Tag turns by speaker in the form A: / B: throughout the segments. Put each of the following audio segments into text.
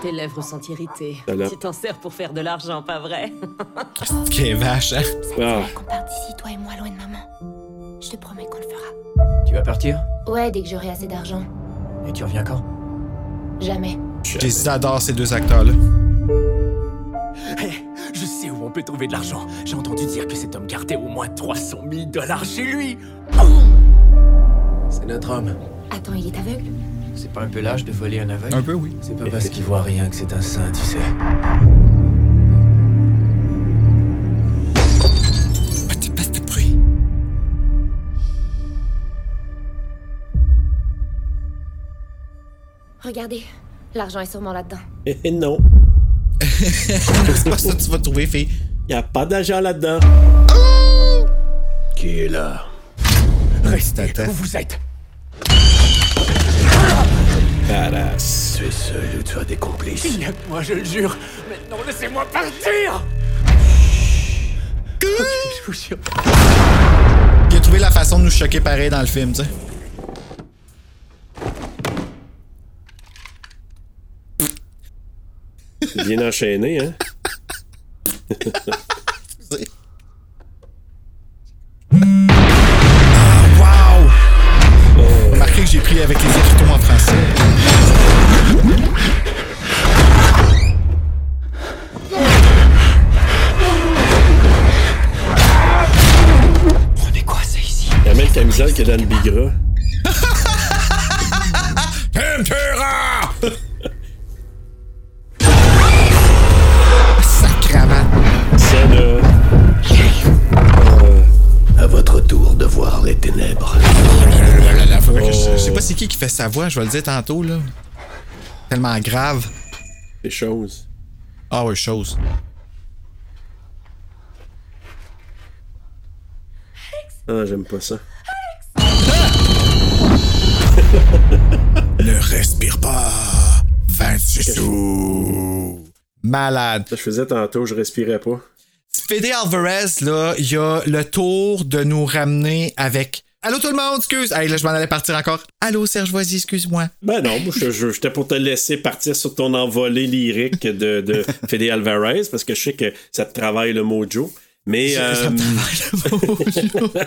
A: Tes lèvres sont irritées.
B: Ah,
C: Voilà.
A: Tu t'en sers pour faire de l'argent, pas vrai
D: Quelle vache, hein?
C: Ah,
E: Qu'on parte d'ici, toi et moi, loin de maman. Je te promets qu'on le fera.
F: Tu vas partir
E: Ouais, dès que j'aurai assez d'argent.
F: Et tu reviens quand
E: Jamais.
D: Je les adore, ces deux acteurs-là.
F: Hé, je sais où on peut trouver de l'argent. J'ai entendu dire que cet homme gardait au moins 300 000 dollars chez lui. C'est notre homme.
E: Attends, il est aveugle
F: C'est pas un peu lâche de voler un aveugle
D: Un peu, oui.
F: C'est pas parce qu'il voit rien que c'est un saint, tu sais.
D: Petit pas de bruit.
E: Regardez, l'argent est sûrement là-dedans.
C: eh, eh, non,
D: C'est pas Ah, ça que tu vas trouver, fille.
C: y a pas d'argent là-dedans.
G: Qui est là?
D: Restez
F: Où vous êtes
C: Badass.
G: Tu es seul ou tu as des complices?
F: Il y a que moi, je le jure. Maintenant, laissez-moi partir Je vous jure.
D: Il a trouvé la façon de nous choquer pareil dans le film, tu sais.
C: Bien enchaîné, hein?
D: C'est- Ah, wow! Oh. Remarquez que j'ai pris avec les écriteaux en français.
F: Prenez quoi, ça, ici
C: Il y a même camisole que dans le bigra.
D: Tempura! Sacrament!
C: Ça, là.
G: Euh, À votre tour de voir les ténèbres.
D: Blablabla. Faudrait que Je je sais pas c'est qui qui fait sa voix, je vais le dire tantôt, là. Tellement grave.
C: Des choses.
D: Ah ouais, chose.
C: Ah, j'aime pas ça.
D: Ne respire pas. 26 sous. Malade.
C: Ça, je faisais tantôt, je respirais pas.
D: Fede Alvarez, là, il a le tour de nous ramener avec. Allô tout le monde, excuse. Hey, là, je m'en allais partir encore. Allô Serge Voisy, excuse-moi.
C: Ben non, moi, je- je- j'étais pour te laisser partir sur ton envolée lyrique de, de Fede Alvarez, parce que je sais que ça te travaille le mojo. Mais.
D: Ça
C: euh,
D: me travaille le mot, là.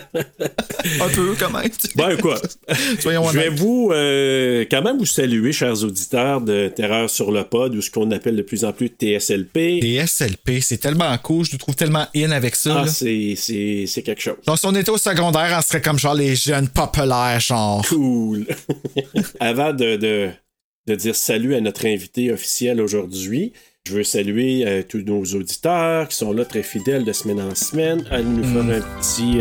D: Un peu, quand même.
C: ben quoi?
D: Soyons
C: Je vais
D: honnêtes.
C: vous euh, quand même vous saluer, chers auditeurs de Terreur sur le pod ou ce qu'on appelle de plus en plus TSLP.
D: Les SLP, c'est tellement cool, je nous trouve tellement in avec ça.
C: Ah,
D: là.
C: c'est c'est- c'est quelque chose.
D: Donc, si on était au secondaire, on serait comme genre les jeunes populaires, genre.
C: Cool. Avant de, de- de dire salut à notre invité officiel aujourd'hui, je veux saluer euh, tous nos auditeurs qui sont là très fidèles de semaine en semaine. Allez nous faire un petit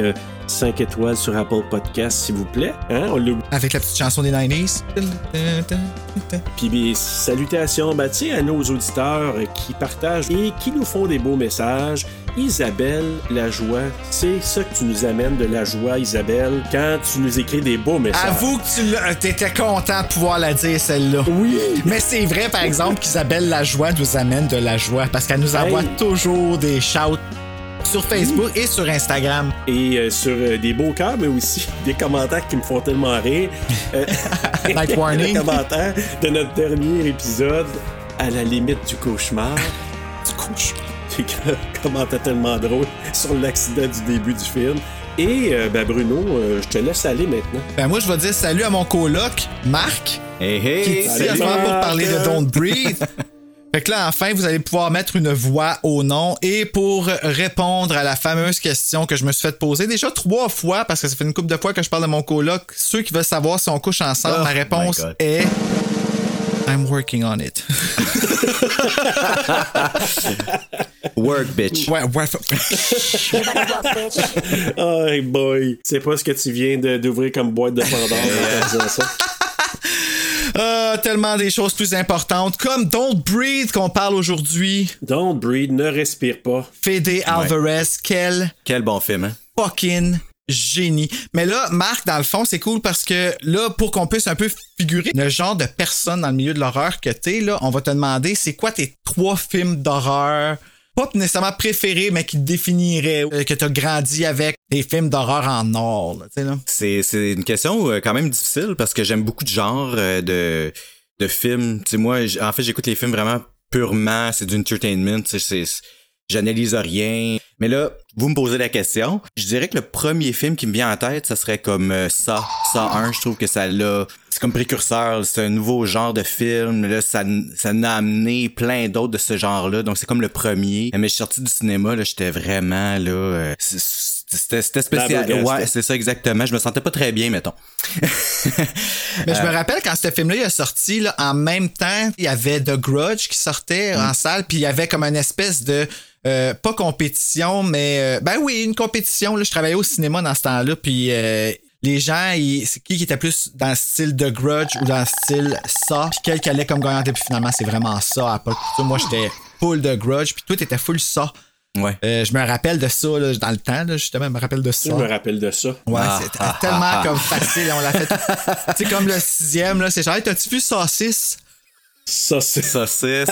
C: 5 étoiles sur Apple Podcast, s'il vous plaît. Hein, on l'oublie.
D: Avec la petite chanson des 90s.
C: Puis mes salutations ben, tu sais, à nos auditeurs euh, qui partagent et qui nous font des beaux messages. Isabelle, la joie, c'est ça que tu nous amènes de la joie, Isabelle, quand tu nous écris des beaux messages.
D: Avoue que tu l'as- t'étais content de pouvoir la dire, celle-là.
C: Oui!
D: Mais c'est vrai, par exemple, qu'Isabelle Lajoie nous amène de la joie parce qu'elle nous envoie
C: Hey.
D: toujours des shouts sur Facebook et sur Instagram.
C: et euh, sur euh, des beaux cœurs, mais aussi des commentaires qui me font tellement rire. Euh,
D: Like warning.
C: les commentaires de notre dernier épisode, à la limite du cauchemar.
D: Du coup, je-
C: J'ai un commentaire tellement drôle sur l'accident du début du film. Et euh, ben, Bruno, euh, je te laisse aller maintenant.
D: Ben moi, je vais dire salut à mon coloc, Marc, qui est ici
C: Salut,
D: à ce moment pour
C: Marc.
D: parler de Don't Breathe. Fait que là, enfin, vous allez pouvoir mettre une voix au nom et pour répondre à la fameuse question que je me suis fait poser déjà trois fois, parce que ça fait une couple de fois que je parle de mon coloc. Ceux qui veulent savoir si on couche ensemble,
H: Oh
D: ma réponse
H: my God.
D: est I'm working on it.
H: Work, bitch.
D: Ouais, ouais. faut-
C: Oh boy, c'est pas ce que tu viens de- d'ouvrir comme boîte de Pandore en disant ça.
D: Ah, tellement des choses plus importantes, comme Don't Breathe qu'on parle aujourd'hui.
C: Don't breathe, ne respire pas.
D: Fede Alvarez, quel
H: Quel bon film, hein?
D: fucking génie. Mais là, Marc, dans le fond, c'est cool parce que là, pour qu'on puisse un peu figurer le genre de personne dans le milieu de l'horreur que t'es, là, on va te demander c'est quoi tes trois films d'horreur, pas nécessairement préférés, mais qui te définiraient, euh, que t'as grandi avec, tes films d'horreur en or, là, tu sais, là.
H: C'est c'est une question euh, quand même difficile parce que j'aime beaucoup de genres euh, de, de films. Tu sais, moi, j- en fait, j'écoute les films vraiment purement, c'est du entertainment. tu sais, c'est- J'analyse rien. Mais là, vous me posez la question. Je dirais que le premier film qui me vient en tête, ça serait comme euh, ça. Ça 1, je trouve que ça l'a. C'est comme précurseur. C'est un nouveau genre de film. Là, ça, n- ça n'a amené plein d'autres de ce genre-là. Donc, c'est comme le premier. Mais je suis sorti du cinéma, là, j'étais vraiment, là, euh, c- c'était c'était spécial.
C: Flabbergasté.
H: Ouais, c'est ça exactement. Je me sentais pas très bien, mettons.
D: Mais je me rappelle quand ce film-là il est sorti, là, en même temps, il y avait The Grudge qui sortait en salle, puis il y avait comme une espèce de euh, pas compétition, mais euh, ben oui, une compétition. Là, je travaillais au cinéma dans ce temps-là, puis euh, les gens, ils- c'est qui qui était plus dans le style The Grudge ou dans le style ça, puis quel qui allait comme gagnant, puis finalement c'est vraiment ça. À pas de couture. moi j'étais full The Grudge, puis toi t'étais full ça.
H: Ouais.
D: Euh, je me rappelle de ça là, dans le temps, là, justement, je me rappelle de ça.
C: Je me rappelle de ça.
D: Ouais,
H: Ah.
D: c'est tellement comme facile. On l'a fait. tu sais, comme le sixième, là, c'est genre, Hey, t'as-tu vu Saucisse?
C: Ça, c'est.
H: Saucisse.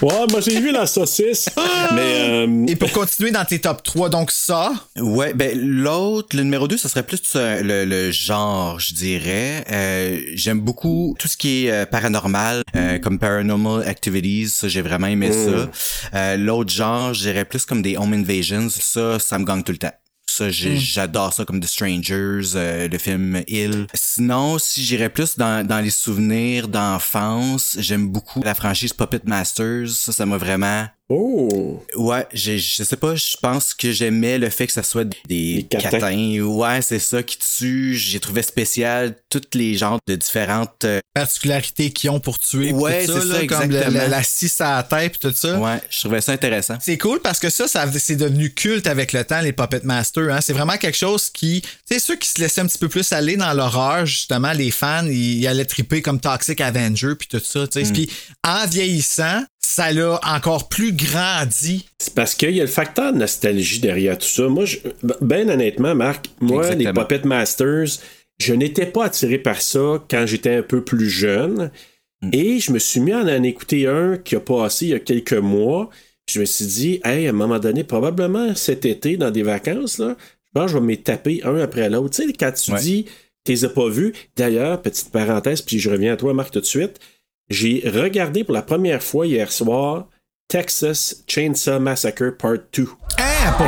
C: Ouais, moi j'ai vu la saucisse,
D: Ah!
C: mais euh,
D: Et pour continuer dans tes top 3, donc ça,
H: Ouais, ben l'autre, le numéro 2, ça serait plus euh, le, le genre, je dirais. Euh, J'aime beaucoup tout ce qui est euh, paranormal, euh, comme Paranormal Activities, ça j'ai vraiment aimé ça. Euh, l'autre genre, je dirais plus comme des Home Invasions, ça, ça me gagne tout le temps. Ça, j'ai- j'adore ça comme The Strangers, euh, le film Hill. Sinon, si j'irais plus dans, dans les souvenirs d'enfance, j'aime beaucoup la franchise Puppet Masters. Ça, ça m'a vraiment
C: oh,
H: Ouais, je, je sais pas, je pense que j'aimais le fait que ça soit des
C: Des catins.
H: catins. Ouais, c'est ça qui tue. J'ai trouvé spécial toutes les genres de différentes. euh,
D: particularités qu'ils ont pour tuer. puis
H: Ouais,
D: tout ça,
H: c'est
D: là,
H: ça,
D: comme le-
H: exactement.
D: la, la scie à la tête, puis tout ça.
H: ouais, je trouvais ça intéressant.
D: C'est cool parce que ça, ça c'est devenu culte avec le temps, les Puppet Masters. Hein. C'est vraiment quelque chose qui. Tu sais, ceux qui se laissaient un petit peu plus aller dans l'horreur, justement, les fans, ils, ils allaient triper comme Toxic Avenger, puis tout ça.
H: Hmm.
D: tu sais. Puis en vieillissant, ça l'a encore plus grandi.
C: c'est parce qu'il y a le facteur de nostalgie derrière tout ça. Moi, je, ben honnêtement, Marc, moi, les
H: Exactement.
C: Puppet Masters, je n'étais pas attiré par ça quand j'étais un peu plus jeune.
H: Hmm.
C: Et je me suis mis à en écouter un qui a passé il y a quelques mois. Je me suis dit, hey, à un moment donné, probablement cet été, dans des vacances, là, je pense que je vais m'y taper un après l'autre. Tu sais, quand tu
H: Ouais.
C: dis, tu les as pas vus. D'ailleurs, petite parenthèse, puis je reviens à toi, Marc, tout de suite. J'ai regardé pour la première fois hier soir Texas Chainsaw Massacre Part 2
D: Hein,
H: Eh,
D: pour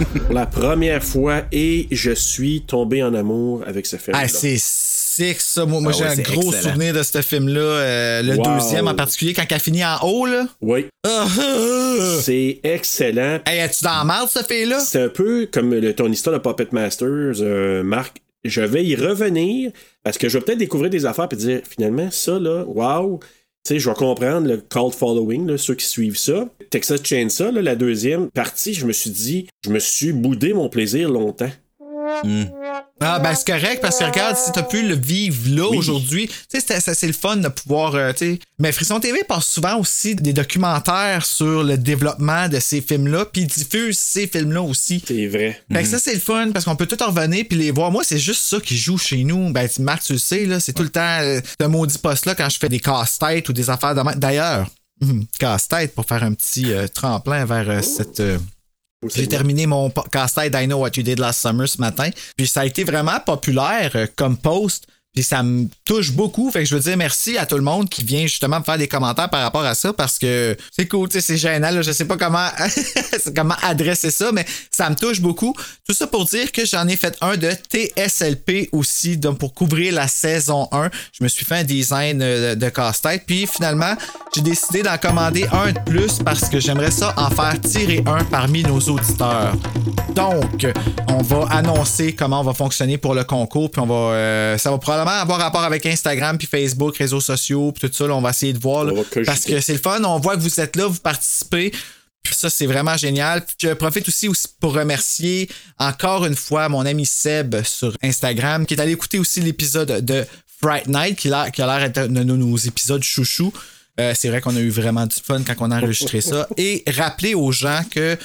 D: vrai?
C: pour la première fois et je suis tombé en amour avec ce film.
D: Ah, c'est sick, ça. Moi, moi,
H: Ah
D: j'ai
H: ouais,
D: un
H: c'est
D: gros
H: excellent.
D: souvenir de ce film-là. euh, le
C: Wow.
D: deuxième en particulier, quand elle finit en haut, là.
C: Oui,
D: Ah, ah, ah.
C: c'est excellent.
D: Hey, es-tu dans la merde, ce film-là?
C: C'est un peu comme le, ton histoire de Puppet Masters, euh, Marc. Je vais y revenir parce que je vais peut-être découvrir des affaires et dire finalement, ça là, waouh, tu sais, je vais comprendre le cult following, là, ceux qui suivent ça. Texas Chainsaw, là, la deuxième partie, je me suis dit, je me suis boudé mon plaisir longtemps.
D: Ah, ben, c'est correct, parce que regarde, si t'as pu le vivre là aujourd'hui, tu sais, c'était- ça, c'est le fun de pouvoir, euh, tu sais. Mais Frisson TV passe souvent aussi des documentaires sur le développement de ces films-là, puis diffuse ces films-là aussi.
C: C'est vrai.
D: Fait que ça, c'est le fun parce qu'on peut tout en revenir puis les voir. Moi, c'est juste ça qui joue chez nous. Ben, tu- Marc, tu le sais, là, c'est tout le temps euh, ce maudit poste-là quand je fais des casse-têtes ou des affaires de ma- D'ailleurs, hum, casse-tête pour faire un petit euh, tremplin vers euh, cette. euh, j'ai terminé mon po- casse-tête I Know What You Did Last Summer ce matin. Puis ça a été vraiment populaire euh, comme post. Puis ça me touche beaucoup. Fait que je veux dire merci à tout le monde qui vient justement me faire des commentaires par rapport à ça parce que c'est cool, tu sais, c'est gênant. Là, je sais pas comment, comment adresser ça, mais ça me touche beaucoup. Tout ça pour dire que j'en ai fait un de TSLP aussi, donc pour couvrir la saison 1. Je me suis fait un design euh, de casse-tête. Puis finalement, j'ai décidé d'en commander un de plus parce que j'aimerais ça en faire tirer un parmi nos auditeurs. Donc, on va annoncer comment on va fonctionner pour le concours, puis on va, euh, ça va probablement vraiment avoir rapport avec Instagram, puis Facebook, réseaux sociaux, puis tout ça, là, on va essayer de voir. là,
C: On va cogiter.
D: parce que c'est le fun, on voit que vous êtes là, vous participez. Puis Ça, c'est vraiment génial. Puis Je profite aussi, aussi pour remercier encore une fois mon ami Seb sur Instagram, qui est allé écouter aussi l'épisode de Fright Night, qui a qui a l'air d'être un de nos- nos épisodes chouchou. Euh, c'est vrai qu'on a eu vraiment du fun quand on a enregistré ça. Et rappeler aux gens que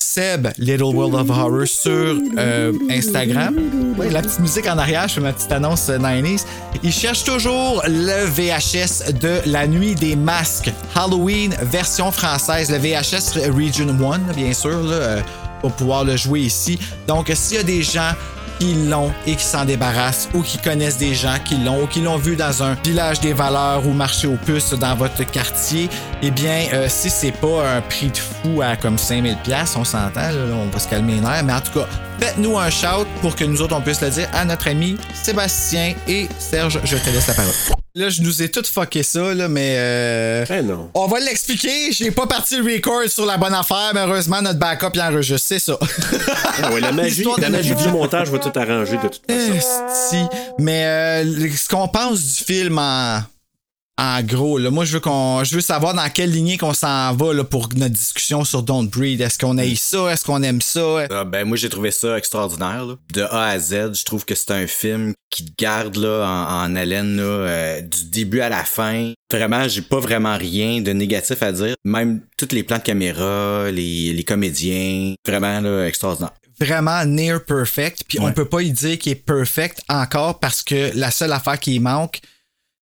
D: Seb, Little World of Horror sur euh, Instagram. Ouais, la petite musique en arrière, je fais ma petite annonce euh, 90s. Il cherche toujours le VHS de La Nuit des Masques. Halloween, version française. Le VHS Region 1, bien sûr, là, euh, pour pouvoir le jouer ici. Donc, s'il y a des gens qui l'ont et qui s'en débarrassent ou qui connaissent des gens qui l'ont ou qui l'ont vu dans un village des valeurs ou marché aux puces dans votre quartier, eh bien, euh, si c'est pas un prix de fou à comme 5000 pièces, on s'entend, là, on va se calmer les nerfs, mais en tout cas, faites-nous un shout pour que nous autres, on puisse le dire à notre ami Sébastien et Serge, je te laisse la parole. Là, je nous ai tout fucké ça, là, mais... euh,
C: Ben non.
D: On va l'expliquer, j'ai pas parti le record sur la bonne affaire, mais heureusement, notre backup il enregistre, c'est ça.
C: Ah ouais, la magie,
D: L'histoire de
C: la
D: la
C: magie
D: vie.
C: du montage va tout arranger de toute façon.
D: Esti. Mais euh, le- ce qu'on pense du film en, en gros, là, moi je veux qu'on je veux savoir dans quelle lignée qu'on s'en va là, pour notre discussion sur Don't Breed. Est-ce qu'on aille ça? Est-ce qu'on aime ça?
H: Ah, ben moi j'ai trouvé ça extraordinaire. là. De A à Z, je trouve que c'est un film qui te garde là, en, en haleine là, euh, du début à la fin. Vraiment, j'ai pas vraiment rien de négatif à dire. Même tous les plans de caméra, les, les comédiens, vraiment là, extraordinaire.
D: Vraiment near perfect. Puis on
H: Ouais.
D: peut pas y dire qu'il est perfect encore parce que la seule affaire qui manque,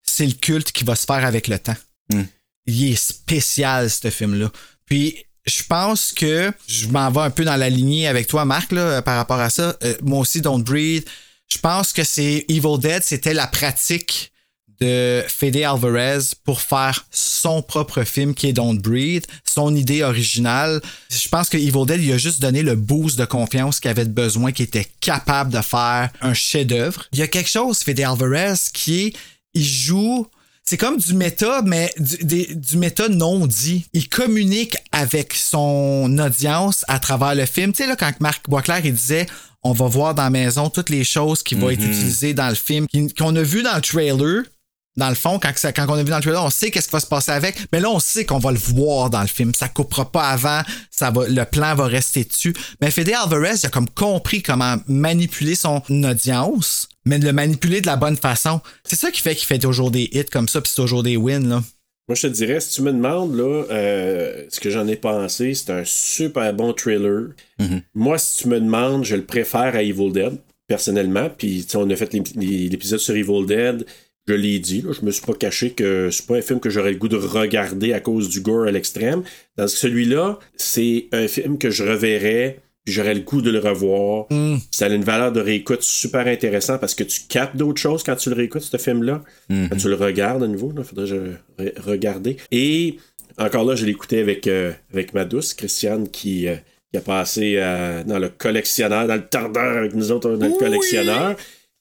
D: c'est le culte qui va se faire avec le temps.
H: Mm.
D: Il est spécial, ce film-là. Puis, je pense que je m'en vais un peu dans la lignée avec toi, Marc, là, par rapport à ça. Euh, moi aussi, Don't Breathe. Je pense que c'est Evil Dead, c'était la pratique de Fede Alvarez pour faire son propre film qui est Don't Breathe, son idée originale. Je pense que Evil Dead, il a juste donné le boost de confiance qu'il avait de besoin, qu'il était capable de faire un chef-d'œuvre. Il y a quelque chose, Fede Alvarez, qui est il joue. C'est comme du méta, mais du, des- du méta non dit. Il communique avec son audience à travers le film. Tu sais, là, quand Marc Boisclair, il disait on va voir dans la maison toutes les choses qui vont être utilisées dans le film, qui- qu'on a vu dans le trailer. Dans le fond, quand, ça- quand on a vu dans le trailer, on sait qu'est-ce qui va se passer avec. Mais là, on sait qu'on va le voir dans le film. Ça coupera pas avant. Ça va, le plan va rester dessus. Mais Fede Alvarez, il a comme compris comment manipuler son audience mais de le manipuler de la bonne façon. C'est ça qui fait qu'il fait toujours des hits comme ça, puis c'est toujours des wins, là.
C: Moi, je te dirais, si tu me demandes là, euh, ce que j'en ai pensé, c'est un super bon thriller. Moi, si tu me demandes, je le préfère à Evil Dead, personnellement. Puis, tu sais, on a fait l'ép- l'épisode sur Evil Dead. Je l'ai dit, là, je me suis pas caché que c'est pas un film que j'aurais le goût de regarder à cause du gore à l'extrême. Dans celui-là, c'est un film que je reverrais, puis j'aurais le goût de le revoir.
D: Hmm.
C: Ça a une valeur de réécoute super intéressante parce que tu captes d'autres choses quand tu le réécoutes, ce film-là.
D: Hmm.
C: Quand tu le regardes à nouveau, il faudrait que je re- regarder. Et encore là, je l'ai écouté avec, euh, avec ma douce, Christiane, qui, euh, qui a passé euh, dans le collectionneur, dans le tardeur avec nous autres, dans le collectionneur.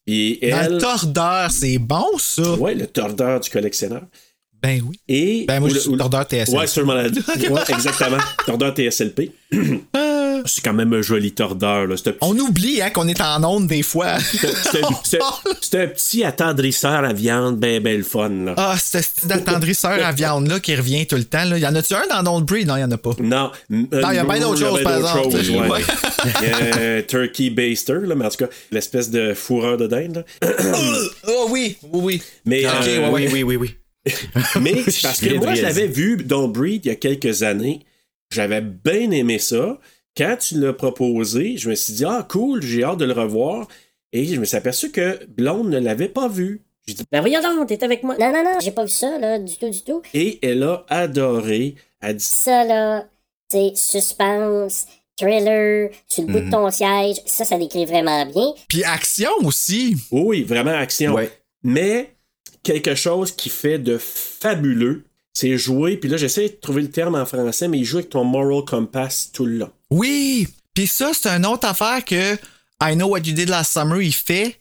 C: Puis
D: Dans
C: elle.
D: le tordeur, c'est bon, ça.
C: ouais, le tordeur du collectionneur.
D: Ben oui.
C: Et.
D: Ben moi,
C: ou
D: je
C: le-
D: suis
C: ou le-
D: tordeur TSL.
C: Ouais, sûrement la Ouais, exactement. Tordeur TSLP. C'est quand même un joli tordeur, là. C'est un petit-
D: Euh. On oublie, hein, qu'on est en onde des fois.
C: c'est un- c'est un- c'est un petit attendrisseur à viande, ben, ben le fun, là.
D: ah, ce style d'attendrisseur à viande, là, qui revient tout le temps, là. Y en a-tu un dans Don't Breed? Non, y en a pas.
C: Non, m- euh,
D: Non, il y a bien d'autres
C: il y a
D: choses,
C: bien
D: par
C: d'autres
D: exemple.
C: choses,
D: Ouais.
C: ouais. Il y a un turkey baster, là, mais en tout cas, l'espèce de fourreur de dinde. là.
D: Oh oui, oui, oui.
C: Mais,
H: Ah,
C: euh,
H: oui, oui, oui, oui.
C: mais parce que
H: viens de
C: moi, je
H: réaliser.
C: l'avais vu Don't Breed il y a quelques années. J'avais bien aimé ça. Quand tu l'as proposé, je me suis dit, ah, cool, j'ai hâte de le revoir. Et je me suis aperçu que Blonde ne l'avait pas vu. J'ai dit,
I: Ben voyons donc, t'es avec moi.
E: Non, non, non, j'ai pas vu ça, là, du tout, du tout.
C: et elle a adoré. Elle dit,
E: Ça, là, c'est suspense, thriller, sur le bout de ton siège. Ça, ça décrit vraiment bien.
D: Puis action aussi.
C: Oui, oh oui, vraiment action.
H: Ouais.
C: Mais quelque chose qui fait de fabuleux, c'est jouer, puis là j'essaie de trouver le terme en français, mais il joue avec ton moral compass tout le long.
D: Oui. Puis ça, c'est une autre affaire que I Know What You Did Last Summer, il fait.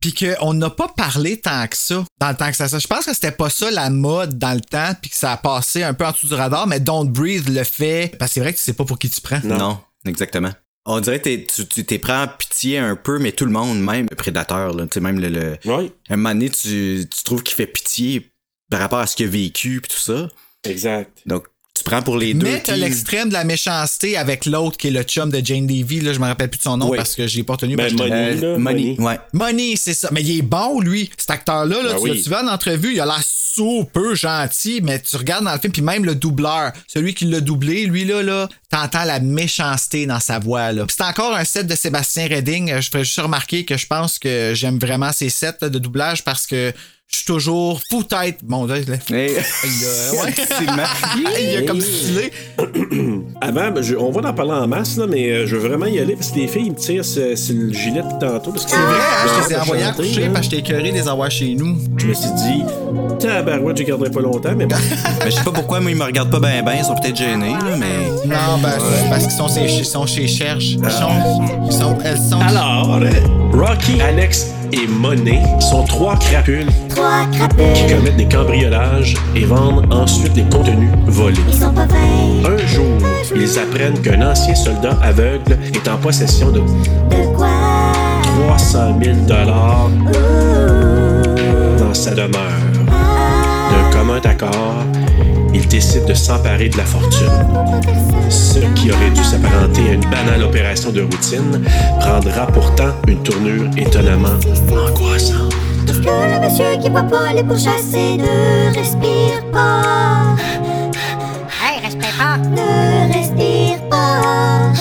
D: Puis qu'on n'a pas parlé tant que ça, dans le temps que ça. ça. Je pense que c'était pas ça la mode dans le temps, puis que ça a passé un peu en dessous du radar, mais Don't Breathe le fait. Parce que c'est vrai que tu sais pas pour qui tu prends.
H: Non. exactement. On dirait que t'es- tu tu- t'es prêt à pitié un peu, mais tout le monde, même le prédateur, là, tu sais, même le, le-
C: Oui,
H: à un moment donné, tu, tu trouves qu'il fait pitié par rapport à ce qu'il a vécu puis tout ça.
C: exact.
H: Donc, tu prends pour les deux.
D: Mais t'as
H: puis-
D: l'extrême de la méchanceté avec l'autre qui est le chum de Jane Davy. Là, je me rappelle plus de son nom
C: Oui.
D: parce que je l'ai pas retenu.
C: Ben,
D: parce que j'étais-
C: Money.
H: Euh,
C: Là,
H: Money,
C: Money.
H: ouais.
D: Money, c'est ça. Mais il est bon, lui. Cet acteur-là, là,
C: Ben
D: tu
C: oui.
D: l'as souvent en entrevue, il a l'air super gentil, mais tu regardes dans le film, puis même le doubleur, celui qui l'a doublé, lui, là, là, t'entends la méchanceté dans sa voix, là. Puis C'est encore un set de Sébastien Redding. Euh, Je ferais juste remarquer que je pense que j'aime vraiment ces sets là, de doublage parce que je suis toujours fou tête. Bon, là, là,
H: Hey.
D: euh, ouais.
H: Effectivement.
D: il y a comme stylé.
C: Avant, ben, je- on va en parler en masse, là, mais euh, je veux vraiment y aller parce que les filles ils me tirent sur, sur le gilet depuis tantôt. parce que C'est
D: C'est vrai, hein, je les ai
C: pas
D: envoyés à
C: chanté,
D: coucher
C: là.
D: parce que j'étais écœuré de les avoir chez nous.
C: Je me suis dit, tabarouette, je garderai pas longtemps, mais bon.
H: Mais je sais pas pourquoi, moi, ils me regardent pas ben ben, ils sont peut-être gênés, là, mais.
C: Ah,
D: Non, ben, c'est parce qu'ils sont chez, ils sont chez Cherche. Ils sont, ils sont, elles sont
C: Alors, Rocky, Alex et Monet sont trois crapules
I: Trois crapules,
C: qui commettent des cambriolages et vendent ensuite des contenus volés.
I: ils sont pas vrais.
C: Un jour, ils apprennent qu'un ancien soldat aveugle est en possession de
I: De quoi
C: 300 000 dollars dans sa demeure. D'un commun accord, ils décident de s'emparer de la fortune. Ce qui aurait dû s'apparenter à une banale opération de routine prendra pourtant une tournure étonnamment angoissante.
I: Est-ce que le monsieur qui voit pas les pourchassés ne respire pas
E: Hey, respecte pas.
I: Ne respire pas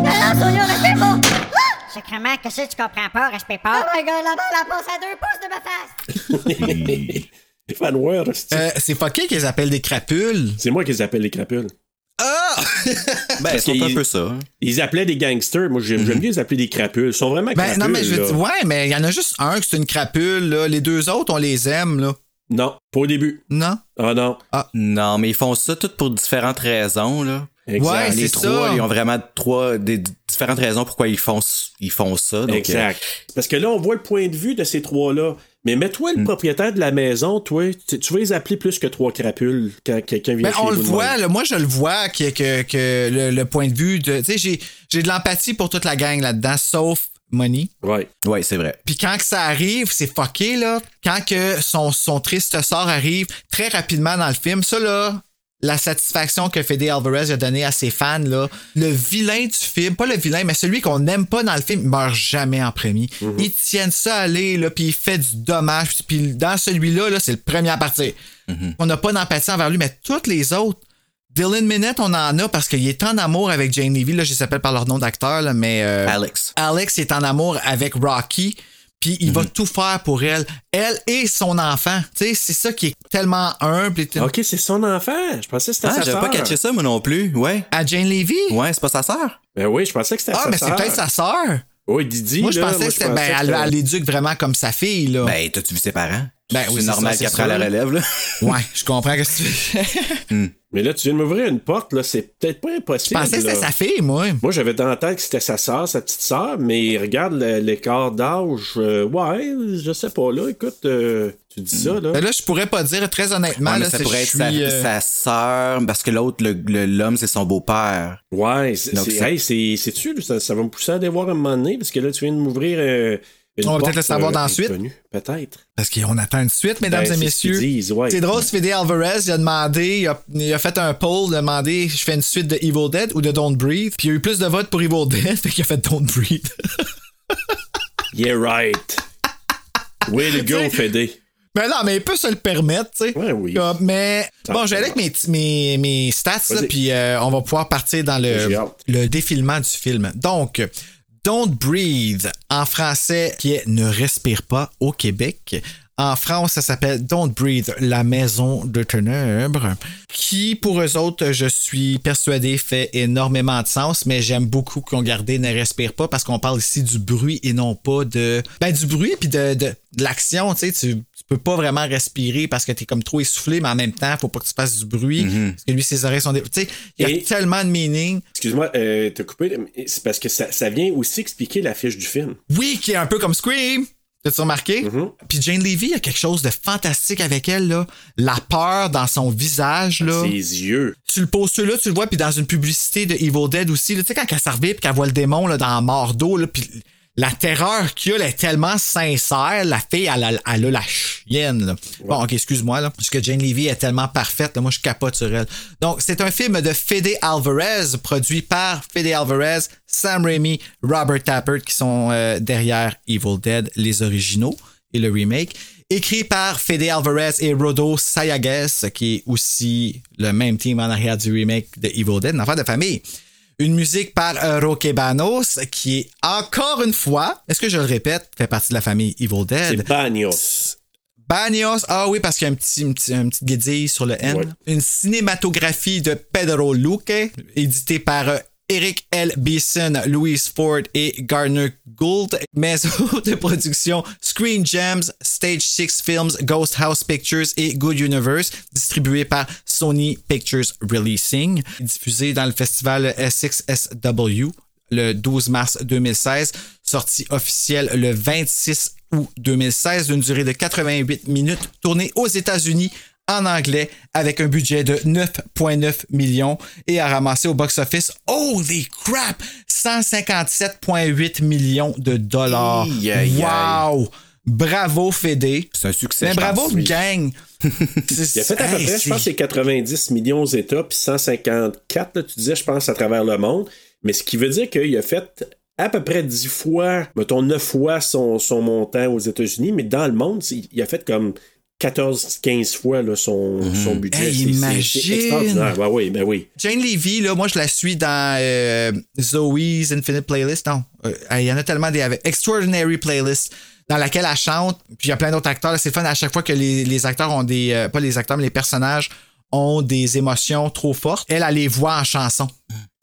I: Alors, soyons respire pas Ah!
E: Sacrement, qu'est-ce que tu comprends pas? Respecte pas.
I: Oh my god, la balle a passé à deux pouces de ma face
C: Stéphane Ware, c'est
D: Euh, c'est fucké qu'ils appellent des crapules.
C: c'est moi qu'ils appellent les crapules.
D: Ah!
H: Ben, ils sont
C: qu'ils-
H: un peu ça. hein.
C: Ils appelaient des gangsters. Moi, j'aime j'aime mieux les appeler des crapules. Ils sont vraiment
D: Mhm. Ben
C: crapules.
D: non, mais je veux
C: là.
D: dire, ouais, mais il y en a juste un que c'est une crapule, là. Les deux autres, on les aime, là.
C: Non, pas au début.
D: Non?
C: Ah non.
H: Non, mais ils font ça tout pour différentes raisons, là.
D: Ouais,
C: Exact.
D: c'est
H: les trois,
D: ça.
H: ils ont vraiment trois, des d- différentes raisons pourquoi ils font, s- ils font ça. Donc, euh,
C: exact. Parce que là, on voit le point de vue de ces trois-là. Mais mets-toi
D: Mm.
C: le propriétaire de la maison, toi. Tu, tu vas les appeler plus que trois crapules quand quelqu'un vient
D: Ben,
C: chez
D: on
C: vous
D: le
C: de
D: voit,
C: même.
D: là, moi je le vois que, que, que le, le point de vue de. Tu sais, j'ai, j'ai de l'empathie pour toute la gang là-dedans, sauf Money.
C: Ouais.
H: euh, ouais, c'est vrai.
D: Puis quand que ça arrive, c'est fucké, là. Quand que son, son triste sort arrive très rapidement dans le film, ça, là, la satisfaction que Fede Alvarez a donnée à ses fans, là, le vilain du film, pas le vilain, mais celui qu'on n'aime pas dans le film, il meurt jamais en premier. Ils tiennent ça aller, là, puis il fait du dommage. Puis- Puis dans celui-là, là, c'est le premier à partir. On n'a pas d'empathie envers lui, mais toutes les autres, Dylan Minnette, on en a parce qu'il est en amour avec Jane Levy, là, je les appelle par leur nom d'acteur, là, mais... euh,
H: Alex.
D: Alex est en amour avec Rocky, puis il va tout faire pour elle, elle et son enfant. Tu sais, c'est ça qui est tellement humble. et-
C: OK, c'est son enfant. Je pensais que c'était
H: Ah,
C: sa
H: j'avais pas
C: sœur.
H: catché ça, moi non plus. Ouais.
D: À Jane Levy?
H: Ouais, c'est pas sa sœur.
C: Ben oui, je pensais que c'était
D: Ah,
C: sa
D: mais c'est
C: sœur.
D: peut-être sa sœur.
C: Oui, Didi.
D: Moi, je
C: là,
D: pensais que c'était. Ben, elle, elle l'éduque vraiment comme sa fille, là.
H: Ben, t'as-tu vu ses parents?
D: Ben oui,
H: c'est
D: c'est
H: normal
D: ça, c'est
H: qu'après elle
D: sûr.
H: la relève, là.
D: Ouais, je comprends que tu.
C: Mais là, tu viens de m'ouvrir une porte, là. C'est peut-être pas
D: Je
C: impossible.
D: pensais que c'était
C: là.
D: sa fille, moi.
C: Moi, j'avais dans la tête que c'était sa sœur, sa petite sœur, mais regarde le- l'écart d'âge. euh, ouais, je sais pas. Là, écoute, euh, tu dis ça, là.
D: Ben là, je pourrais pas dire, très honnêtement,
H: Ouais, mais
D: là,
H: ça
D: c'est-
H: pourrait
D: je
H: être
D: suis,
H: sa,
D: euh,
H: sa sœur, parce que l'autre, le- le- l'homme, c'est son beau-père.
D: Mm.
C: Ouais, c'est
H: Donc,
C: c'est-
H: c'est-
C: hey, c'est c'est sûr, ça, ça va me pousser à aller voir un moment donné, parce que là, tu viens de m'ouvrir euh, une
D: On va
C: porte, euh,
D: peut-être le savoir dans la suite.
C: inconnue, Peut-être.
D: Parce qu'on attend une suite, mesdames
C: Ben,
D: et
C: c'est ce qu'ils
D: messieurs.
C: disent, ouais.
D: C'est drôle, Fede Alvarez, il a demandé, il a, il a fait un poll, il a demandé je fais une suite de Evil Dead ou de Don't Breathe. Puis il y a eu plus de votes pour Evil Dead, fait qu'il a fait Don't Breathe.
C: Yeah, right. Way to go, Fede.
D: Mais non, mais il peut se le permettre, tu sais.
C: Ouais, oui.
D: Comme, mais
C: Ça
D: bon,
C: va.
D: je vais aller avec mes, mes, mes stats, là,
C: Vas-y.
D: puis euh, on va pouvoir partir dans
C: J'ai
D: le,
C: hâte.
D: le défilement du film. Donc, Don't Breathe en français, qui est Ne respire pas au Québec. En France, ça s'appelle Don't Breathe, la maison de ténèbres, qui pour eux autres, je suis persuadé, fait énormément de sens, mais j'aime beaucoup qu'on gardé Ne respire pas parce qu'on parle ici du bruit et non pas de. Ben, du bruit puis de, de, de l'action, tu sais. Tu, tu peux pas vraiment respirer parce que t'es comme trop essoufflé, mais en même temps, faut pas que tu fasses du bruit parce que lui, ses oreilles sont. dé- Tu sais, il y a
C: Et-
D: tellement de meaning.
C: Excuse-moi, euh, t'as coupé, mais c'est parce que ça, ça vient aussi expliquer l'affiche du film.
D: Oui, qui est un peu comme Scream. T'as-tu remarqué?
C: Mhm.
D: Puis Jane Levy, il y a quelque chose de fantastique avec elle, là. La peur dans son visage, là.
C: Ses yeux.
D: Tu le poses là, tu le vois, puis dans une publicité de Evil Dead aussi, là, tu sais, quand elle s'en revient, puis qu'elle voit le démon, là, dans Mordo, là, puis la terreur qu'il y a, là, est tellement sincère, la fille, elle, a- elle a la chienne, là. Bon, ok, excuse-moi, là, parce que Jane Levy est tellement parfaite, là, moi, je capote sur elle. Donc, c'est un film de Fede Alvarez, produit par Fede Alvarez, Sam Raimi, Robert Tappert, qui sont euh, derrière Evil Dead, les originaux et le remake. Écrit par Fede Alvarez et Rodo Sayages, qui est aussi le même team en arrière du remake de Evil Dead, une affaire de famille. Une musique par euh, Roquebanos, qui est encore une fois, est-ce que je le répète, fait partie de la famille Evil Dead.
C: C'est Bagnos.
D: Banios, ah oui, parce qu'il y a un petit, une petite- un petit guédille sur le N.
C: Ouais.
D: Une cinématographie de Pedro Luque, éditée par euh, Eric L. Beeson, Louis Ford et Gardner Gould. Maison de production Screen Gems, Stage 6 Films, Ghost House Pictures et Good Universe, distribué par Sony Pictures Releasing, diffusé dans le festival SXSW le 12 mars 2016, sortie officielle le 26 août 2016, d'une durée de 88 minutes, tournée aux États-Unis en anglais avec un budget de 9,9 millions et a ramassé au box-office, holy crap, 157,8 millions de dollars.
H: Aïe, aïe, aïe.
D: Wow! Bravo Fédé.
H: C'est un succès.
D: Mais
H: je
D: bravo
H: pense, oui.
D: gang.
C: Il a fait à peu près, je pense, c'est 90 millions aux États, puis 154, là, tu disais, je pense, à travers le monde. Mais ce qui veut dire qu'il a fait à peu près 10 fois, mettons 9 fois son, son montant aux États-Unis, mais dans le monde, il il a fait comme 14-15 fois là, son, son budget.
D: Mhm. Hey,
C: C'est- c'est-
D: imagine!
C: C'est extraordinaire. Ben oui, ben oui.
D: Jane Levy, là, moi, je la suis dans euh, Zoe's Infinite Playlist. Non, euh, il y en a tellement des avec Extraordinary Playlist, dans laquelle elle chante. Puis il y a plein d'autres acteurs. là, C'est le fun à chaque fois que les, les acteurs ont des. euh, pas les acteurs, mais les personnages ont des émotions trop fortes. Elle, elle les voit en chanson.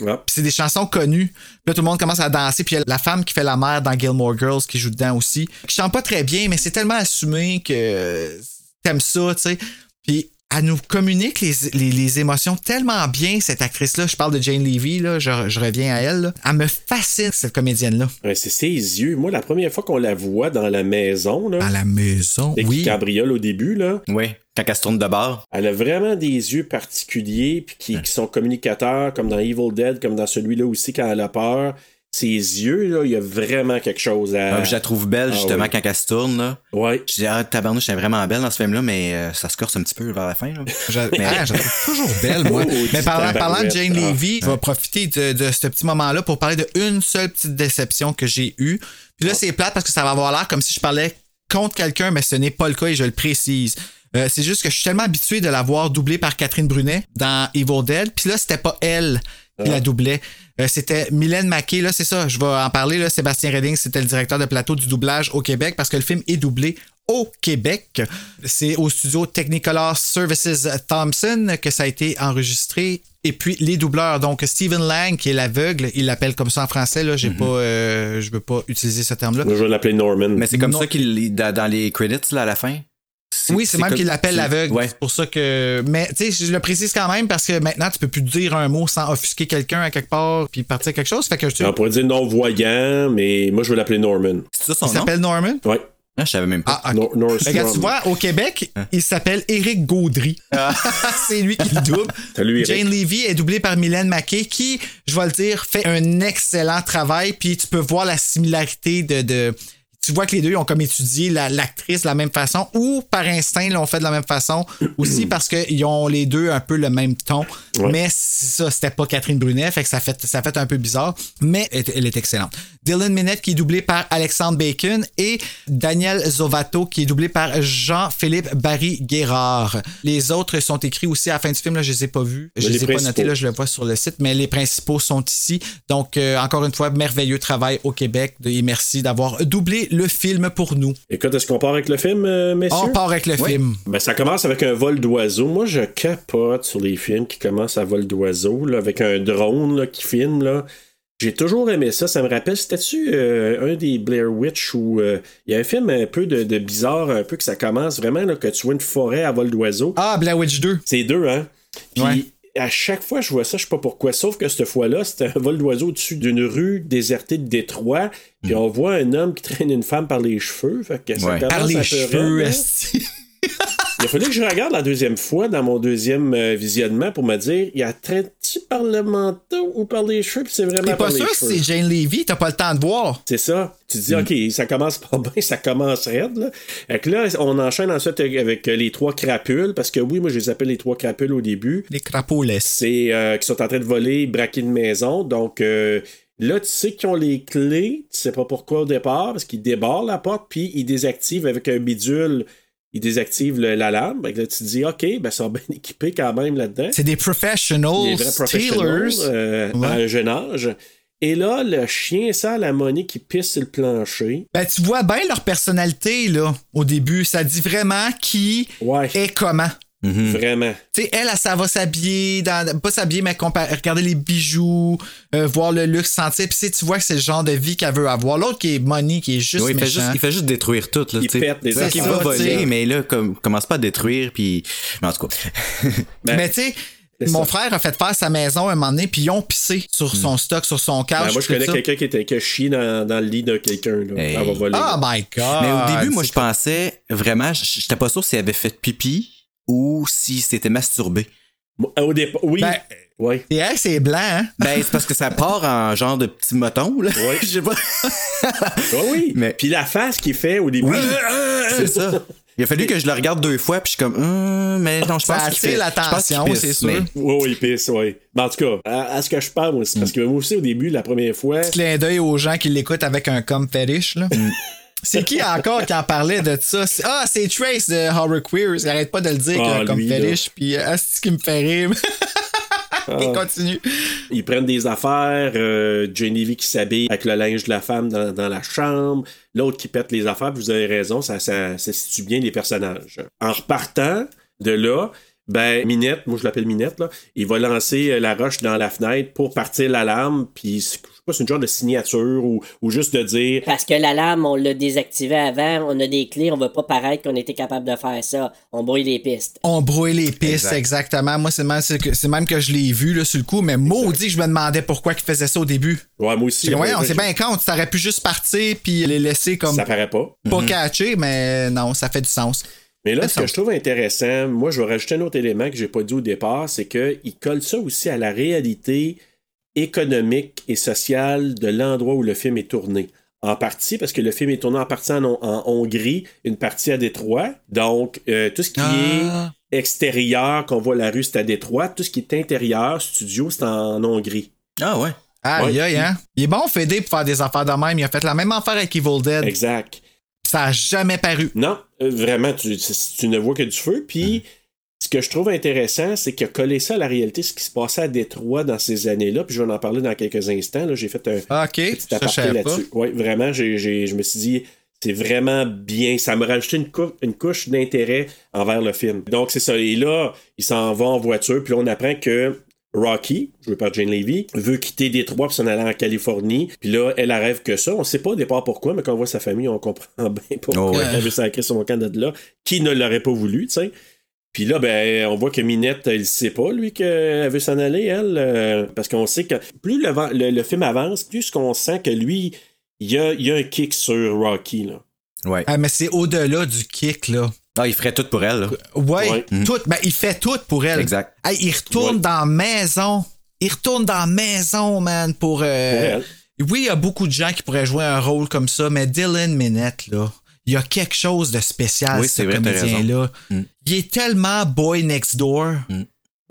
C: Ah,
D: Puis c'est des chansons connues. Puis là, tout le monde commence à danser. Puis il y a la femme qui fait la mère dans Gilmore Girls qui joue dedans aussi. Qui chante pas très bien, mais c'est tellement assumé que t'aimes ça, tu sais. Puis elle nous communique les, les- les émotions tellement bien, cette actrice-là. Je parle de Jane Levy, là. Je, je reviens à elle. là. Elle me fascine, cette comédienne-là.
C: ouais, c'est ses yeux. Moi, la première fois qu'on la voit dans la maison, là,
D: À la maison,
C: avec
D: Ah, oui.
C: Gabriel au début, là,
H: Oui, quand elle se tourne de bord.
C: Elle a vraiment des yeux particuliers puis qui, qui sont communicateurs, comme dans Evil Dead, comme dans celui-là aussi quand elle a peur. Ses yeux, là, il y a vraiment quelque chose
D: Euh,
C: à.
H: Ah, puis je la trouve belle,
C: Ah,
H: justement,
C: oui.
H: quand elle se tourne. Là.
C: Ouais.
H: Je dis, ah, tabarnouche, elle est vraiment belle dans ce film-là, mais euh, ça se corse un petit peu vers la fin. Là.
D: Je, ah, je la trouve toujours belle, moi.
C: Oh,
D: Mais
C: du
D: parlant,
C: tabarouette.
D: parlant de Jane
C: Ah.
D: Levy, je vais profiter de, de ce petit moment-là pour parler de une seule petite déception que j'ai eue. Puis là, c'est plate parce que ça va avoir l'air comme si je parlais contre quelqu'un, mais ce n'est pas le cas et je le précise. Euh, c'est juste que je suis tellement habitué de la voir doublée par Catherine Brunet dans Evil Dead. Puis là, c'était pas elle qui la doublait. Euh, c'était Mylène Maquet, là, c'est ça, je vais en parler. Là. Sébastien Redding, c'était le directeur de plateau du doublage au Québec parce que le film est doublé au Québec. C'est au studio Technicolor Services Thompson que ça a été enregistré. Et puis les doubleurs, donc Stephen Lang, qui est l'aveugle, il l'appelle comme ça en français, là, j'ai pas, euh, je veux pas utiliser ce terme-là.
C: Moi, je vais l'appeler Norman.
H: Mais c'est comme
D: Non.
H: ça qu'il dans, dans les credits là, à la fin.
D: Oui, c'est même
H: comme-
D: qu'il l'appelle
H: c'est-
D: l'aveugle.
H: Ouais.
D: C'est pour ça que. Mais tu sais, je le précise quand même parce que maintenant, tu peux plus dire un mot sans offusquer quelqu'un à quelque part puis partir quelque chose. Fait que tu-
C: On pourrait dire non-voyant, mais moi, je vais l'appeler Norman.
H: C'est ça son
D: il
H: nom?
D: s'appelle Norman.
C: Ouais.
H: Ah, je savais même pas.
D: Ah, ok.
C: Nor- Norstrom.
D: Mais Regarde, tu vois, au Québec,
H: Hein?
D: il s'appelle Éric Gaudry.
H: Ah.
D: c'est lui qui le double.
C: Salut, Eric.
D: Jane Levy est doublée par Mylène Maquet, qui, je vais le dire, fait un excellent travail. Puis tu peux voir la similarité de. de- tu vois que les deux ont comme étudié la- l'actrice de la même façon ou par instinct l'ont fait de la même façon aussi parce qu'ils ont les deux un peu le même ton.
C: Ouais.
D: Mais c'est ça, c'était pas Catherine Brunet, fait que ça fait, ça fait un peu bizarre, mais elle, elle est excellente. Dylan Minette qui est doublé par Alexandre Bacon et Daniel Zovato qui est doublé par Jean-Philippe Barry Guérard. Les autres sont écrits aussi à la fin du film, là, je les ai pas vus. Je
C: Mais
D: les,
C: les
D: ai pas notés,
C: principaux.
D: là, je le vois sur le site, mais les principaux sont ici. Donc, euh, encore une fois, merveilleux travail au Québec et merci d'avoir doublé le film pour nous.
C: Écoute, est-ce qu'on part avec le film, euh, messieurs?
D: On part avec le film.
C: Ben, ça commence avec un vol d'oiseau. Moi, je capote sur les films qui commencent à vol d'oiseau, là, avec un drone là, qui filme. Là. J'ai toujours aimé ça. Ça me rappelle, c'était-tu euh, un des Blair Witch où euh, il y a un film un peu de, de bizarre, un peu que ça commence vraiment, là, que tu vois une forêt à vol d'oiseau.
D: Ah, Blair Witch 2.
C: C'est deux, hein? Puis
D: Ouais.
C: à chaque fois, je vois ça, je sais pas pourquoi, sauf que cette fois-là, c'était un vol d'oiseau au-dessus d'une rue désertée de Détroit, puis on voit un homme qui traîne une femme par les cheveux. Fait que ça
H: Ouais.
C: commence
D: Par
C: à
D: les
C: peu
D: cheveux,
C: raide, hein.
D: esti.
C: Il a fallu que je regarde la deuxième fois dans mon deuxième euh, visionnement pour me dire il y a traité par le manteau ou par les cheveux, puis c'est vraiment
D: T'es
C: par
D: pas
C: les
D: sûr si Hmm.
C: cheveux.
D: c'est Jane Levy, t'as pas le temps de voir.
C: C'est ça. Tu te dis, OK, ça commence pas bien, ça commence raide. Là. Fait que là, on enchaîne ensuite avec euh, les trois crapules, parce que oui, moi, je les appelle les trois crapules au début.
D: Les crapauds laissent.
C: C'est euh, qui sont en train de voler, braquer une maison. Donc euh, là, tu sais qu'ils ont les clés. Tu sais pas pourquoi au départ, parce qu'ils débarrent la porte, puis ils désactivent avec un bidule, ils désactivent le- l'alarme. Fait que là, tu te dis, OK, ben, ils sont bien équipés quand même là-dedans
D: C'est des professionals
C: des vrais professionnels
D: stealers.
C: euh,
D: Ouais.
C: à un jeune âge. Et là, le chien sale à monnaie qui pisse sur le plancher.
D: Ben, tu vois bien leur personnalité, là, au début. Ça dit vraiment qui
C: Ouais,
D: est comment.
H: Mhm.
C: vraiment.
D: Tu sais, elle, elle, ça va s'habiller, dans, pas s'habiller, mais compa- regarder les bijoux, euh, voir le luxe, sentir. Puis tu sais, tu vois que c'est le genre de vie qu'elle veut avoir. L'autre qui est money, qui est juste
H: Ouais, il, fait
D: méchant.
H: juste, il fait juste détruire tout. Là,
C: Il
H: tu sais.
C: pète des
H: Tu sais, qu'il va
D: affaires, tu sais.
H: voler, mais là, comme, commence pas à détruire, puis. Mais en tout cas.
C: Ben,
D: mais tu sais,
C: c'est
D: mon
C: ça. Hmm.
D: frère a fait faire sa maison un moment donné, puis ils ont pissé sur son stock, sur son couch.
C: Ben, moi, je
D: tout
C: connais
D: Ah, ça.
C: quelqu'un qui était qui a chié dans, dans le lit de quelqu'un. là.
H: Hey.
C: Elle va voler.
D: Oh my god!
H: mais au début, moi, je pensais vraiment, j- j'étais pas sûr s'il avait fait pipi ou s'il s'était masturbé.
C: Moi, Au départ, oui.
D: Ben,
C: ouais.
D: Et elle, c'est blanc, hein?
H: Ben, c'est parce que ça part en genre de petit moton, là.
C: Ouais.
H: Je sais pas.
C: Ouais, Ah oui.
H: mais-
C: Puis la face qu'il fait au début.
H: Oui, c'est ça. Il a fallu que je le regarde deux fois, puis je suis comme, Hum, mais non, je
D: Ça
H: pense qu'il
D: attire
H: fait- je pense qu'il
D: l'attention,
H: pisse,
D: c'est sûr.
H: mais-
C: Oui, oui, il pisse, oui. Ben, en tout cas, à, à ce que je pense,
H: Mm.
C: parce que moi aussi, au début, la première fois,
D: Petit clin d'œil aux gens qui l'écoutent avec un com fetish, là.
C: Mm.
D: C'est qui encore qui en parlait de ça? C'est- Ah, c'est Trace de Horror Queers. Il arrête pas de le dire,
C: Ah,
D: comme
C: lui,
D: fetish. Puis, euh, ah, c'est ce qui me fait rire.
C: Ah.
D: Il continue.
C: Ils prennent des affaires, euh, Genevieve qui s'habille avec le linge de la femme dans, dans la chambre, l'autre qui pète les affaires, puis vous avez raison, ça, ça, ça situe bien les personnages. En repartant de là, ben Minette, moi je l'appelle Minette, là, il va lancer euh, la roche dans la fenêtre pour partir l'alarme, puis c'est- je sais pas, c'est une genre de signature ou, ou juste de dire
E: Parce que l'alarme, on l'a désactivée avant, on a des clés, on va pas paraître qu'on était capable de faire ça. On brouille les pistes.
D: On brouille les pistes,
H: Exact.
D: exactement. Moi, c'est même, c'est que- c'est même que je l'ai vu, là, sur le coup. Mais maudit, que je me demandais pourquoi il faisait ça au début.
C: Ouais, moi aussi.
D: J'ai dit,
C: ouais,
D: ouais, on
C: je-
D: s'est bien compte. T'aurais pu juste partir, puis les laisser comme
C: Ça Mm-hmm. paraît pas.
D: pas catcher, mais non, ça fait du sens.
C: Mais là, ce
D: Ça
C: que
D: semble.
C: je trouve intéressant, moi, je vais rajouter un autre élément que j'ai pas dit au départ, c'est qu'il colle ça aussi à la réalité économique et sociale de l'endroit où le film est tourné. En partie, parce que le film est tourné en partie en, Hon- en Hongrie, une partie à Détroit. Donc, euh, tout ce qui
D: Ah.
C: est extérieur, qu'on voit la rue, c'est à Détroit. Tout ce qui est intérieur, studio, c'est en Hongrie.
H: Ah ouais.
D: Aïe,
C: Ouais.
D: aïe, hein? Il est bon, Fédé, pour faire des affaires de même. Il a fait la même affaire avec Evil Dead.
C: Exact.
D: Ça a jamais paru.
C: Non, euh, vraiment, tu, tu- tu ne vois que du feu. Puis,
D: Mhm.
C: ce que je trouve intéressant, c'est qu'il a collé ça à la réalité, ce qui se passait à Détroit dans ces années-là. Puis, je vais en parler dans quelques instants. là. J'ai fait un
D: OK,
C: petit
D: ça, je
C: aparté
D: savais pas.
C: là-dessus. Oui, vraiment, j'ai- j'ai- je me suis dit, c'est vraiment bien. Ça me rajoutait une, cou- une couche d'intérêt envers le film. Donc, c'est ça. Et là, il s'en va en voiture. Puis, là, on apprend que. Rocky, joué par Jane Levy, veut quitter Détroit pour s'en aller en Californie. Puis là, elle rêve que ça. On sait pas au départ pourquoi, mais quand on voit sa famille, on comprend bien pourquoi
H: Oh, ouais.
C: elle veut sacrer son candidat là. Qui ne l'aurait pas voulu, tu sais? Puis là, ben, on voit que Minette, elle sait pas, lui, qu'elle veut s'en aller, elle. euh, parce qu'on sait que plus le, van- le- le film avance, plus qu'on sent que lui, il y a, il y a un kick sur Rocky, là.
H: Ouais.
D: Ah, mais c'est au-delà du kick, là.
H: Ah, il ferait tout pour elle, là.
D: Ouais,
C: Ouais.
D: tout. Ben, il fait tout pour elle.
H: Mm. Exact.
D: Hey, il retourne
C: Ouais.
D: dans la maison. Il retourne dans la maison, man, pour. euh,
C: elle.
D: Oui, il y a beaucoup de gens qui pourraient jouer un rôle comme ça, mais Dylan Minnette, là, il y a quelque chose de spécial,
H: Oui,
D: ce
H: c'est vrai, t'as
D: comédien-là.
H: Mm.
D: Il est tellement boy next door.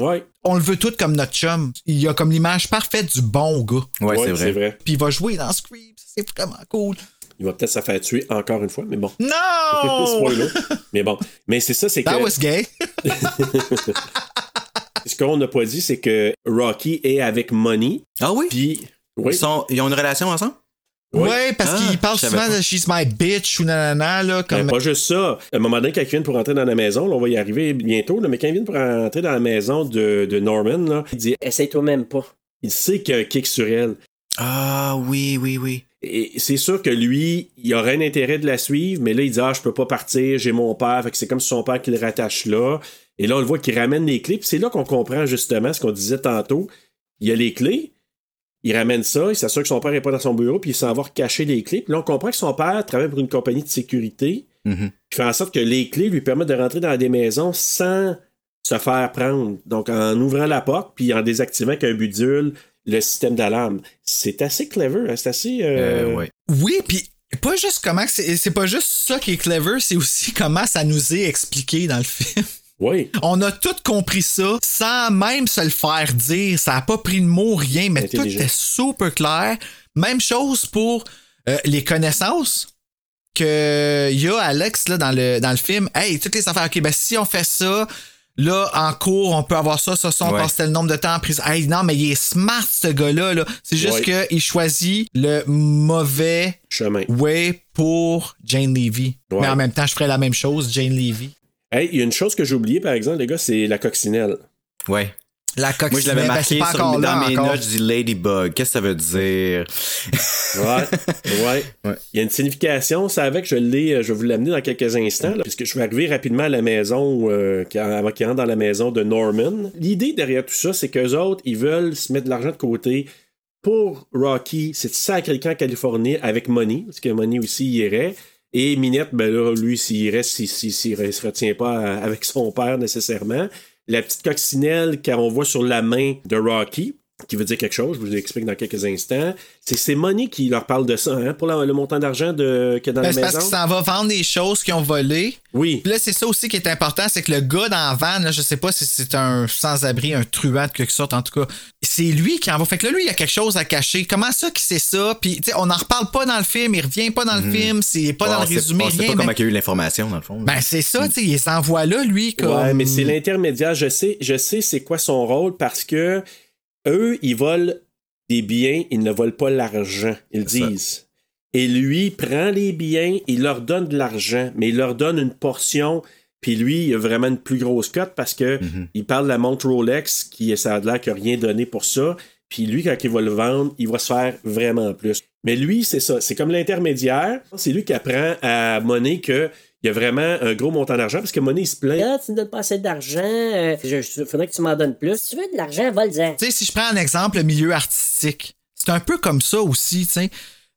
C: Ouais,
D: On le veut tout comme notre chum. Il a comme l'image parfaite du bon gars.
H: Ouais,
C: ouais,
H: c'est vrai.
D: Puis il va jouer dans Scream. C'est vraiment cool.
C: Il va peut-être se faire tuer encore une fois, mais bon.
D: Non!
C: Spoiler. mais bon. Mais c'est ça, c'est que.
D: Oh! That was gay.
C: Ce qu'on n'a pas dit, c'est que Rocky est avec Money.
H: Ah oui?
C: Puis.
H: Ils,
C: Oui.
H: sont- ils ont une relation ensemble?
C: Oui.
D: Ouais, parce
H: Ah,
D: qu'il parle
H: je savais
D: souvent
H: pas.
D: de She's my bitch ou nanana, là,
C: Mais
D: comme.
C: Ben, pas juste ça. À un moment donné, quand ils viennent pour entrer dans la maison, là, on va y arriver bientôt, là, mais quand ils viennent pour entrer dans la maison de, de Norman, là, il dit
E: Essaye-toi même pas.
C: il sait qu'il y a un kick sur elle.
H: Ah oui, oui, oui.
C: Et c'est sûr que lui, il aurait un intérêt de la suivre, mais là, il dit Ah, je peux pas partir, j'ai mon père. Fait que c'est comme si son père qui le rattache là. Et là, on le voit qu'il ramène les clés. Puis c'est là qu'on comprend justement ce qu'on disait tantôt. Il y a les clés, il ramène ça, il s'assure que son père n'est pas dans son bureau, puis il s'en va cacher les clés. Puis là, on comprend que son père travaille pour une compagnie de sécurité
H: Mhm.
C: qui fait en sorte que les clés lui permettent de rentrer dans des maisons sans se faire prendre. Donc, en ouvrant la porte, puis en désactivant qu'un bidule le système d'alarme. C'est assez clever, hein, c'est assez... euh,
H: Euh, ouais.
D: Oui, puis pas juste comment que c'est c'est pas juste ça qui est clever, c'est aussi comment ça nous est expliqué dans le film.
C: Oui,
D: On a tout compris ça sans même se le faire dire. Ça a pas pris de mots, rien, mais tout
C: Intelligent.
D: était super clair. Même chose pour euh, les connaissances que y a Alex là, dans, le, dans le film. Hey, toutes les affaires, ok, ben si on fait ça, là, en cours, on peut avoir ça, ça, ça, on
H: Ouais.
D: passe tel nombre de temps en prise. Hey, non, mais il est smart, ce gars-là. Là. C'est juste
C: Ouais.
D: qu'il choisit le mauvais
C: chemin.
D: oui, pour Jane Levy.
C: Ouais.
D: Mais en même temps, je ferais la même chose, Jane Levy.
C: Hey, il y a une chose que j'ai oubliée, par exemple, les gars, c'est la coccinelle.
H: Ouais.
D: La coccinelle,
H: Moi, je l'avais
D: ben, c'est
H: marqué
D: pas
H: sur-
D: encore là
H: dans mes
D: encore.
H: notes, je dis Ladybug. Qu'est-ce que ça veut dire?
C: Ouais, ouais.
H: Ouais.
C: Il y a une signification, ça avec, je l'ai, euh, je vais vous l'amener dans quelques instants, là, puisque je vais arriver rapidement à la maison, euh, qui- avant qu'il rentre dans la maison de Norman. L'idée derrière tout ça, c'est qu'eux autres, ils veulent se mettre de l'argent de côté pour Rocky, c'est de sacrer le camp en Californie avec Money, parce que Money aussi y irait. Et Minette, ben là, lui, s'il reste, s'il s'il- s'il re- se retient pas à- avec son père nécessairement. La petite coccinelle qu'on voit sur la main de Rocky, qui veut dire quelque chose, je vous l'explique dans quelques instants. C'est- C'est Money qui leur parle de ça, hein, pour la- le montant d'argent de- qu'il y a dans
D: Ben, c'est
C: la
D: parce
C: maison.
D: qu'il s'en va vendre des choses qu'ils ont volées.
C: Oui.
D: Puis là, c'est ça aussi qui est important, c'est que le gars dans la van, là, je sais pas si c'est un sans-abri, un truand de quelque sorte, en tout cas, c'est lui qui en va. Fait que là, lui, il a quelque chose à cacher. Comment ça qu'il sait ça? Puis, tu sais, on n'en reparle pas dans le film, il revient pas dans le film, c'est pas
H: Mhm. Ouais,
D: dans
H: on
D: le
H: sait-
D: résumé,
H: On sait
D: rien.
H: pas
D: mais-
H: comment il y a eu l'information, dans le fond.
D: Ben, c'est ça, tu sais, il s'envoie là, lui, comme...
C: Ouais, mais c'est l'intermédiaire. Je sais, je sais c'est quoi son rôle parce que eux, ils volent des biens, ils ne volent pas l'argent, ils
H: C'est ça.
C: disent. Et lui prend les biens, il leur donne de l'argent, mais il leur donne une portion. Puis lui, il a vraiment une plus grosse cote parce que
H: Mhm.
C: il parle de la montre Rolex, qui ça a l'air qu'il a rien donné pour ça. Puis lui, quand il va le vendre, il va se faire vraiment plus. Mais lui, c'est ça. C'est comme l'intermédiaire. C'est lui qui apprend à Monet que il y a vraiment un gros montant d'argent parce que Monet, il se plaint.
B: Là, tu me donnes pas assez d'argent, euh, je, je- faudrait que tu m'en donnes plus.
E: Si tu veux de l'argent, vole-en.
D: Tu sais, si je prends un exemple, le milieu artistique, c'est un peu comme ça aussi, tu sais.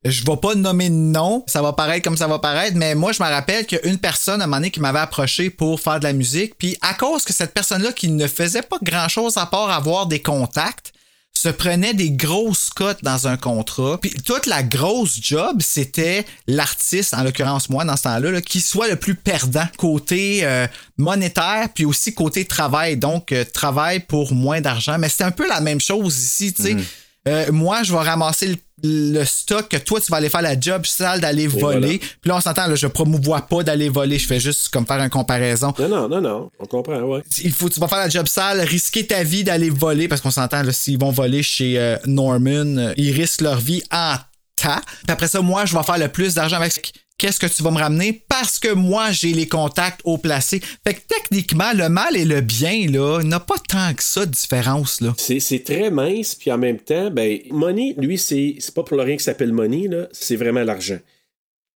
D: Je vais pas nommer de nom, ça va paraître comme ça va paraître, mais moi, je me rappelle qu'il y a une personne à un moment donné qui m'avait approché pour faire de la musique, puis à cause que cette personne-là, qui ne faisait pas grand-chose à part avoir des contacts, se prenait des grosses cotes dans un contrat. Puis toute la grosse job, c'était l'artiste, en l'occurrence moi, dans ce temps-là, là, qui soit le plus perdant côté euh, monétaire, puis aussi côté travail. Donc, euh, travail pour moins d'argent. Mais c'est un peu la même chose ici, tu sais. Euh, moi, je vais ramasser le, le stock que toi, tu vas aller faire la job sale d'aller voler.
C: voilà.
D: Puis là, on s'entend, là, je promouvois pas d'aller voler. Je fais juste comme faire une comparaison
C: Non, non, non, non. On comprend, ouais.
D: il faut tu vas faire la job sale, risquer ta vie d'aller voler parce qu'on s'entend là, s'ils vont voler chez euh, Norman, euh, ils risquent leur vie en tas. Puis après ça, moi je vais faire le plus d'argent avec qu'est-ce que tu vas me ramener parce que moi j'ai les contacts au placé. Fait que techniquement le mal et le bien là, n'a pas tant que ça de différence là.
C: C'est, c'est très mince, puis en même temps, ben, Money, lui, c'est, c'est pas pour le rien qu'il s'appelle Money, là, c'est vraiment l'argent.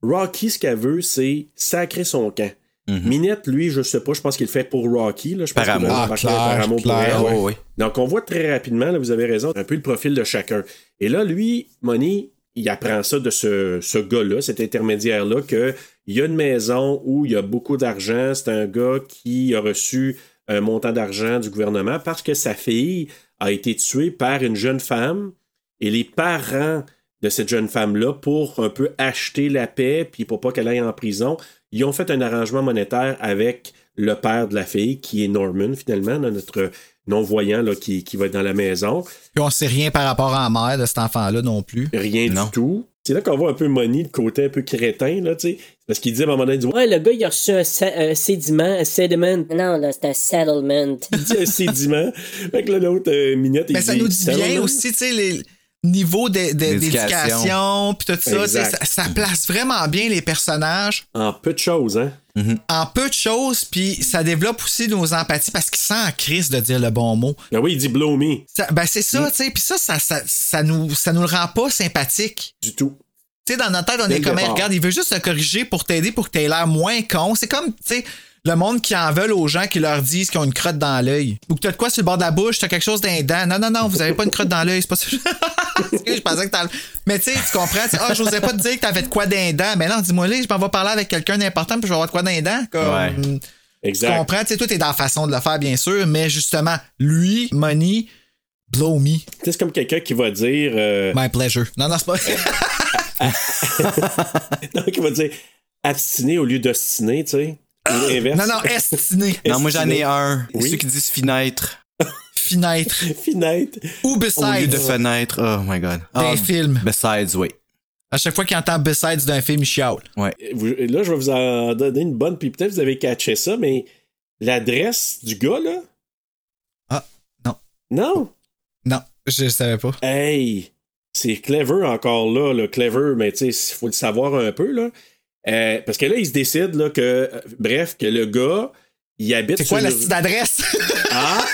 C: Rocky, ce qu'elle veut, c'est sacrer son camp. Minette, lui, je sais pas, je pense qu'il le fait pour Rocky. Là, je pense
H: Mm-hmm. Par
C: qu'il veut embarquer
D: Ah, clair,
H: amour.
C: par amour pour
D: clair,
C: elle.
H: Ah, ouais, ouais.
C: Donc, on voit très rapidement, là, vous avez raison, un peu le profil de chacun. Et là, lui, Money, il apprend ça de ce, ce gars-là, cet intermédiaire-là, qu'il y a une maison où il y a beaucoup d'argent. C'est un gars qui a reçu un montant d'argent du gouvernement parce que sa fille a été tuée par une jeune femme et les parents de cette jeune femme-là pour un peu acheter la paix puis pour pas qu'elle aille en prison. Ils ont fait un arrangement monétaire avec le père de la fille, qui est Norman, finalement, là, notre non-voyant là, qui, qui va être dans la maison.
D: Puis on sait rien par rapport à la mère de cet enfant là non plus.
C: Rien
H: Non.
C: du tout. C'est là qu'on voit un peu Money, le côté un peu crétin, là, tu sais. Parce qu'il dit à un moment donné, il dit, Ouais,
B: Ouais, le gars, il a reçu un sa- un sédiment, un sédiment.
E: Non, là, c'est un settlement.
C: il dit un sédiment. Fait que là, l'autre euh, minette,
D: Mais
C: il
D: Ben, ça
C: dit,
D: nous dit bien
C: Settlement.
D: aussi, tu sais, les niveaux de- de-
H: L'éducation.
D: d'éducation, puis tout ça, tu sais, ça,
C: Exact.
D: ça place vraiment bien les personnages
C: En peu de choses, hein.
D: en peu de choses, puis ça développe aussi nos empathies parce qu'ils sont en crise de dire le bon mot. ben,
C: Ah oui, il dit blow me.
D: Ça- ben c'est ça, tu sais, puis ça ça, ça, ça nous, ça nous le rend pas sympathique.
C: Du tout.
D: Tu sais, dans notre tête, on
C: Dès
D: est
C: le
D: comme, Hey,
C: départ.
D: regarde, il veut juste te corriger pour t'aider, pour que t'aies l'air moins con. C'est comme, tu sais, le monde qui en veulent aux gens qui leur disent qu'ils ont une crotte dans l'œil. Ou que t'as de quoi sur le bord de la bouche, t'as quelque chose d'un dent. Non, non, non, vous avez pas une crotte dans l'œil, c'est pas ça. Excuse, je pensais que t'en- Mais tu sais, tu comprends. tu sais, Ah, j'osais pas te dire que t'avais de quoi d'un dent. Mais non, dis-moi, là, je m'en vais parler avec quelqu'un d'important, puis je vais avoir de quoi d'un dent. Comme,
H: Ouais.
C: Exact.
D: tu comprends, tu sais, tout est dans la façon de le faire, bien sûr, mais justement, lui, Money, blow me,
C: Tu sais, C'est comme quelqu'un qui va dire. euh,
D: my pleasure. Non, non, c'est pas.
C: non, qui va dire abstiné au lieu d'obstiné, tu sais. Ou l'inverse.
D: Ah! non, non, estiné,
H: Non, moi j'en ai un.
C: Oui.
H: Ceux qui disent fenêtre
D: fenêtre,
C: Finette.
D: ou
H: au lieu de
D: besides
H: fenêtre. Oh my god.
D: d'un
H: Ah,
D: film.
H: Besides, oui.
D: À chaque fois qu'il entend besides d'un film, il chiale.
C: Vous- Là, je vais vous en donner une bonne, puis peut-être vous avez catché ça, mais l'adresse du gars, là.
D: Ah, non.
C: Non?
D: Non, je le savais pas.
C: Hey! C'est clever encore là, le clever, mais tu sais, il faut le savoir un peu, là. Euh, parce que là, il se décide là, que, euh, bref, que le gars, il habite.
D: C'est quoi
C: sur-
D: la style d'adresse?
C: Ah!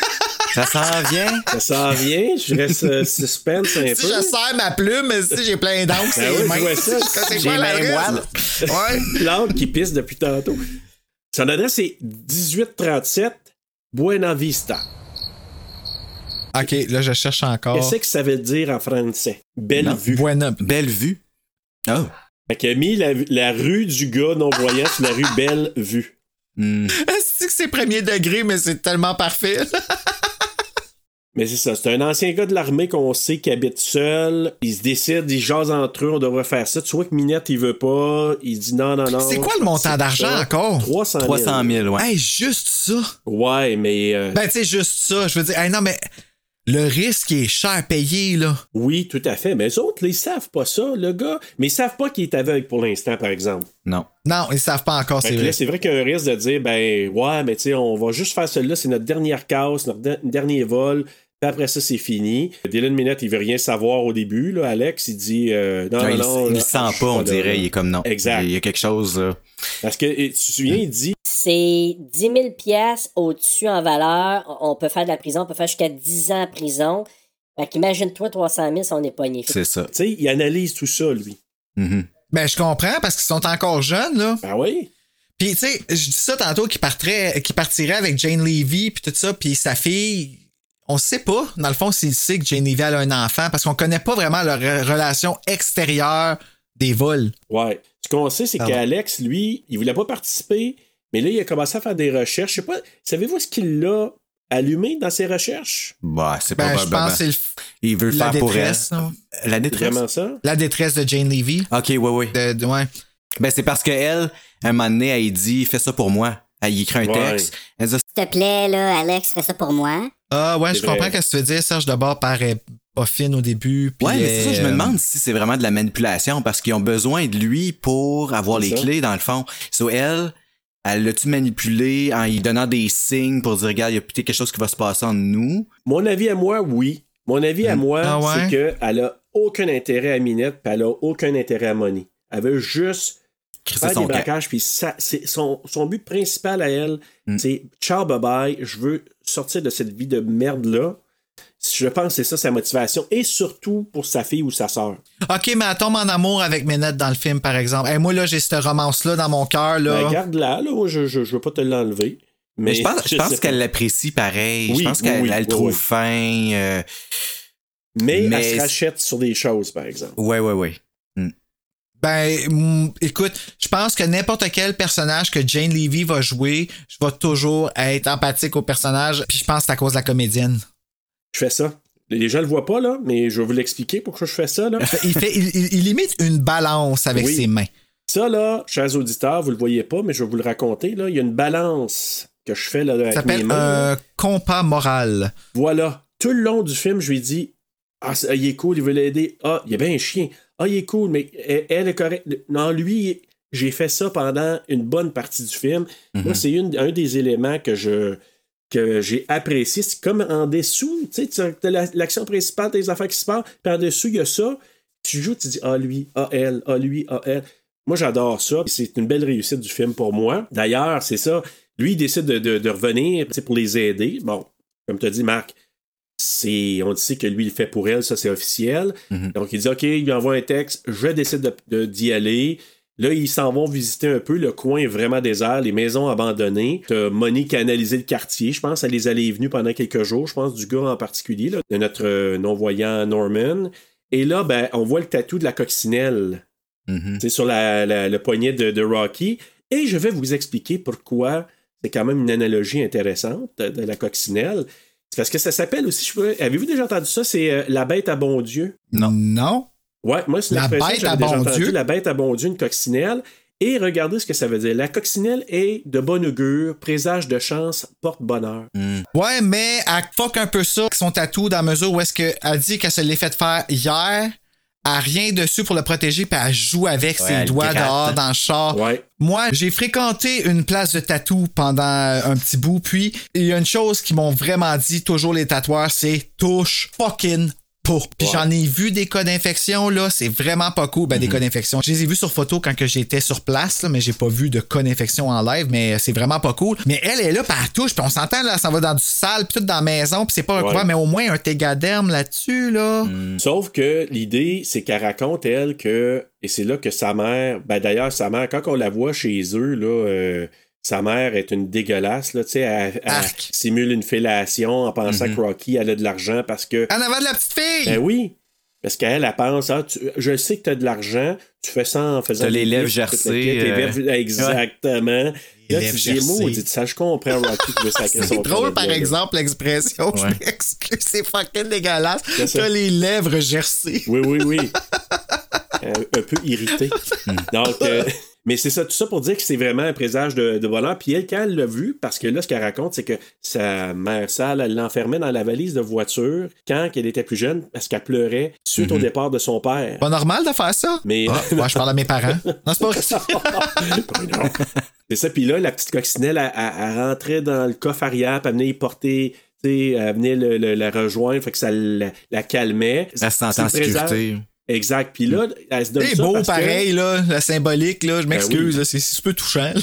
H: Ça s'en vient.
C: Ça s'en vient, je reste euh, suspense un peu.
D: si je serre ma plume, si j'ai plein d'encre, c'est
C: Ben oui, je
D: mince.
C: vois ça.
D: C'est
H: J'ai
D: quoi
H: les mains
D: l'adresse?
H: moites.
D: Ouais.
C: L'âne qui pisse depuis tantôt. Son adresse est 1837 Buena Vista.
D: Ok, là, je cherche encore.
C: Qu'est-ce que ça veut dire en français? Belle
H: Non.
C: vue.
D: Buena.
H: Belle vue. Oh.
C: Fait qu'il a mis la, la rue du gars non-voyant sur la rue Belle Vue.
H: Hmm.
D: C'est que c'est premier degré, mais c'est tellement parfait.
C: Mais c'est ça, c'est un ancien gars de l'armée qu'on sait qui habite seul. Ils se décident, ils jasent entre eux, on devrait faire ça. Tu vois que Minette, il veut pas. Il dit non, non, non.
D: C'est quoi le montant
C: Oh, C'est
D: d'argent
C: ça.
D: encore?
C: 300 000.
H: 300 000, ouais.
D: Hey, juste ça.
C: Ouais, mais euh,
D: Ben, tu sais, juste ça. Je veux dire, hey, non, mais le risque est cher payé, là.
C: oui, tout à fait. Mais les autres, là, ils savent pas ça, le gars. Mais ils savent pas qu'il est aveugle pour l'instant, par exemple.
H: Non.
D: Non, ils savent pas encore,
C: Fait
D: c'est
H: Ben,
C: que
D: vrai.
C: là, c'est vrai qu'il y a un risque de dire, ben, ouais, mais tu sais, on va juste faire celui-là, c'est notre dernière case, notre de- dernier vol, puis après ça, c'est fini. Dylan Minette, il veut rien savoir au début, là. Alex, il dit, euh, non,
H: Ouais,
C: non,
H: il,
C: non, non,
H: il le sent
C: je suis
H: pas, on
C: là.
H: dirait. Il est comme non.
C: Exact.
H: Il y a quelque chose. là.
C: Parce que, et, tu te souviens, il dit,
E: C'est 10 000 pièces au-dessus en valeur. On on peut faire de la prison, on peut faire jusqu'à 10 ans en prison. Fait qu'imagine-toi 300 000 si on est pogné. Fait
H: C'est ça.
C: tu sais, il analyse tout ça, lui.
H: Mhm.
D: Ben, je comprends parce qu'ils sont encore jeunes, là.
C: Ah oui?
D: Puis, tu sais, je dis ça tantôt qu'ils partiraient- qu'ils partiraient avec Jane Levy, puis tout ça, puis sa fille. On sait pas, dans le fond, s'il sait que Jane Levy elle a un enfant parce qu'on connaît pas vraiment leur re- relation extérieure des vols.
C: Ouais. Ce qu'on sait, c'est
D: Pardon.
C: qu'Alex, lui, il voulait pas participer, mais là, il a commencé à faire des recherches. Je sais pas, savez-vous ce qu'il l'a allumé dans ses recherches?
H: Bah, c'est
D: Ben, je
H: probablement.
D: pense que c'est le-
H: Il veut le
D: la
H: faire pour elle.
D: détresse, non?
H: La
C: C'est
H: détresse.
C: vraiment ça?
D: La détresse de Jane Levy.
H: Ok, ouais, ouais.
D: De, de- ouais.
H: Ben, c'est parce qu'elle, à un moment donné, elle dit Fais ça pour moi. Elle y écrit un
C: Ouais.
H: texte. Elle dit
E: S'il te plaît, là, Alex, fais ça pour moi.
D: Ah, ouais,
C: C'est
D: je comprends
C: vrai.
D: ce que tu veux dire. Serge, d'abord, paraît pas fine au début. puis,
H: Ouais, mais c'est ça, je me
D: euh,
H: demande si c'est vraiment de la manipulation parce qu'ils ont besoin de lui pour avoir
C: C'est
H: les
C: ça.
H: clés, dans le fond. So, elle, elle l'a-tu manipulé en lui donnant des signes pour dire Regarde, il y a peut-être quelque chose qui va se passer entre nous.
C: Mon avis à moi, oui. Mon avis à moi,
D: Ah ouais?
C: c'est qu'elle a aucun intérêt à Minette, puis elle a aucun intérêt à Money. Elle veut juste
H: Crisser
C: faire des
H: son camp.
C: braquages, puis ça- c'est son, son but principal à elle,
D: Hmm.
H: Mm.
C: c'est ciao, bye bye, je veux sortir de cette vie de merde-là. Je pense que c'est ça sa motivation, et surtout pour sa fille ou sa sœur.
D: OK, mais elle tombe en amour avec Ménette dans le film, par exemple. et moi, là, j'ai cette romance-là dans mon cœur, là.
C: Ben, garde-la, là, moi, je, je, je veux pas te l'enlever. Mais,
H: Mais je pense, je pense
C: sais
H: qu'elle
C: pas.
H: l'apprécie pareil.
C: Oui,
H: je pense
C: oui,
H: qu'elle
C: oui,
H: elle le
C: oui,
H: trouve
C: oui.
H: fin. euh,
C: Mais,
H: mais-
C: elle se rachète sur des choses, par exemple.
H: Ouais, ouais, ouais.
D: Ben, mm, écoute, je pense que n'importe quel personnage que Jane Levy va jouer, je vais toujours être empathique au personnage, puis je pense que c'est à cause de la comédienne.
C: Je fais ça. Les gens le voient pas, là, mais je vais vous l'expliquer pourquoi je fais ça, là.
D: Il fait, il, il- il imite une balance avec
C: Oui.
D: ses mains.
C: Ça, là, chers auditeurs, vous le voyez pas, mais je vais vous le raconter. Là. Il y a une balance que je fais là,
D: Ça
C: avec mes
D: s'appelle
C: mains. là.
D: un compas moral.
C: Voilà. Tout le long du film, je lui dis Ah, c'est- ah, il est cool, il veut l'aider. Ah, il est bien un chien. Ah, il est cool, mais elle, elle est correcte. Non, lui, j'ai fait ça pendant une bonne partie du film. Moi, c'est une- un des éléments que je que j'ai apprécié. C'est comme en dessous, tu sais, tu- t'as la- l'action principale, t'as les affaires qui se passent, puis en dessous, il y a ça. Tu joues, tu dis Ah, lui, ah, elle, ah, lui, ah, elle. Moi, j'adore ça. puis C'est une belle réussite du film pour moi. D'ailleurs, c'est ça. Lui, il décide de, de- de revenir tu sais, pour les aider. Bon, comme tu as dit, Marc, c'est, on sait que lui, il le fait pour elle, ça c'est officiel. Donc il dit, OK, il lui envoie un texte, je décide de- de- d'y aller. Là, ils s'en vont visiter un peu le coin vraiment désert, les maisons abandonnées. T'as Monique a analysé le quartier, je pense, elle les allait et venues pendant quelques jours, je pense, du gars en particulier, là, de notre euh, non-voyant Norman. Et là, ben, on voit le tatou de la coccinelle.
H: Mhm.
C: C'est sur la- la- le poignet de, de Rocky. Et je vais vous expliquer pourquoi c'est quand même une analogie intéressante de, de la coccinelle. C'est parce que ça s'appelle aussi, je sais pas, avez-vous déjà entendu ça? C'est euh, la bête à bon Dieu.
D: Non. Non.
C: Ouais, moi, c'est une
D: La
C: expression que
D: bête
C: j'avais
D: à
C: déjà
D: bon
C: entendue,
D: Dieu.
C: La bête à bon Dieu, une coccinelle. Et regardez ce que ça veut dire. La coccinelle est de bon augure, présage de chance, porte bonheur.
H: mm.
D: Ouais, mais elle fuck un peu ça, son tatou, dans la mesure où est-ce qu'elle dit qu'elle se l'est fait faire hier, elle a rien dessus pour le protéger, puis elle joue avec
H: Ouais,
D: ses
H: elle
D: doigts
H: gratte.
D: dehors dans le char.
C: Ouais.
D: Moi, j'ai fréquenté une place de tatou pendant un petit bout, puis il y a une chose qu'ils m'ont vraiment dit toujours les tatoueurs, c'est touche fucking pas. Puis j'en ai vu des cas d'infection, là, c'est vraiment pas cool. Ben, des cas d'infection. Je les ai vus sur photo quand que j'étais sur place, là, mais j'ai pas vu de cas d'infection en live, mais c'est vraiment pas cool. Mais elle est là, par elle touche, puis on s'entend, là, ça va dans du sale, puis tout dans la maison, puis c'est pas un
C: Ouais.
D: couvert, mais au moins un tégaderme là-dessus, là.
C: Sauf que l'idée, c'est qu'elle raconte, elle, que. Et c'est là que sa mère. Ben d'ailleurs, sa mère, quand on la voit chez eux, là. euh, sa mère est une dégueulasse, là, tu sais, elle, elle
D: Arc.
C: simule une fellation en pensant
H: Mhm.
C: que Rocky, elle a de l'argent parce que,
D: En avant de la petite fille!
C: ben oui, parce qu'elle, elle pense, ah, tu- je sais que t'as de l'argent, tu fais ça en faisant...
H: T'as
C: des
H: les lèvres
C: clips,
H: gercées, euh,
C: tes lèvres- Exactement.
D: Les
C: Là, tu
D: lèvres
C: dis,
D: gercées.
C: maudit, ça, je comprends Rocky qui veut sacrer son
D: C'est
C: camp
D: drôle,
C: de
D: par
C: gueule.
D: exemple, l'expression. Je
H: Ouais.
D: m'excuse, c'est fucking dégueulasse.
C: Bien sûr.
D: T'as les lèvres gercées.
C: Oui, oui, oui. Euh, un peu irrité. Donc, euh, mais c'est ça, tout ça pour dire que c'est vraiment un présage de, de bonheur. Puis elle, quand elle l'a vu, parce que là, ce qu'elle raconte, c'est que sa mère sale, elle l'enfermait dans la valise de voiture quand elle était plus jeune, parce qu'elle pleurait suite
H: Mhm.
C: au départ de son père.
H: Ah.
D: Pas normal de faire ça.
C: Mais-
D: Ah, moi, je parle à mes parents. Non, c'est pas vrai.
C: Bruno. C'est ça, puis là, la petite coccinelle, elle, elle- elle rentrait dans le coffre arrière, puis elle venait y porter, tu sais, elle venait le- le- la rejoindre, fait que ça la, la calmait.
H: Elle se sent
C: C'est
H: en
C: le présage-
H: sécurité.
C: Exact. Puis là, elle se donne
D: C'est
C: ça
D: beau,
C: parce que-
D: pareil, là, la symbolique, là. Je
C: Ben oui.
D: m'excuse, là, c'est c'est un peu touchant. là.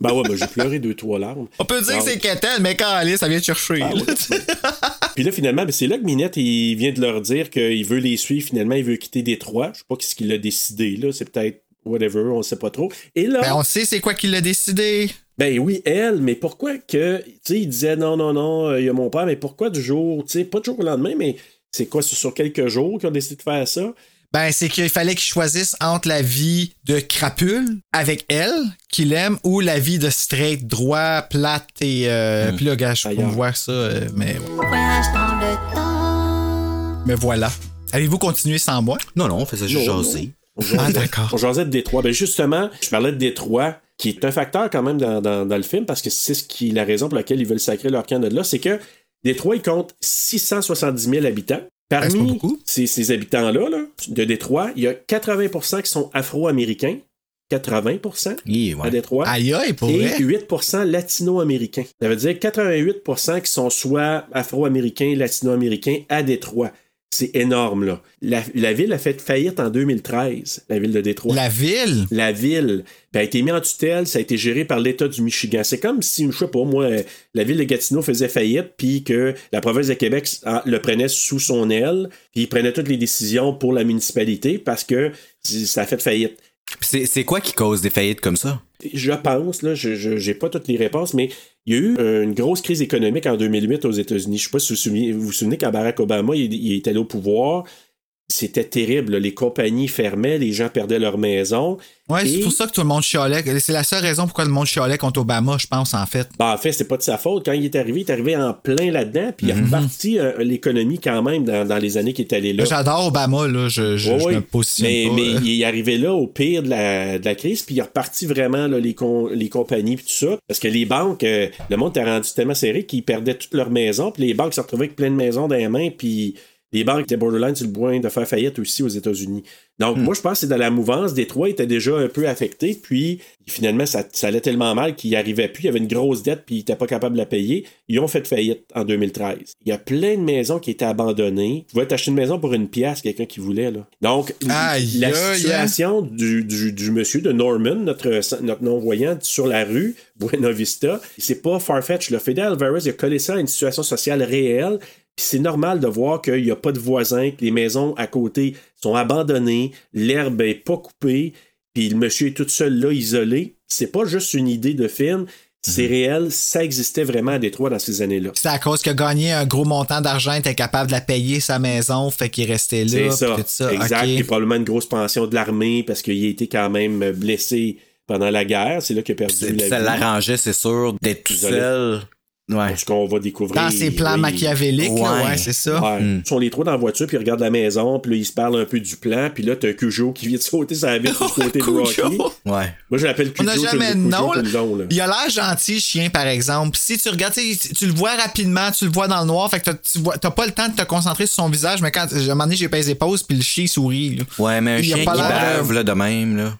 C: Ben ouais, ben j'ai pleuré deux, trois larmes.
D: On peut dire
C: Non.
D: que c'est quétaine, mais quand Alice, ça vient te chercher.
C: Ah
D: là.
C: ouais, tu vois. Puis là, finalement, ben, c'est là que Minette, il vient de leur dire qu'il veut les suivre. Finalement, il veut quitter Détroit. Je sais pas ce qu'il a décidé, là. C'est peut-être whatever, on sait pas trop. Et là,
D: Ben,
C: ben,
D: on sait c'est quoi qu'il a décidé.
C: oui, elle, mais pourquoi que, tu sais, il disait non, non, non, euh, il y a mon père, mais pourquoi du jour, tu sais, pas du jour au lendemain, mais c'est quoi, c'est sur quelques jours qu'ils ont décidé de faire ça?
D: Ben, c'est qu'il fallait qu'il choisisse entre la vie de crapule avec elle, qu'il aime, ou la vie de straight, droit, plate et. Euh, Puis là, gars, je peux
C: Ailleurs.
D: me voir ça, euh, mais,
I: Voyage dans le temps.
D: mais voilà. Allez-vous continuer sans moi?
H: Non, non, on faisait juste
C: Non,
H: jaser.
C: On jasait-
D: Ah, d'accord.
C: On jasait de Détroit. Ben justement, je parlais de Détroit, qui est un facteur quand même dans, dans- dans le film, parce que c'est ce qui, la raison pour laquelle ils veulent sacrer leur camp de là, c'est que Détroit, il compte 670 000 habitants.
D: Ben, c'est pas
C: Parmi
D: beaucoup.
C: ces, ces habitants-là, là, de Détroit, il y a 80 qui sont afro-américains, 80
H: Oui,
C: à
H: ouais.
C: Détroit,
D: Aïe aïe, pour
C: et
D: vrai.
C: 8 latino-américains. Ça veut dire 88 qui sont soit afro-américains, latino-américains à Détroit. C'est énorme, là. La, la ville a fait faillite en 2013, la ville de Détroit.
D: La ville.
C: La ville ben, a été mise en tutelle, ça a été géré par l'État du Michigan. C'est comme si, je sais pas, moi, euh, la ville de Gatineau faisait faillite, puis que la province de Québec ah, le prenait sous son aile, puis il prenait toutes les décisions pour la municipalité parce que ça a fait faillite.
H: Puis C'est c'est quoi qui cause des faillites comme ça?
C: Je pense, là, je je- j'ai pas toutes les réponses, mais il y a eu euh, une grosse crise économique en 2008 aux États-Unis. Je sais pas si vous vous souvenez- vous, vous souvenez quand Barack Obama il, il est allé au pouvoir, c'était terrible. là. Les compagnies fermaient, les gens perdaient leur maison.
D: Ouais,
C: Et-
D: c'est pour ça que tout le monde chialait. C'est la seule raison pourquoi le monde chialait contre Obama, je pense, en fait.
C: Ben, en fait, c'est pas de sa faute. Quand il est arrivé, il est arrivé en plein là-dedans, puis il a reparti euh, l'économie quand même dans, dans les années qui est allé là.
D: J'adore Obama, là. Je, je,
C: Ouais,
D: je
C: ouais.
D: me positionne
C: mais,
D: pas.
C: mais
D: euh.
C: il est arrivé là au pire de la, de la crise, puis il est reparti vraiment là, les, com- les compagnies puis tout ça. Parce que les banques, euh, le monde était rendu tellement serré qu'ils perdaient toutes leurs maisons, puis les banques se retrouvaient avec plein de maisons dans les mains, puis les banques étaient borderline sur le point de faire faillite aussi aux États-Unis. Donc,
D: Hmm.
C: moi, je pense que c'est dans la mouvance. Détroit était déjà un peu affecté, puis finalement, ça, ça allait tellement mal qu'il n'y arrivait plus. Il y avait une grosse dette, puis il n'était pas capable de la payer. Ils ont fait faillite en 2013. Il y a plein de maisons qui étaient abandonnées. Tu pouvais t'acheter une maison pour une pièce, quelqu'un qui voulait. Là. Donc,
D: Aïe,
C: la
D: aïe,
C: situation du, du- du monsieur, de Norman, notre, notre non-voyant, sur la rue, Buena Vista, c'est pas farfetch. Le Fidel Alvarez il a collé ça à une situation sociale réelle. Puis c'est normal de voir qu'il n'y a pas de voisins, que les maisons à côté sont abandonnées, l'herbe est pas coupée, puis le monsieur est tout seul là, isolé. C'est pas juste une idée de film, c'est
D: Mhm.
C: réel, ça existait vraiment à Détroit dans ces années-là.
D: C'est à cause qu'il a gagné un gros montant d'argent, il était capable de la payer sa maison, fait qu'il restait là.
C: C'est
D: puis
C: ça.
D: tout ça.
C: Exact.
D: Ok.
C: Puis probablement une grosse pension de l'armée parce qu'il a été quand même blessé pendant la guerre. C'est là qu'il a perdu
H: C'est-
C: la
H: ça
C: vie.
H: l'arrangeait, c'est sûr, d'être tout
C: Isolé.
H: seul. Ouais.
C: Ce qu'on va découvrir.
D: Dans ses plans
C: oui.
D: machiavéliques, Hmm. là, ouais,
H: Ouais.
D: c'est ça.
C: Ouais.
H: Mm.
C: Ils sont les trois dans la voiture, puis ils regardent la maison, puis là, ils se parlent un peu du plan, puis là, t'as Cujo qui vient de sauter sa vitre du côté de Rocky.
D: Cujo.
C: Moi,
H: Ouais.
C: je l'appelle
D: On
C: Cujo.
D: n'a
C: je
D: jamais
C: le
D: de
C: dis
D: nom.
C: Cujo
D: là.
C: comme nom, là.
D: Il a l'air gentil, le chien, par exemple. Si tu regardes, tu sais, tu le vois rapidement, tu le vois dans le noir, fait que t'as- tu vois- t'as pas le temps de te concentrer sur son visage, mais quand à un moment donné, j'ai pesé pause, puis le chien sourit. là.
H: Ouais, mais un
D: Il a
H: chien qui
D: pas l'air de-
H: bave, là, de même, là.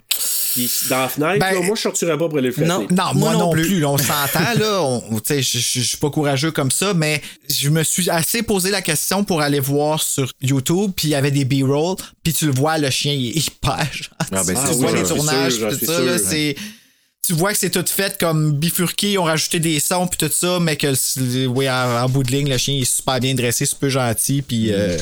C: Puis dans la fenêtre, là,
D: Ben-
C: moi, je sortirais pas pour aller le flatter.
H: Non.
D: Non, moi, non plus. là, on s'entend, là. On- tu sais, Je je- je suis pas courageux comme ça, mais je me suis assez posé la question pour aller voir sur YouTube, puis il y avait des B-rolls, puis tu le vois, le chien, il est hyper gentil.
H: Ah, ben,
C: Ah
D: tu
H: c'est
C: oui,
D: vois
H: sûr. ah,
D: les
C: j'en suis
D: tournages,
C: sûr, j'en
D: tout
C: suis
D: ça,
C: sûr,
D: là,
C: ouais.
D: c'est... Tu vois que c'est tout fait comme bifurqué, ils ont rajouté des sons puis tout ça, mais que le- oui, en, en bout de ligne, le chien il est super bien dressé, super gentil, puis euh,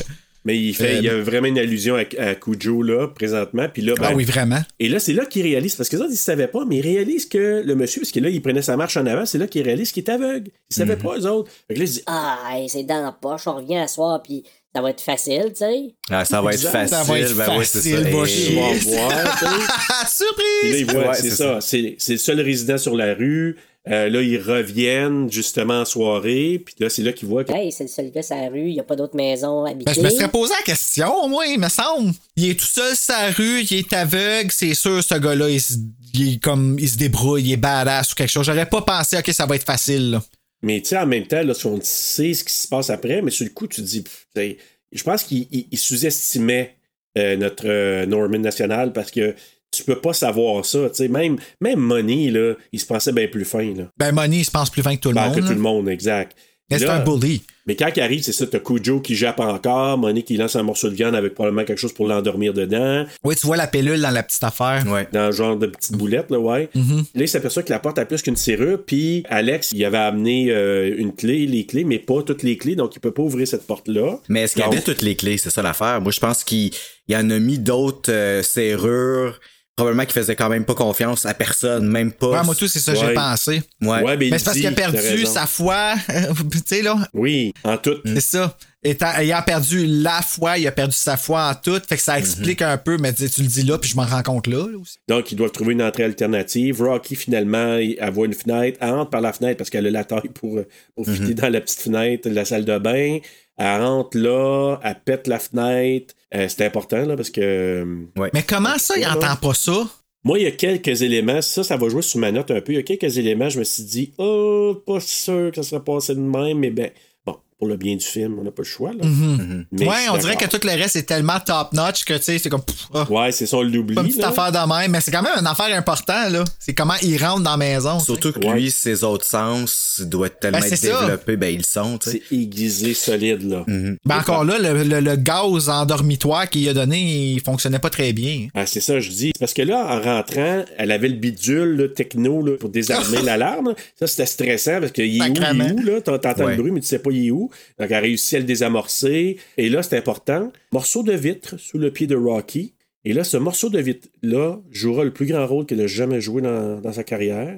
C: Mais il, fait,
D: Euh,
C: il y a vraiment une allusion à, à Cujo, là, présentement. Puis là, ben,
D: ah oui vraiment.
C: Et là, c'est là qu'il réalise, parce que les autres, ils ne savaient pas, mais ils réalisent que le monsieur, parce que là, il prenait sa marche en avant, c'est là qu'il réalise qu'il est aveugle. Il savait
D: Mhm.
C: pas, les autres. Fait que là, il se dit,
E: Ah, hey, c'est dans la poche, on revient à soir, puis ça va être facile, tu sais.
H: Ah, ça va être
C: Exact.
H: facile.
D: Ça va être
H: ben, ouais, c'est
D: facile,
H: ça.
D: va
H: Et-
C: ah,
D: chier.
C: on va voir, tu sais. Puis
D: Ah
C: là,
D: surprise.
C: il voit,
H: Ouais,
C: c'est
H: c'est
C: ça. C'est c'est le seul résident sur la rue. Euh, là, ils reviennent, justement, en soirée. Puis là, c'est là qu'ils voient que.
E: Hey, c'est le seul gars sur la rue, il n'y a pas d'autres maisons habitées.
D: Ben, je me serais posé la question, moi, il me semble. Il est tout seul sa rue, il est aveugle, c'est sûr, ce gars-là, il se, il est comme, il se débrouille, il est badass ou quelque chose. J'aurais pas pensé, ok, ça va être facile. là.
C: Mais tu sais, en même temps, là, on sait ce qui se passe après, mais sur le coup, tu te dis, pff, tu sais, je pense qu'il il- il sous-estimait euh, notre euh, Norman National parce que tu peux pas savoir ça. Tu sais, même, même Money, là, il se pensait bien plus fin. Là.
D: Ben, Money, il se pense plus vain que tout le
C: Ben,
D: monde.
C: que
D: là.
C: tout le monde, exact.
D: Mais c'est
C: Là,
D: un bully.
C: mais quand il arrive, c'est ça, t'as Kujo qui jappe encore, Money qui lance un morceau de viande avec probablement quelque chose pour l'endormir dedans,
D: Oui, tu vois la pellule dans la petite affaire. Mhm.
H: Ouais.
C: dans le genre de petite boulette, là, ouais. Là, il s'aperçoit que la porte a plus qu'une serrure, puis Alex, il avait amené euh, une clé, les clés, mais pas toutes les clés, donc il peut pas ouvrir cette porte-là.
H: Mais est-ce qu'il
C: Non.
H: avait toutes les clés? C'est ça l'affaire. Moi, je pense qu'il il en a mis d'autres euh, serrures. Probablement qu'il faisait quand même pas confiance à personne, même pas.
D: Ouais, moi, tout, c'est ça que
C: Ouais.
D: j'ai pensé.
H: Ouais.
C: Ouais, mais,
D: Mais
C: il
D: c'est parce
C: dit,
D: qu'il a
C: t'as raison. Mm.
D: perdu sa foi. tu sais, là,
C: Oui, en tout.
D: c'est ça. Étant, ayant perdu la foi, il a perdu sa foi en tout. Fait que
C: Mm-hmm.
D: ça explique un peu, mais tu tu le dis là, puis je m'en rends compte là, là aussi.
C: Donc, ils doivent trouver une entrée alternative. Rocky, finalement, il- elle voit une fenêtre. Elle rentre par la fenêtre parce qu'elle a la taille pour, euh, pour
D: Mhm.
C: fitter dans la petite fenêtre de la salle de bain. Elle rentre là, elle pète la fenêtre. Euh, c'est important, là, parce que... euh,
D: Mais comment ça, il
C: Ouais,
D: entend
C: ouais.
D: pas ça?
C: Moi, il y a quelques éléments. Ça, ça va jouer sur ma note un peu. Il y a quelques éléments, je me suis dit, oh, pas sûr que ça serait passé de même, mais ben, bon, pour le bien du film, on n'a pas le choix, là. Mais je
D: Mhm. ouais,
C: suis
D: on dirait que
C: d'accord.
D: tout le reste est tellement top-notch que, tu sais, c'est comme... pff, ah,
C: Ouais, c'est ça, on
D: pas une
C: l'oublie.
D: petite
C: là.
D: affaire de même, mais c'est quand même une affaire importante, là. C'est comment il rentre dans la maison.
H: Surtout que
C: Ouais.
H: lui, ses autres sens doivent tellement
D: Ben, c'est
H: être
D: ça.
H: développés. Ben, ils le sont, tu sais. Mhm.
C: C'est aiguisé, solide, là.
D: Ben encore là, le, le- le gaz en dormitoire qu'il a donné, il fonctionnait pas très bien.
C: Ah, c'est ça, je dis. Parce que là, en rentrant, elle avait le bidule là, techno là, pour désarmer l'alarme. Ça, c'était stressant parce qu'il est où, il
D: Sacrément.
C: est où, là? T'en- T'entends
H: Ouais.
C: le bruit, mais tu sais pas il est où. Donc, elle a réussi à le désamorcer. Et là, c'est important. Morceau de vitre sous le pied de Rocky. Et là, ce morceau de vitre-là jouera le plus grand rôle qu'elle a jamais joué dans, dans sa carrière.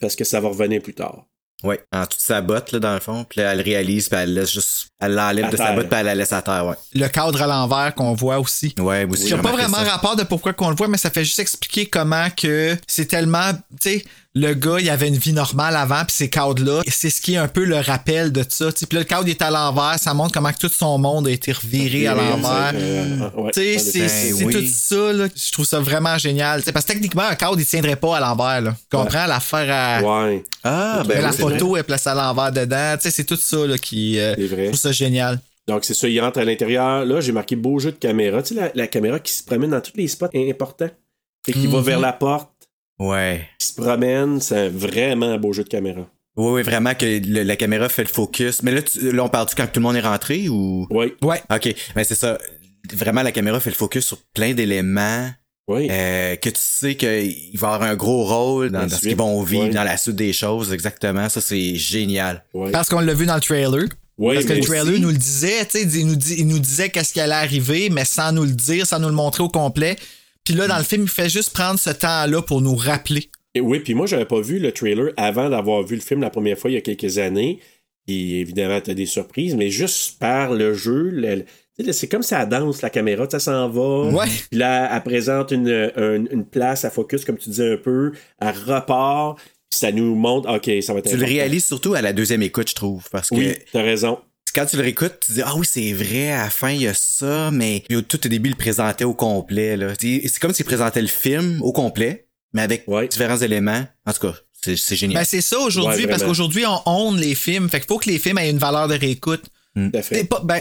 C: parce que ça va revenir plus tard.
H: Ouais. En toute sa botte, là, dans le fond. Puis là, elle le réalise, puis elle laisse juste. Elle l'enlève
C: À
H: de sa
C: terre.
H: botte, puis elle la laisse à terre, ouais.
D: Le cadre à l'envers qu'on voit aussi.
H: Ouais, moi aussi.
D: Il n'y
H: j'ai
D: a pas
H: remarqué
D: vraiment
H: ça.
D: rapport de pourquoi qu'on le voit, mais ça fait juste expliquer comment que c'est tellement, tu sais, le gars, il avait une vie normale avant, puis ces cadres-là, c'est ce qui est un peu le rappel de ça. tu sais. Puis là, le cadre il est à l'envers, ça montre comment que tout son monde a été reviré à l'envers.
C: Euh, ouais.
D: Tu sais,
C: Ben,
D: c'est c'est
H: oui.
D: tout ça, là. Je trouve ça vraiment génial. Tu sais, parce que techniquement, un cadre, il tiendrait pas à l'envers, là. Tu comprends l'affaire à.
C: Ouais.
H: Ah,
D: mais
H: ben,
D: la
H: oui, c'est vrai.
D: photo est placée à l'envers dedans. Tu sais, c'est tout ça, là, qui. euh,
C: C'est vrai.
D: je trouve ça génial.
C: Donc, c'est ça, il rentre à l'intérieur. Là, j'ai marqué beau jeu de caméra. Tu sais, la, la caméra qui se promène dans tous les spots est importants. Et qui va
D: Mhm.
C: vers la porte,
H: Ouais.
C: qui se promène. C'est un vraiment beau jeu de caméra.
H: Oui, oui, vraiment que le- la caméra fait le focus. Mais là, tu- là on parle du quand tout le monde est rentré ou.
C: Oui,
H: Ok, mais c'est ça. Vraiment, la caméra fait le focus sur plein d'éléments
C: oui.
H: euh, que tu sais qu'il va avoir un gros rôle dans,
C: La
H: dans ce
C: suite,
H: qu'ils vont vivre,
C: ouais.
H: dans la suite des choses. Exactement, ça c'est génial.
C: oui.
D: Parce qu'on l'a vu dans le trailer.
C: Oui,
D: Parce que le
C: mais-
D: trailer nous le disait, tu sais, il nous, dit- il nous disait qu'est-ce qui allait arriver, mais sans nous le dire, sans nous le montrer au complet. Puis là, dans le film, il fait juste prendre ce temps-là pour nous rappeler.
C: Et oui, puis moi, j'avais pas vu le trailer avant d'avoir vu le film la première fois il y a quelques années. Et évidemment, t'as des surprises, mais juste par le jeu, le- le- tu sais, c'est comme ça danse, la caméra, ça s'en va.
D: Ouais.
C: Puis là, elle présente une, une, une place, à focus, comme tu disais un peu, elle repart, puis ça nous montre, OK, ça va être
H: Tu le
C: important.
H: réalises surtout à la deuxième écoute, je trouve. Parce que
C: Oui, t'as raison.
H: quand tu le réécoutes, tu dis Ah oui, c'est vrai, à la fin, il y a ça, mais puis au tout début, il le présentait au complet. là. C'est c'est comme s'il présentait le film au complet, mais avec
C: Ouais.
H: différents éléments. En tout cas, c'est c'est génial.
D: Ben, c'est ça aujourd'hui,
C: Ouais,
D: parce
C: vraiment.
D: qu'aujourd'hui, on own les films. Fait qu'il faut que les films aient une valeur de réécoute.
H: Mm.
C: Tout à
D: C'est
C: fait.
D: pas- ben,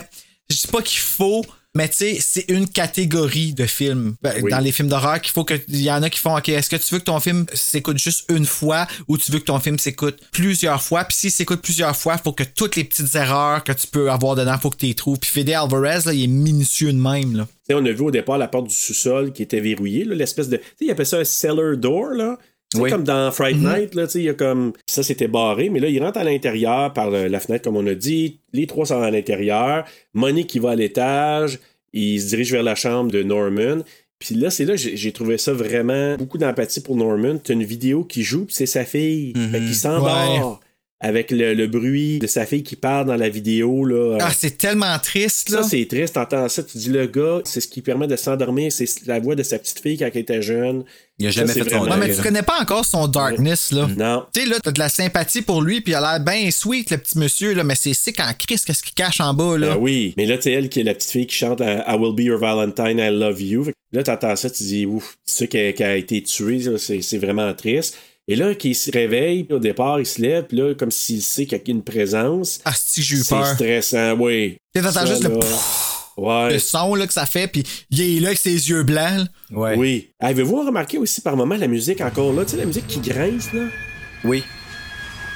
D: je dis pas qu'il faut, mais tu sais, c'est une catégorie de films. Ben,
C: Oui.
D: Dans les films d'horreur, qu'il faut que, il y en a qui font, OK, est-ce que tu veux que ton film s'écoute juste une fois ou tu veux que ton film s'écoute plusieurs fois? Puis s'il s'écoute plusieurs fois, faut que toutes les petites erreurs que tu peux avoir dedans, faut que tu les trouves. Puis Fede Alvarez, là, il est minutieux de même, là.
C: Tu sais, on a vu au départ la porte du sous-sol qui était verrouillée, là, l'espèce de. Tu sais, ils appellent ça un cellar door, là. C'est
H: Oui.
C: comme dans Fright Night, là, tu sais, il y a comme. Ça, c'était barré, mais là, il rentre à l'intérieur par euh, la fenêtre, comme on a dit. Les trois sont à l'intérieur. Money qui va à l'étage. Il se dirige vers la chambre de Norman. Puis là, c'est là, j'ai j'ai trouvé ça vraiment beaucoup d'empathie pour Norman. T'as une vidéo qui joue, puis c'est sa fille.
H: Mhm.
C: Fait qu'il s'endort avec le, le bruit de sa fille qui part dans la vidéo, là.
D: Ah, c'est tellement triste, là.
C: Ça, c'est triste, t'entends ça, tu dis le gars, c'est ce qui permet de s'endormir, c'est la voix de sa petite fille quand elle était jeune.
H: Il a
C: ça,
H: jamais
C: c'est
H: fait son
C: vraiment-
D: Ouais,
H: deuil,
D: mais tu
H: là.
D: connais pas encore son darkness, là.
C: Non.
D: Tu sais, là, t'as de la sympathie pour lui, puis il a l'air bien sweet, le petit monsieur, là, mais c'est sick en crise, qu'est-ce qu'il cache en bas, là.
C: Ben oui. Mais là, tu sais, elle qui est la petite fille qui chante euh, I will be your Valentine, I love you. Fait que Là, t'entends ça, tu dis ouf, c'est ça qu'elle qu'elle a été tuée, ça, c'est c'est vraiment triste. Et là, qu'il se réveille, puis au départ, il se lève, puis là, comme s'il sait qu'il y a une présence.
D: Ah, si j'ai eu
C: C'est
D: peur.
C: stressant, oui.
D: Tu sais, t'entends
C: Ça,
D: juste le
C: là.
D: le
C: Ouais.
D: son là, que ça fait, puis il est là avec ses yeux blancs.
H: Ouais. Oui.
C: Oui. Avez-vous remarqué aussi par moment la musique encore là? Tu sais, la musique qui grince, là?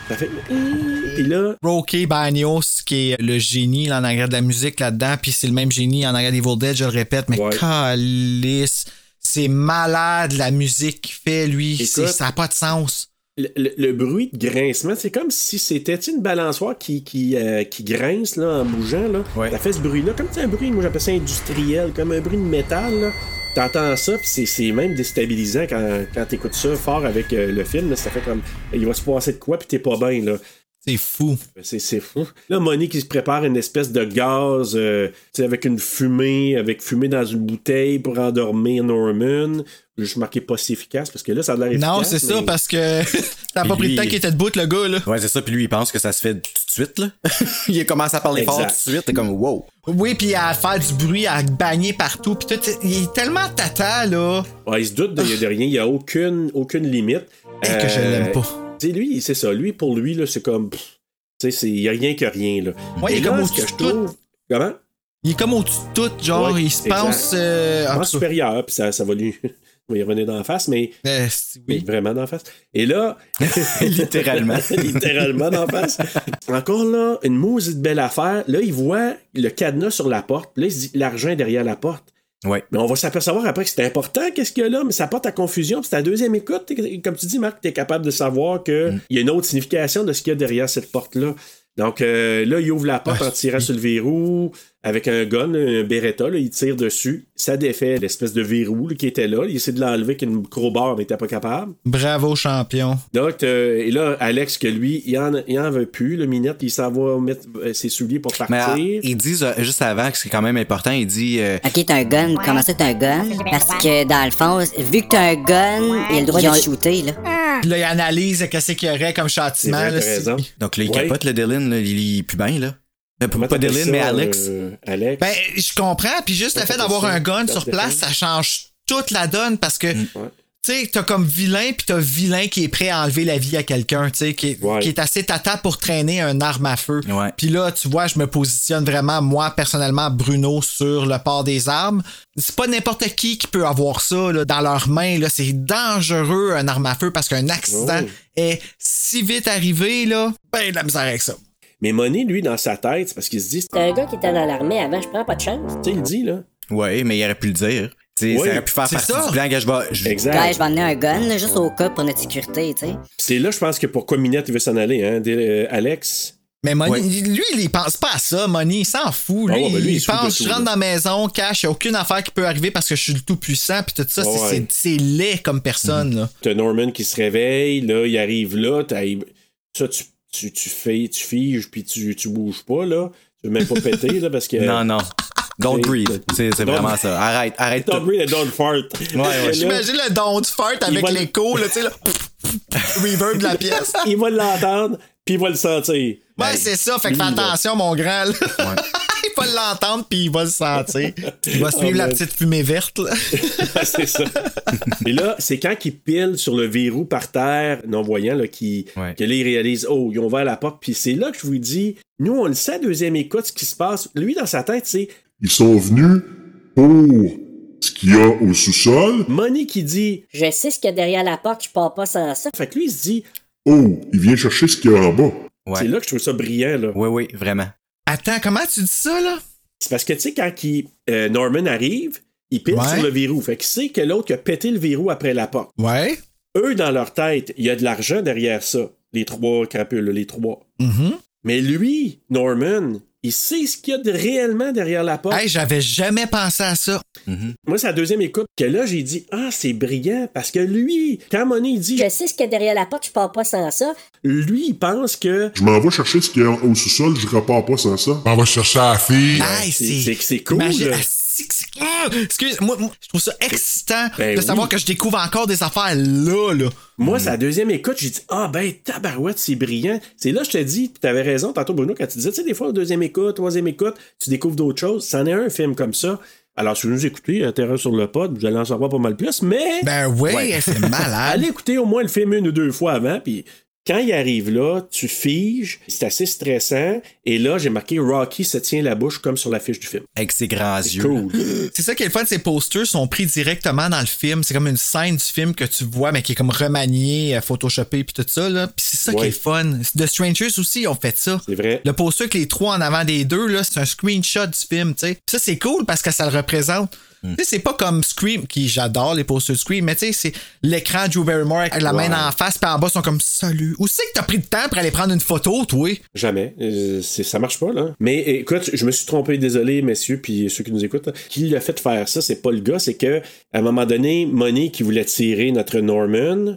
C: Ça fait. euh, Puis là,
D: Rocky Bagnos, qui est le génie là, en arrière de la musique là-dedans, puis c'est le même génie en arrière d'Evil Dead, je le répète, mais
C: Ouais.
D: calisse, c'est malade la musique qu'il fait, lui.
C: Écoute.
D: C'est- Ça n'a pas de sens.
C: le, le- le bruit de grincement, c'est comme si c'était tu sais, une balançoire qui, qui, euh, qui grince là, en bougeant. Là.
H: Ouais.
C: Ça fait ce bruit-là, comme c'est un bruit, moi j'appelle ça industriel, comme un bruit de métal. Là. T'entends ça, puis c'est, c'est même déstabilisant quand, quand t'écoutes ça fort avec euh, le film. là. ça fait comme, il va se passer de quoi, puis t'es pas bien. Là.
D: C'est fou.
C: Ben, C'est, c'est fou. Là, Monique, qui se prépare une espèce de gaz, euh, tu sais, avec une fumée, avec fumée dans une bouteille pour endormir Norman. Je marquais pas si efficace, parce que là, ça a l'air
D: non,
C: efficace,
D: c'est ça,
C: mais-
D: parce que t'as pas pris le
H: Lui-
D: temps qu'il était debout, le gars, là.
H: Ouais, c'est ça. Puis lui, il pense que ça se fait tout de suite, là. il a commencé à parler
C: Exact.
H: fort tout de suite. T'es comme, wow.
D: Oui, puis à faire du bruit, à bagner partout, puis tout. Il est tellement tata, là,
C: Ouais, ah, il se doute de, de rien, il n'y a aucune, aucune limite.
D: et que je
C: Euh,
D: l'aime pas.
C: Tu sais, lui, c'est ça. Lui, pour lui, là, c'est comme. pff, Tu sais, il n'y a rien que rien. Là.
D: Ouais, il
C: Et
D: est comme
C: là, ce que
D: au-dessus de
C: je
D: tout.
C: trouve. Comment
D: Il est comme au-dessus de tout, genre,
C: Ouais,
D: il se
C: exact.
D: pense. euh, en
C: En
D: tout cas,
C: supérieur, puis ça, ça va lui. on va y revenir dans la face, mais.
D: euh, c'est-
C: mais
D: oui.
C: Vraiment dans la face. Et là.
H: Littéralement.
C: littéralement dans la face. Encore là, une maudite belle affaire. Là, il voit le cadenas sur la porte. Puis Là, il se dit l'argent est derrière la porte.
H: Ouais.
C: Mais on va s'apercevoir après que c'est important, qu'est-ce qu'il y a là, mais ça porte à confusion. Puis c'est la deuxième écoute, t'es- comme tu dis, Marc, tu es capable de savoir
H: Mm.
C: qu'il il y a une autre signification de ce qu'il y a derrière cette porte-là. Donc euh, là, il ouvre la porte
D: Ah,
C: en tirant sur le verrou avec un gun, un Beretta, là, il tire dessus. Ça défait l'espèce de verrou là, qui était là. Il essaie de l'enlever avec une crowbar, mais il était pas capable.
D: Bravo, champion.
C: Donc, euh, et là, Alex, que lui, il en, il en veut plus, le minette, il s'en va mettre euh, ses souliers pour
H: Mais
C: partir.
H: ah, ils disent euh, juste avant que c'est quand même important, ils disent euh,
J: Ok, t'as un gun. Comment ça, t'as un gun? Parce que, dans le fond, vu que t'as un gun, il a le droit de le shooter, là.
D: Puis là, il analyse qu'est-ce qu'il y aurait comme
C: C'est
D: châtiment.
C: vrai,
D: là,
C: t'as
D: si-
C: raison.
H: Donc là, il
C: Ouais.
H: capote le Dylan, là, il il est plus bien, là. Euh,
C: Comment
H: pas
C: t'appelles
H: Dylan,
C: ça,
H: mais Alex.
C: euh, Alex.
D: Ben, je comprends. Puis juste le fait d'avoir un gun sur place, ça change toute la donne parce que,
C: Ouais.
D: tu sais, t'as comme vilain, puis t'as vilain qui est prêt à enlever la vie à quelqu'un, tu sais, qui, est-
C: Ouais.
D: qui est assez tata pour traîner un arme à feu.
H: Ouais.
D: Puis là, tu vois, je me positionne vraiment, moi, personnellement, Bruno, sur le port des armes. C'est pas n'importe qui qui peut avoir ça là, dans leurs mains. Là. C'est dangereux, un arme à feu, parce qu'un accident
C: Oh.
D: est si vite arrivé, là, ben, de la misère avec ça.
C: Mais Monet, lui, dans sa tête, c'est parce qu'il se dit,
E: T'as un gars qui était dans l'armée avant, je prends pas de chance.
C: tu sais, il dit, là.
H: Ouais, mais il aurait pu le dire. Tu sais,
C: Oui,
H: ça aurait pu faire
D: c'est
H: partie
D: ça.
H: du plan que je vais. je-
C: Exact.
J: Ouais, je vais emmener un gun, là, juste au cas pour notre sécurité, tu sais.
C: C'est là, je pense que pourquoi Minette il veut s'en aller, hein, dès- euh, Alex.
D: Mais Money, lui, il pense pas à ça, Money, il s'en fout. Lui,
C: Ah ouais, ben lui, il
D: il,
C: se fout de
D: pense,
C: tout,
D: je rentre
C: là.
D: dans la maison, cash, il a aucune affaire qui peut arriver parce que je suis le tout puissant, puis tout ça,
C: Ah
D: c'est-
C: ouais. Mm-hmm.
D: c'est c'est laid comme personne. là.
C: T'as Norman qui se réveille, là, il arrive là, t'as- ça, tu, tu, tu, fais, tu figes, puis tu, tu bouges pas, là. Tu veux même pas péter, là, parce que.
H: Non, non.
C: Euh,
H: Don't
C: c'est-
H: breathe. C'est c'est
C: Don't-
H: vraiment ça. Arrête, arrête.
C: Tom Brady et Don Fart.
H: ouais.
C: Et là,
D: J'imagine le don du fart avec
C: va-
D: l'écho, là, tu sais, là, reverb de la pièce.
C: il va l'entendre, puis il va le sentir. Ben,
D: Ouais,
C: Hey,
D: c'est ça, fait que
C: lui,
D: fais
C: là.
D: attention, mon grand. là. il va l'entendre, puis il va le sentir. Il va suivre la
C: Ah, man.
D: petite fumée verte, là.
C: Ah, c'est ça. Mais là, c'est quand qu'il pile sur le verrou par terre, non-voyant, là, qui,
H: Ouais.
C: que là, il réalise, oh, ils ont ouvert la porte. Puis c'est là que je vous dis, nous, on le sait, à deuxième écoute, ce qui se passe. Lui, dans sa tête, c'est
K: Ils sont venus pour ce qu'il y a au sous-sol.
C: Money qui dit.
E: Je sais ce qu'il y a derrière la porte, je pars pas sans ça.
C: Fait que lui, il se dit,
K: Oh, il vient chercher ce qu'il y a en bas.
C: c'est
H: Ouais.
C: là que je trouve ça brillant, là.
H: Oui, oui, vraiment.
D: Attends, comment tu dis ça, là?
C: C'est parce que, tu sais, quand qu'il- euh, Norman arrive, il pile
D: Ouais.
C: sur le verrou. Fait qu'il sait que l'autre qui a pété le verrou après la porte.
D: Ouais.
C: Eux, dans leur tête, il y a de l'argent derrière ça. Les trois crapules, les trois.
D: Mhm.
C: Mais lui, Norman, il sait ce qu'il y a de réellement derrière la porte.
D: Hey, j'avais jamais pensé à ça.
C: Moi, c'est la deuxième écoute que là, j'ai dit Ah, c'est brillant parce que lui, quand Money il dit
E: Je sais ce qu'il y a derrière la porte, je pars pas sans ça.
C: Lui, il pense que
K: Je m'en vais chercher ce qu'il y a au sous-sol, je repars pas sans ça. On va chercher la fille.
D: Hey,
C: c'est-
D: c'est.
C: c'est- c'est cool,
D: Imagine-
C: là.
D: Ah, c'est- c'est- ah, excuse, moi, moi, je trouve ça excitant
C: Ben
D: de
C: oui.
D: savoir que je découvre encore des affaires là, là.
C: moi, c'est la deuxième écoute, j'ai dit Ah, ben, tabarouette, c'est brillant. C'est là, je te dis, tu avais raison tantôt, Bruno, quand tu disais, tu sais, des fois, deuxième écoute, troisième écoute, tu découvres d'autres choses. C'en est un, un film comme ça. Alors, si vous nous écoutez, à Terreur sur le pod, vous allez en savoir pas mal plus, mais.
D: Ben ouais,
C: Ouais.
D: c'est malade.
C: Allez écouter au moins le film une ou deux fois avant, puis quand il arrive là, tu figes, c'est assez stressant, et là, j'ai marqué Rocky se tient la bouche comme sur l'affiche du film.
H: Avec ses grands
C: C'est
H: yeux.
C: cool.
D: C'est ça qui est le fun, ces posters sont pris directement dans le film. C'est comme une scène du film que tu vois, mais qui est comme remaniée, euh, photoshopée, puis tout ça, là. Puis c'est ça qui
C: Ouais.
D: est le fun. The Strangers aussi, ils ont fait ça.
C: C'est vrai.
D: Le poster avec les trois en avant des deux, là, c'est un screenshot du film, tu sais. Ça, c'est cool parce que ça le représente.
H: Hmm.
D: Tu sais, c'est pas comme Scream, qui j'adore les posters de Scream, mais tu sais, c'est l'écran de Drew Barrymore avec la
C: Ouais.
D: main en face, puis en bas, ils sont comme salut. Où c'est que t'as pris le temps pour aller prendre une photo, toi?
C: Jamais. Euh, c'est- ça marche pas, là. Mais écoute, je me suis trompé, désolé, messieurs, puis ceux qui nous écoutent. là. Qui l'a fait faire ça, c'est pas le gars, c'est que, à un moment donné, Money qui voulait tirer notre Norman.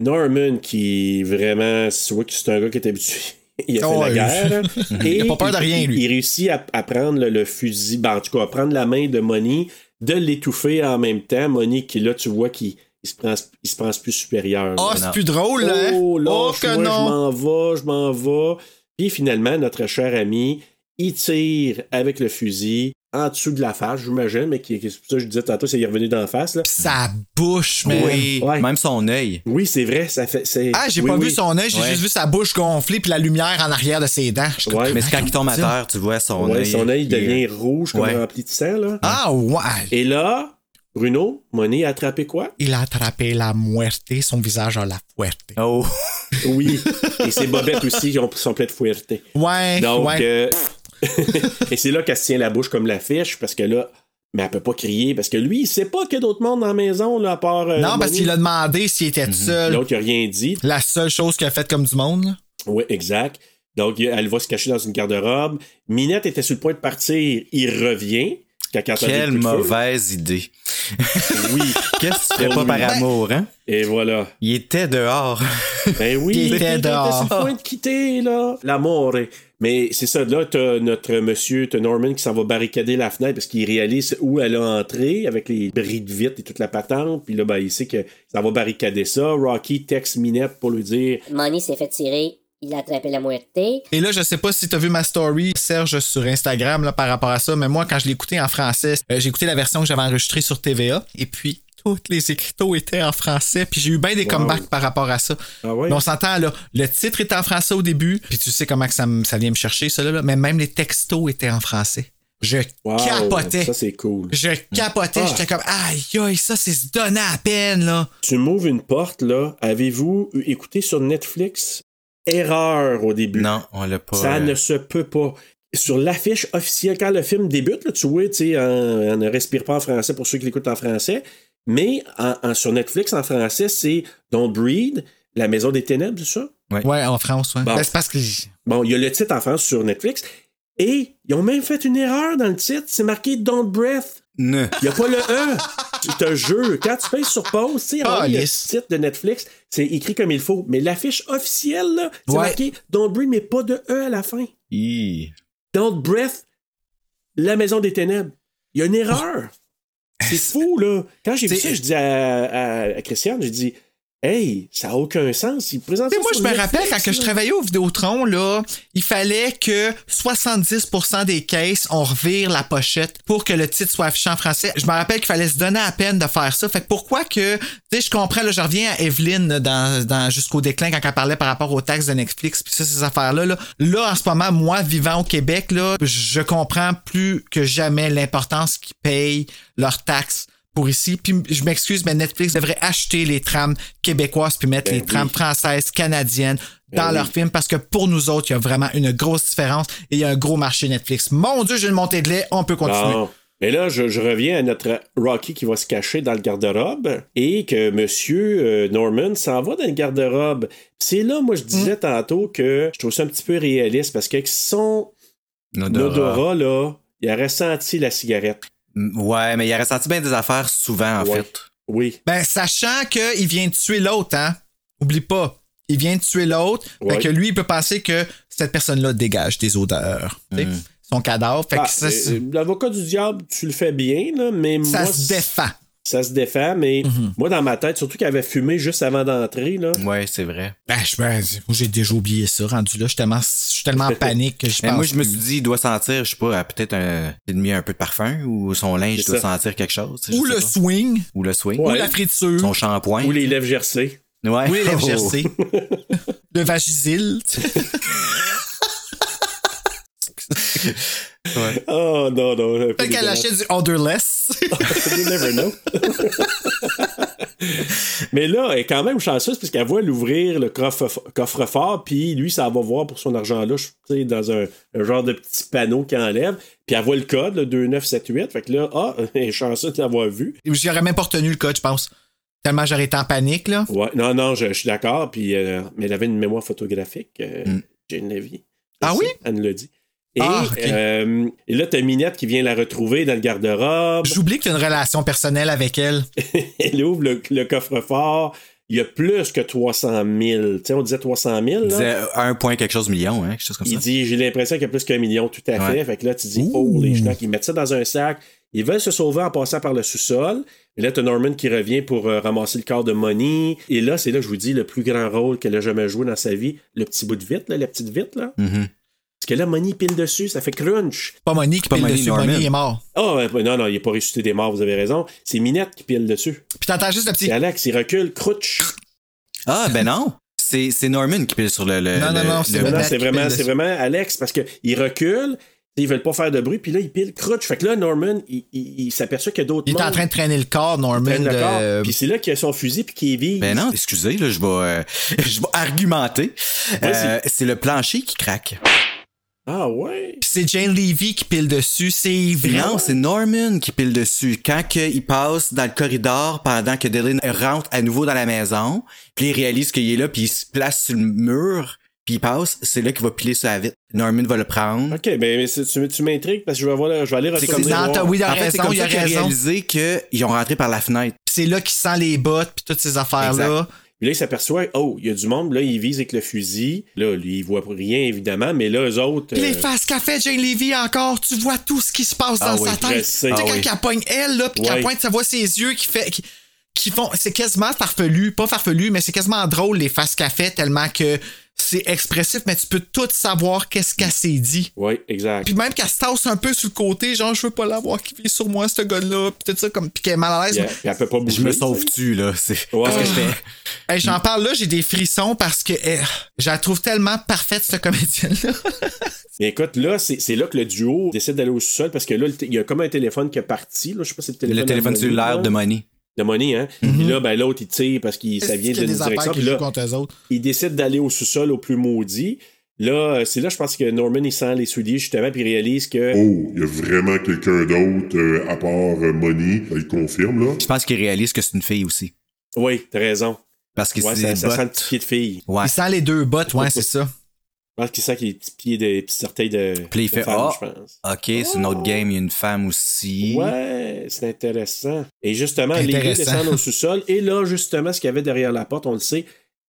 C: Norman qui vraiment, c'est vrai que c'est un gars qui est habitué. Il a
D: Oh,
C: fait
D: il-
C: la guerre. et
D: il a pas peur de rien,
C: il-
D: lui.
C: Il réussit à, à prendre le, le fusil, ben, en tout cas, à prendre la main de Money, de l'étouffer en même temps. Money qui, là, tu vois, qui il se prend, il se prend plus supérieur. là.
D: Ah, c'est
H: Euh, non.
D: plus drôle, hein?
C: Oh, lâche-moi,
D: que
C: je
D: non!
C: m'en vais, je m'en vais. Puis finalement, notre cher ami, il tire avec le fusil en dessous de la face, j'imagine, mais qui, qui- c'est pour ça que je disais tantôt, c'est il est revenu d'en face. Là.
D: Pis sa bouche, mais.
H: Oui.
C: Ouais.
H: Même son œil.
C: Oui, c'est vrai, ça fait. c'est-
D: Ah, j'ai
C: oui,
D: pas
C: oui.
D: vu son œil, j'ai
H: Ouais.
D: juste vu sa bouche gonfler puis la lumière en arrière de ses dents. J'étais
C: Ouais.
D: comme,
H: Mais c'est quand il tombe à
D: Tiens.
H: terre, tu vois son
C: Ouais,
H: œil.
C: son œil
H: il-
C: devient rouge comme
H: Ouais.
C: rempli de sang. Là.
D: Ah, ouais!
C: Et là, Bruno, Monet a attrapé quoi?
D: Il a attrapé la muerte, son visage à la fuerte.
H: Oh.
C: Oui. Et ses bobettes aussi ils ont- sont pleines de fouetteté.
D: Ouais,
C: Donc,
D: Eh, ouais.
C: euh, et c'est là qu'elle se tient la bouche comme la fiche, parce que là, mais elle peut pas crier, parce que lui, il sait pas qu'il y a d'autres mondes dans la maison, là, à part. euh,
D: non, parce
C: Moni.
D: qu'il a demandé s'il était seul.
C: L'autre, il a rien dit.
D: La seule chose qu'il a faite comme du monde. là.
C: Oui, exact. Donc, il- elle va se cacher dans une garde-robe. Minette était sur le point de partir. Il revient. Quand elle entend des
H: Quelle
C: coups de feu.
H: mauvaise idée.
C: Oui.
H: Qu'est-ce que tu ferais pas par amour, hein?
C: Et voilà.
H: Il était dehors.
C: Ben oui,
D: Il était
C: sur le
D: dehors.
C: point de quitter, là. L'amour. Mais c'est ça, là, t'as notre monsieur, t'as Norman qui s'en va barricader la fenêtre parce qu'il réalise où elle a entré avec les bris de vitre et toute la patente. Puis là, ben, il sait que ça va barricader ça. Rocky texte Minette pour lui dire
E: Money s'est fait tirer, il a attrapé la moitié.
D: Et là, je sais pas si t'as vu ma story, Serge, sur Instagram là, par rapport à ça, mais moi, quand je l'ai écouté en français, euh, j'ai écouté la version que j'avais enregistrée sur TVA, et puis toutes les écriteaux étaient en français, puis j'ai eu bien des comebacks par rapport à ça.
C: Ah ouais?
D: Mais on s'entend, là, le titre était en français au début, puis tu sais comment que ça, me- ça vient me chercher, ça, là, mais même les textos étaient en français. Je
C: Wow,
D: capotais.
C: Ça, c'est cool.
D: Je capotais,
C: Ah.
D: j'étais comme aïe aïe, ça c'est se donner à peine là.
C: Tu m'ouvres une porte, là. Avez-vous écouté sur Netflix Erreur au début?
H: Non, on l'a pas.
C: Ça
H: euh,
C: ne se peut pas. Sur l'affiche officielle, quand le film débute, là, tu vois, tu sais, en- on ne respire pas en français pour ceux qui l'écoutent en français, mais en- en- sur Netflix, en français, c'est Don't Breathe, La Maison des Ténèbres, c'est ça?
D: Ouais. en France, ouais.
C: Bon.
D: Ben, c'est parce que.
C: Bon, il y a le titre en France sur Netflix. Et ils ont même fait une erreur dans le titre. C'est marqué Don't Breath.
H: Non.
C: Il n'y a pas le E. Je te jure, quand tu payes sur pause, tu sais, en haut, il y a le
D: Calisse.
C: titre de Netflix, c'est écrit comme il faut. Mais l'affiche officielle, là, c'est
D: Ouais.
C: marqué Don't Breath, mais pas de E à la fin.
H: Hi.
C: Don't Breath, La Maison des Ténèbres. Il y a une erreur. C'est fou, là. Quand j'ai vu ça, je dis à, à- à Christiane, j'ai dit Hey, ça n'a aucun sens. Il présente ça
D: Tu sais, moi,
C: sur
D: je me
C: Netflix,
D: rappelle quand que je
C: là.
D: travaillais au Vidéotron, là, il fallait que 70% des caisses, on revire la pochette pour que le titre soit affiché en français. Je me rappelle qu'il fallait se donner à peine de faire ça. Fait que pourquoi que, tu sais, je comprends, là, je reviens à Evelyne là, dans, dans jusqu'au déclin quand elle parlait par rapport aux taxes de Netflix puis ça, ces affaires-là, là. Là, en ce moment, moi, vivant au Québec, là, je comprends plus que jamais l'importance qu'ils payent leurs taxes pour ici. Puis je m'excuse, mais Netflix devrait acheter les trames québécoises puis mettre
C: Ben
D: les
C: oui.
D: trames françaises, canadiennes dans
C: Ben oui.
D: leurs films parce que pour nous autres, il y a vraiment une grosse différence et il y a un gros marché Netflix. Mon Dieu, j'ai une montée de lait, on peut
H: Ah.
D: continuer.
C: Bon. Mais là, je, je reviens à notre Rocky qui va se cacher dans le garde-robe et que Monsieur euh, Norman s'en va dans le garde-robe. C'est là, moi, je
D: Mm.
C: disais tantôt que je trouve ça un petit peu réaliste parce que son
H: Nodora.
C: odorat, là, il a ressenti la cigarette.
H: Mm, Ouais, mais il a ressenti bien des affaires souvent, en
C: Ouais.
H: fait.
C: Oui.
D: Ben, sachant qu'il vient de tuer l'autre, hein. Oublie pas. Il vient de tuer l'autre.
C: Ouais.
D: Fait que lui, il peut penser que cette personne-là dégage des odeurs. tu
H: Hmm.
D: sais, Son cadavre. Fait
C: Ah,
D: que ça, c'est-
C: euh, L'avocat du diable, tu le fais bien, là, mais
D: ça
C: moi,
D: se défend.
C: ça se défend, mais
D: Mhm.
C: moi, dans ma tête, surtout qu'il avait fumé juste avant d'entrer, là.
H: Ouais, c'est vrai.
D: Ben, je ben, j'ai déjà oublié ça, rendu là. Je suis tellement, je suis tellement en panique que je
H: Mais
D: pense.
H: Eh, moi, je me
D: plus.
H: suis dit, il doit sentir, je sais pas, peut-être un, il a mis un peu de parfum ou son linge
C: C'est
H: doit
C: ça.
H: sentir quelque chose. tu sais,
D: Ou
H: je sais
D: le
H: pas.
D: swing,
H: ou le swing.
D: ou
C: Ouais.
D: la friture,
H: Son shampoing.
C: Ou les lèvres gercées.
H: Ouais.
D: ou les lèvres
H: Oh.
D: gercées. le vagisil. tu sais.
H: Ouais.
C: Oh non, non. un peu
D: Peut-être qu'elle
C: dégueulasse.
D: achète du odorless.
C: You never know. Mais là, elle est quand même chanceuse parce qu'elle voit l'ouvrir le coffre- coffre-fort, puis lui, ça va voir pour son argent-là, je- tu sais, dans un, un genre de petit panneau qu'elle enlève, puis elle voit le code, le 2978. Fait que là, ah, elle est chanceuse d'avoir vu.
D: J'aurais même pas retenu le code, je pense. Tellement j'aurais été en panique, là.
C: Ouais, non, non, je, je suis d'accord, puis euh, mais elle avait une mémoire photographique, euh,
H: Mm.
C: Jane Levy.
D: Hmm. Ah
C: Je
D: oui?
C: sais, Elle nous l'a dit. Et,
D: Ah, ok.
C: euh, et là, t'as Minette qui vient la retrouver dans le garde-robe.
D: J'oublie que t'as une relation personnelle avec elle.
C: elle ouvre le, le coffre-fort. Il y a plus que 300 000. Tu sais, on disait 300 000. Là.
H: Il disait euh, un point quelque chose million, hein, quelque chose comme
C: Il
H: ça.
C: dit, j'ai l'impression qu'il y a plus qu'un million, tout à fait.
H: Ouais.
C: Fait que là, tu dis,
D: Ouh.
C: oh, les gens qui mettent ça dans un sac. Ils veulent se sauver en passant par le sous-sol. Et là, t'as Norman qui revient pour euh, ramasser le corps de Money. Et là, c'est là, je vous dis, le plus grand rôle qu'elle a jamais joué dans sa vie. Le petit bout de vite, là, la petite vite, là.
H: Mhm.
C: Parce que là, Money pile dessus, ça fait crunch.
D: Pas Monique qui
H: Pas
D: pile
H: Monique
D: dessus.
H: Norman.
D: Monique est mort.
C: Ah, euh, non, non, il n'est pas ressuscité des morts, vous avez raison. C'est Minette qui pile dessus.
D: Puis t'entends juste le petit.
C: Et Alex, il recule, crouch.
H: Ah, ben non. C'est c'est Norman qui pile sur le. le-
D: Non, non,
H: le-
D: non, c'est
H: le-
C: Non, non,
D: Alex
C: c'est
D: qui pile
C: vraiment,
D: dessus.
C: c'est vraiment Alex parce qu'ils reculent, ils veulent pas faire de bruit, puis là, ils pilent crutch. Fait que là, Norman, il, il- il s'aperçoit qu'il y a d'autres
D: Il est en
C: mondes
D: train de traîner le corps,
C: qui
D: Norman.
C: traînent le corps,
D: de-
C: Ben,
D: euh,
C: Puis c'est là qu'il a son fusil, puis qu'il vit.
H: Ben non, excusez, là, je vais, euh, je vais argumenter.
C: Vas-y.
H: Euh, c'est le plancher qui craque.
C: Ah ouais?
D: Puis c'est Jane Levy qui pile dessus. C'est vrai.
H: Non, c'est Norman qui pile dessus. Quand que il passe dans le corridor pendant que Dylan rentre à nouveau dans la maison, puis il réalise qu'il est là, puis il se place sur le mur, puis il passe, c'est là qu'il va piler sur la vitre. Norman va le prendre.
C: Ok, ben mais c'est- tu, tu m'intrigues parce que je vais, voir, je vais aller
H: comme
C: retourner.
D: C'est dans
C: voir.
D: ta- oui, il a
H: en fait, c'est
D: raison,
H: comme
D: il a
H: ça qu'il a
D: raison. Puis
H: réalisé qu'ils ont rentré par la fenêtre.
D: c'est là qu'il sent les bottes, puis toutes ces affaires-là.
C: Puis là, il s'aperçoit, oh, il y a du monde, là, il vise avec le fusil. Là, lui, il voit rien, évidemment, mais là, eux autres.
D: Puis
C: euh,
D: les faces qu'a fait Jane Levy encore, tu vois tout ce qui se passe
H: Ah
D: dans
H: oui,
D: sa
C: je
D: tête. Tu
C: sais.
D: sais,
C: Ah
D: quand
H: oui.
D: elle poigne elle, là, puis
C: Ouais.
D: qu'elle pointe, ça voit ses yeux qui fait. qui- qui font, c'est quasiment farfelu, pas farfelu, mais c'est quasiment drôle les faces qu'a fait tellement que c'est expressif, mais tu peux tout savoir qu'est-ce qu'elle s'est dit.
C: Ouais, exact.
D: Puis même qu'elle se tasse un peu sur le côté, genre je veux pas l'avoir qui vit sur moi, ce gars-là, pis tout ça, comme, pis qu'elle est mal à l'aise.
C: Puis elle- puis elle peut pas bouger.
H: Je me sauve-tu, là? C'est
C: Ouais.
H: parce que je fais.
D: Hey, J'en parle là, j'ai des frissons parce que eh, je la trouve tellement parfaite, cette comédienne-là.
C: Mais écoute, là, c'est c'est là que le duo décide d'aller au sous-sol parce que là, le t- il y a comme un téléphone qui est parti. Là, je sais pas si c'est le téléphone.
H: Le téléphone
C: d'Anthony,
H: cellulaire
C: là.
H: de Money.
C: de Money, hein. Puis là, ben, l'autre, il tire parce que ça vient
D: Est-ce qu'il y a
C: d'une
D: des affaires
C: direction.
D: qui
C: Puis
D: jouent
C: là,
D: contre eux autres.
C: il décide d'aller au sous-sol au plus maudit. Là, euh, c'est là, je pense que Norman, il sent les souliers, justement, puis il réalise que.
K: Oh, il y a vraiment quelqu'un d'autre euh, à part euh, Money. Il confirme, là.
H: Je pense qu'il réalise que c'est une fille aussi.
C: Oui, t'as raison.
H: Parce que
C: Ouais,
H: c'est
C: ça,
H: des
C: ça
H: bottes.
C: sent le petit pied de fille.
H: Ouais.
D: Il sent les deux bottes, ouais, c'est ça.
C: Parce qu'il sent qu'il y a des petits pieds, de, des petits orteils de.
H: Puis là, il
C: de
H: fait
C: femme,
H: Ah,
C: je pense.
H: ok, c'est une autre game, il y a une femme aussi.
C: Ouais, c'est intéressant. Et justement, les deux
D: Intéressant.
C: descendent au sous-sol. Et là, justement, ce qu'il y avait derrière la porte, on le sait,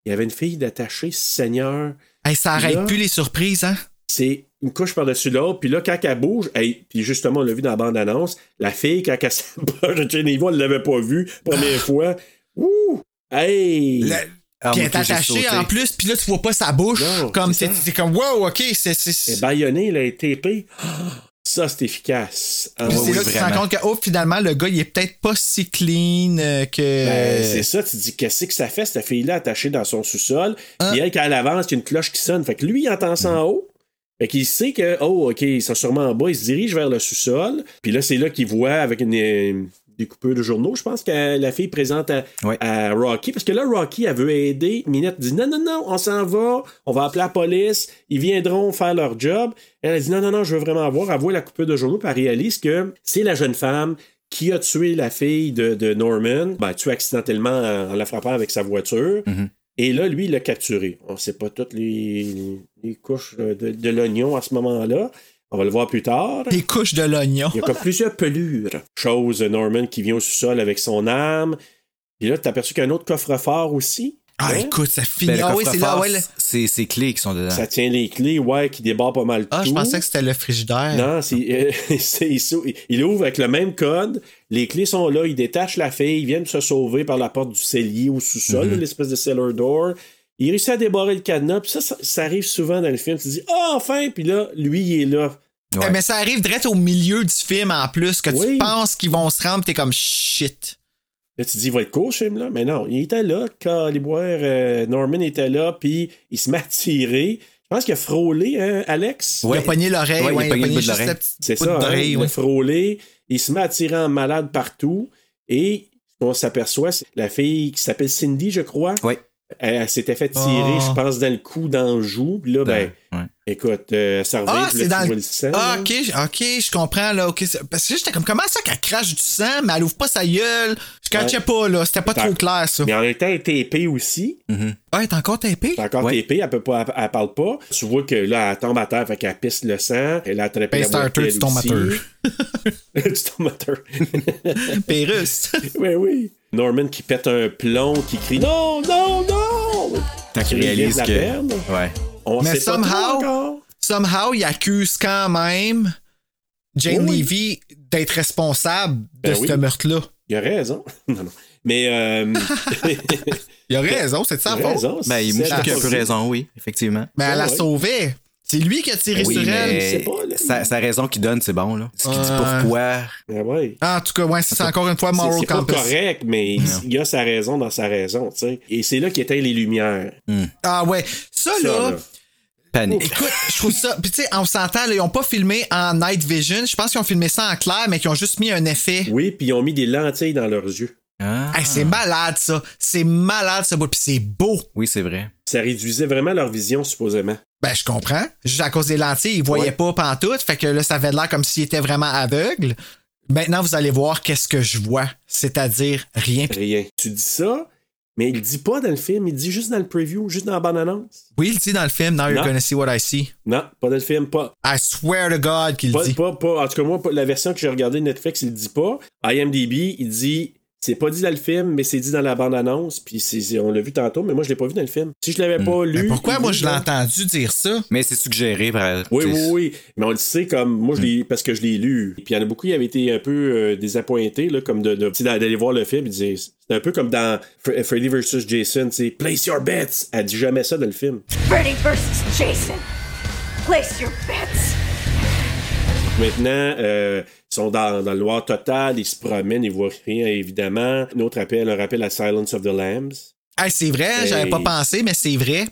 C: il y avait une fille d'attachée, Seigneur.
D: Hey, ça arrête
C: Là.
D: plus les surprises, hein?
C: C'est une couche par-dessus l'autre. Puis là, quand elle bouge, hey, puis justement, on l'a vu dans la bande-annonce, la fille, quand elle s'approche de Geneva, on ne l'avait pas vue.
D: Ah!
C: Première fois. Ouh! Hey!
D: Le-
H: Ah,
D: Puis
H: moi,
D: elle est
H: j'ai
D: attachée
H: sauté.
D: en plus, puis là, tu vois pas sa bouche.
C: Non,
D: comme
C: c'est
D: c'est
C: ça.
D: c'est comme, wow, ok, c'est.
C: Elle est
D: c'est-
H: Eh
D: c'est-
H: ben,
C: baïonnée, elle est TP. Ça, c'est efficace. Ah,
D: Puis
C: oui,
D: c'est
C: oui.
D: là que tu te
H: vraiment.
D: rends compte que, oh, finalement, le gars, il est peut-être pas si clean euh, que.
C: Ben, c'est ça, tu te dis qu'est-ce que ça fait, cette fille-là attachée dans son sous-sol. Puis elle, quand elle avance, il y a une cloche qui sonne. Fait que lui, il entend ça en haut. Fait qu'il sait que, oh, OK, ils sont sûrement en bas. Il se dirige vers le sous-sol. Puis là, c'est là qu'il voit avec une, euh, des coupures de journaux, je pense, que la fille présente à,
H: Ouais.
C: à Rocky. Parce que là, Rocky, elle veut aider. Minette dit, non, non, non, on s'en va. On va appeler la police. Ils viendront faire leur job. Elle a dit, non, non, non, je veux vraiment voir. Elle voit la coupure de journaux. Puis elle réalise que c'est la jeune femme qui a tué la fille de, de Norman, ben, tué accidentellement en, en la frappant avec sa voiture.
H: Mhm.
C: Et là, lui, il l'a capturé. On ne sait pas toutes les, les couches de, de l'oignon à ce moment-là. On va le voir plus tard.
D: Des couches de l'oignon.
C: Il y a comme plusieurs pelures. Chose, Norman qui vient au sous-sol avec son arme. Puis là, tu aperçu qu'il y a un autre coffre-fort aussi.
D: Ah,
C: Hein?
D: écoute, ça finit.
H: Ben, le
D: ah oui, c'est là,
H: coffre-fort,
D: ouais. le-
H: C'est ses clés qui sont dedans.
C: Ça tient les clés, ouais, qui débarre pas mal
D: Hein. Ah, je
C: tout.
D: pensais que c'était le frigidaire.
C: Non, c'est, euh, c'est- il, s'ou- il ouvre avec le même code. Les clés sont là. Il détache la fille. Ils viennent se sauver par la porte du cellier au sous-sol, l'espèce de cellar door. Il réussit à débarrer le cadenas. Puis ça, ça, ça arrive souvent dans le film. Tu te dis, ah, enfin! Puis là, lui, il est là.
H: Ouais.
D: Eh, Mais ça arrive direct au milieu du film en plus, que
C: Oui.
D: tu penses qu'ils vont se rendre, t'es comme shit.
C: Là, tu te dis, il va être court, ce film-là. Mais non, il était là quand les boires, euh, Norman était là. Puis il se met à tirer. Je pense qu'il a frôlé, hein, Alex?
D: Il a pogné l'oreille,
H: Ouais, il a
D: ouais, il a
H: pogné le
D: pogné
H: bout de
D: juste
H: l'oreille.
D: la petite
C: C'est
D: bout
C: ça, hein,
D: d'oreille,
C: il
D: ouais.
C: est frôlé, il se met à tirer en malade partout, et ce qu'on s'aperçoit, c'est la fille qui s'appelle Cindy, je crois,
H: Oui.
C: elle, elle s'était fait tirer,
D: Oh.
C: je pense, dans le cou, dans le joue, puis là, ben,
H: Ouais.
C: écoute, euh, ça revient,
D: Ah,
C: puis
D: c'est
C: là,
D: dans
C: tu
D: le-
C: vois le sang,
D: Ah,
C: là.
D: ok, j- ok, je comprends, là, ok. c'est- Parce que j'étais comme, comment ça qu'elle crache du sang, mais elle ouvre pas sa gueule? Je catchais pas, là, c'était pas
C: T'as-
D: trop clair, ça.
C: Mais en même temps, elle était épée aussi.
H: Mhm.
D: Ouais, t'es encore tapé?
C: T'es encore
H: Ouais.
C: TP, elle peut pas, elle, elle parle pas. Tu vois que là, elle tombe à terre, fait qu'elle pisse le sang. Elle a attrapé la
D: Paystarter,
C: moitié,
D: tu tombes à
C: elle aussi. Tu tombes à terre.
D: Pérus.
C: Oui, oui. Norman qui pète un plomb, qui crie Non, non, non!
H: Quand
C: Tu
H: il réalise
C: de la
H: que.
C: perdre.
H: Ouais.
C: On
D: Mais
C: sait pas
D: somehow-
C: trop encore.
D: Somehow, il accuse quand même Jane
C: Oh Oui.
D: Levy d'être responsable de
C: Ben
D: ce
C: oui.
D: meurtre-là.
C: Il a raison. non, non. Mais. Euh...
D: Il a raison, c'est de
C: Ben, il a
D: sa faute.
C: raison. Ben
H: Ben, il
C: C'est
H: moi, je trouve
C: la
H: qu'il a un peu
C: possible.
H: raison, oui, effectivement.
D: Mais elle
C: Ouais,
D: la
C: ouais.
D: sauvait. C'est lui qui a tiré
H: Oui,
D: sur elle.
C: je sais
H: mais
C: pas, là.
H: sa, sa raison qu'il donne, c'est bon, là. Ce qu'il dit
D: Ouais.
H: pourquoi.
C: Ah ouais.
D: Ah, en tout cas, ouais, c'est encore une fois
C: C'est-
D: Moral
C: C'est pas
D: Compass.
C: correct, mais il y a sa raison dans sa raison, tu sais. Et c'est là qu'il éteint les lumières.
D: Ah ouais. Ça,
C: Ça,
D: là,
C: là.
H: Panique.
D: écoute, je trouve ça. Puis tu sais, on s'entend, là, ils ont pas filmé en night vision. Je pense qu'ils ont filmé ça en clair, mais qu'ils ont juste mis un effet.
C: Oui, puis ils ont mis des lentilles dans leurs yeux.
H: Ah.
D: Hey, c'est malade, ça. C'est malade, ce bout. Puis c'est beau.
H: Oui, c'est vrai.
C: Ça réduisait vraiment leur vision, supposément.
D: Ben, je comprends. Juste à cause des lentilles, ils voyaient
C: Ouais.
D: pas pantoute. Fait que là, ça avait l'air comme s'ils étaient vraiment aveugles. Maintenant, vous allez voir qu'est-ce que je vois. C'est-à-dire rien.
C: Rien. Tu dis ça, mais il dit pas dans le film, il dit juste dans le preview, juste dans la bande-annonce.
D: Oui, il dit dans le film, Now you're
C: Non.
D: gonna see what I see.
C: Non, pas dans le film, pas,
D: I swear to God qu'il
C: Pas-
D: dit.
C: pas- pas- en tout cas, moi, pas- la version que j'ai regardée de Netflix, il le dit pas. IMDb, il dit. C'est pas dit dans le film, mais c'est dit dans la bande-annonce. Puis c'est- c'est- on l'a vu tantôt, mais moi, je l'ai pas vu dans le film. Si je l'avais pas lu.
D: Mais Hmm. Ben, pourquoi
C: il
D: moi
C: dit
D: je l'ai
C: dans-
D: entendu dire ça?
H: Mais c'est suggéré par.
C: Oui, oui, oui. Mais on le sait comme. Moi, je l'ai. Parce que je l'ai lu. Puis il y en a beaucoup qui avaient été un peu euh, désappointés, là, comme de, de- tu sais, d'aller voir le film. Ils disaient. C'est un peu comme dans Fre- euh, Freddy vs. Jason, tu sais. Place your bets. Elle dit jamais ça dans le film.
I: Freddy versus Jason. Place your bets.
C: Maintenant, euh, ils sont dans, dans le loir total, ils se promènent, ils voient rien, évidemment. Un autre appel, un rappel à Silence of the Lambs.
D: Hey, c'est vrai, j'avais pas
C: Hey.
D: pensé, mais c'est vrai.